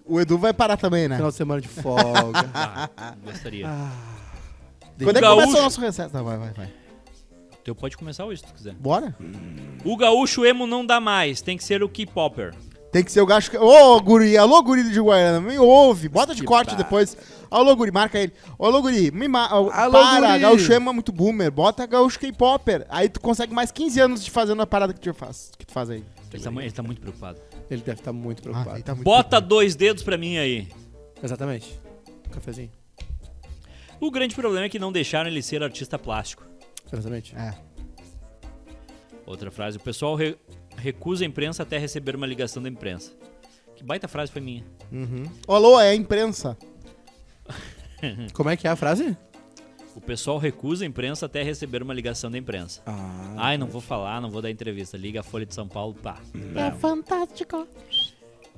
Speaker 1: O Edu vai parar também, né?
Speaker 3: Final de semana de folga.
Speaker 2: ah, gostaria.
Speaker 1: Quando é que
Speaker 2: Gaúcho.
Speaker 1: começa o nosso recesso? Tá, vai, vai, vai.
Speaker 2: O teu Então pode começar hoje se tu quiser.
Speaker 1: Bora?
Speaker 2: O gaúcho emo não dá mais, tem que ser o K-Popper.
Speaker 1: Tem que ser o gacho. que- Ô, guri, alô, guri de Guarana, me ouve. Bota de corte depois. Alô, guri, marca ele. Alô, guri, me marca.
Speaker 3: Alô,
Speaker 1: Para,
Speaker 3: guri.
Speaker 1: gaúcho é muito boomer. Bota gaúcho K-popper. Aí tu consegue mais 15 anos de fazendo a parada que tu faz, que tu faz aí.
Speaker 2: Ele tá, mu- ele tá muito preocupado.
Speaker 1: Ah, então.
Speaker 3: Ele deve estar Ah, muito tá preocupado.
Speaker 1: tá muito
Speaker 2: Bota dois dedos pra mim aí.
Speaker 3: Exatamente. Um Cafezinho.
Speaker 2: O grande problema é que não deixaram ele ser artista plástico.
Speaker 3: Exatamente.
Speaker 1: É.
Speaker 2: Outra frase, o pessoal re- recusa a imprensa até receber uma ligação da imprensa. Que baita frase foi minha.
Speaker 1: Alô, é a imprensa.
Speaker 3: Como é que é a frase?
Speaker 2: O pessoal recusa a imprensa até receber uma ligação da imprensa.
Speaker 3: Ah.
Speaker 2: Ai, não vou falar, não vou dar entrevista. Liga a Folha de São Paulo, pá.
Speaker 6: É fantástico.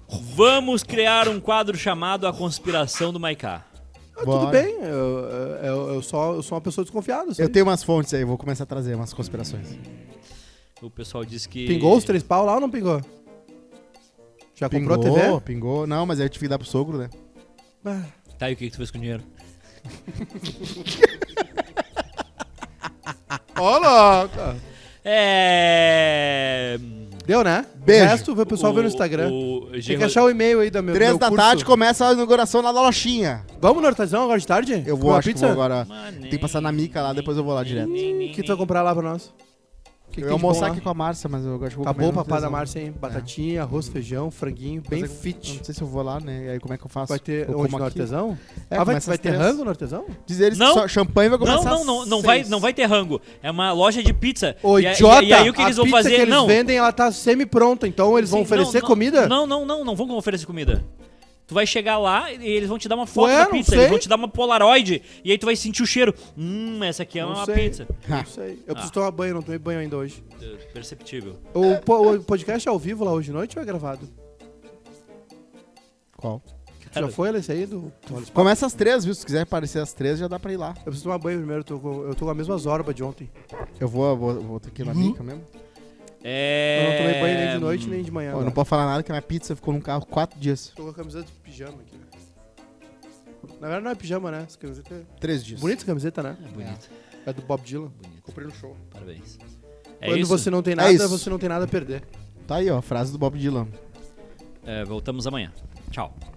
Speaker 2: Vamos criar um quadro chamado A Conspiração do Maiká.
Speaker 3: Ah, tudo
Speaker 1: Bora.
Speaker 3: bem, eu, eu, eu só, eu sou uma pessoa desconfiada. sabe?
Speaker 1: Eu tenho umas fontes aí, vou começar a trazer umas conspirações.
Speaker 2: O pessoal disse que.
Speaker 3: Pingou os três pau lá ou não pingou? Já
Speaker 1: Pingou,
Speaker 3: comprou a TV?
Speaker 1: pingou. Não, mas aí eu tive que dar pro sogro, né?
Speaker 3: Ah,
Speaker 2: Tá, e o que, que tu fez com o dinheiro?
Speaker 3: Ó, louco!
Speaker 2: É.
Speaker 3: Deu, né?
Speaker 1: Beijo.
Speaker 3: O resto o pessoal vê no Instagram.
Speaker 2: O...
Speaker 3: Tem que achar o e-mail aí da meu,
Speaker 1: Três
Speaker 3: meu
Speaker 1: da
Speaker 3: curso.
Speaker 1: tarde começa a inauguração lá da lojinha.
Speaker 3: Vamos no artesão agora de tarde?
Speaker 1: Eu vou,
Speaker 3: Comer uma
Speaker 1: acho que
Speaker 3: pizza?
Speaker 1: vou agora. Tem que passar na mica lá, depois eu vou lá direto.
Speaker 3: O que tu vai comprar lá pra nós? O que que tem
Speaker 1: Eu ia
Speaker 3: de bom
Speaker 1: almoçar
Speaker 3: lá?
Speaker 1: aqui com a Márcia, mas eu acho que vou
Speaker 3: Tá
Speaker 1: comer um
Speaker 3: bom o
Speaker 1: no
Speaker 3: papá da
Speaker 1: artesão.
Speaker 3: Márcia, hein? Batatinha, arroz, feijão, franguinho, bem
Speaker 1: Mas eu- eu
Speaker 3: fit.
Speaker 1: Não sei se eu vou lá, né? E aí como é que eu faço?
Speaker 3: Vai ter
Speaker 1: eu
Speaker 3: onde
Speaker 1: como
Speaker 3: no
Speaker 1: aqui?
Speaker 3: artesão?
Speaker 1: É,
Speaker 3: ah, vai,
Speaker 1: começa
Speaker 3: vai
Speaker 1: às
Speaker 3: ter
Speaker 1: três.
Speaker 3: rango no artesão?
Speaker 1: Diz eles
Speaker 2: Não.
Speaker 1: que só champanhe vai
Speaker 2: Não,
Speaker 1: começar
Speaker 2: não,
Speaker 1: às
Speaker 2: não, não
Speaker 1: seis.
Speaker 2: vai, não vai ter rango. É uma loja de pizza.
Speaker 3: Ô,
Speaker 2: e, a-
Speaker 3: idiota!
Speaker 2: e, aí o que
Speaker 3: a
Speaker 2: eles vão
Speaker 3: pizza
Speaker 2: fazer?
Speaker 3: que eles
Speaker 2: não.
Speaker 3: vendem, ela tá semi-pronta, então eles vão
Speaker 2: Sim,
Speaker 3: oferecer
Speaker 2: não, não,
Speaker 3: comida?
Speaker 2: Não, não, não, não vão oferecer comida. Tu vai chegar lá e eles vão te dar uma foto
Speaker 3: Ué,
Speaker 2: da
Speaker 3: não
Speaker 2: pizza,
Speaker 3: sei.
Speaker 2: eles vão te dar uma Polaroid e aí tu vai sentir o cheiro. Hum, essa aqui é
Speaker 3: Não
Speaker 2: uma
Speaker 3: sei.
Speaker 2: pizza.
Speaker 3: Não sei. Eu preciso tomar banho, não tomei banho ainda hoje.
Speaker 2: Eh, Perceptível.
Speaker 3: O, po- o podcast é ao vivo lá hoje de noite ou é gravado?
Speaker 1: Qual?
Speaker 3: Tu
Speaker 2: Cara,
Speaker 3: já foi, esse aí? Do... Eu
Speaker 1: Começa às três, viu? Se quiser aparecer às três, já dá pra ir lá.
Speaker 3: preciso tomar banho primeiro, eu tô, com- eu tô com a mesma zorba de ontem.
Speaker 1: Eu vou, vou, vou ter que ir na mica mesmo.
Speaker 2: É...
Speaker 3: Eu não tomei banho nem de noite nem de
Speaker 1: Ó,
Speaker 3: manhã.
Speaker 1: eu
Speaker 3: agora.
Speaker 1: não posso falar nada que a minha pizza ficou num carro quatro dias.
Speaker 3: Tô com a camiseta de pijama aqui. Na verdade não é pijama, né? Essa camiseta é...
Speaker 1: Três dias.
Speaker 3: Bonita essa camiseta, né?
Speaker 2: É bonito,
Speaker 3: É do Bob Dylan.
Speaker 2: bonito.
Speaker 3: Comprei no show.
Speaker 2: Parabéns. É
Speaker 3: Quando
Speaker 2: isso?
Speaker 3: você não tem nada,
Speaker 1: isso.
Speaker 3: você não tem nada a perder.
Speaker 1: Tá aí, ó. Frase do Bob Dylan.
Speaker 2: É, voltamos amanhã. Tchau.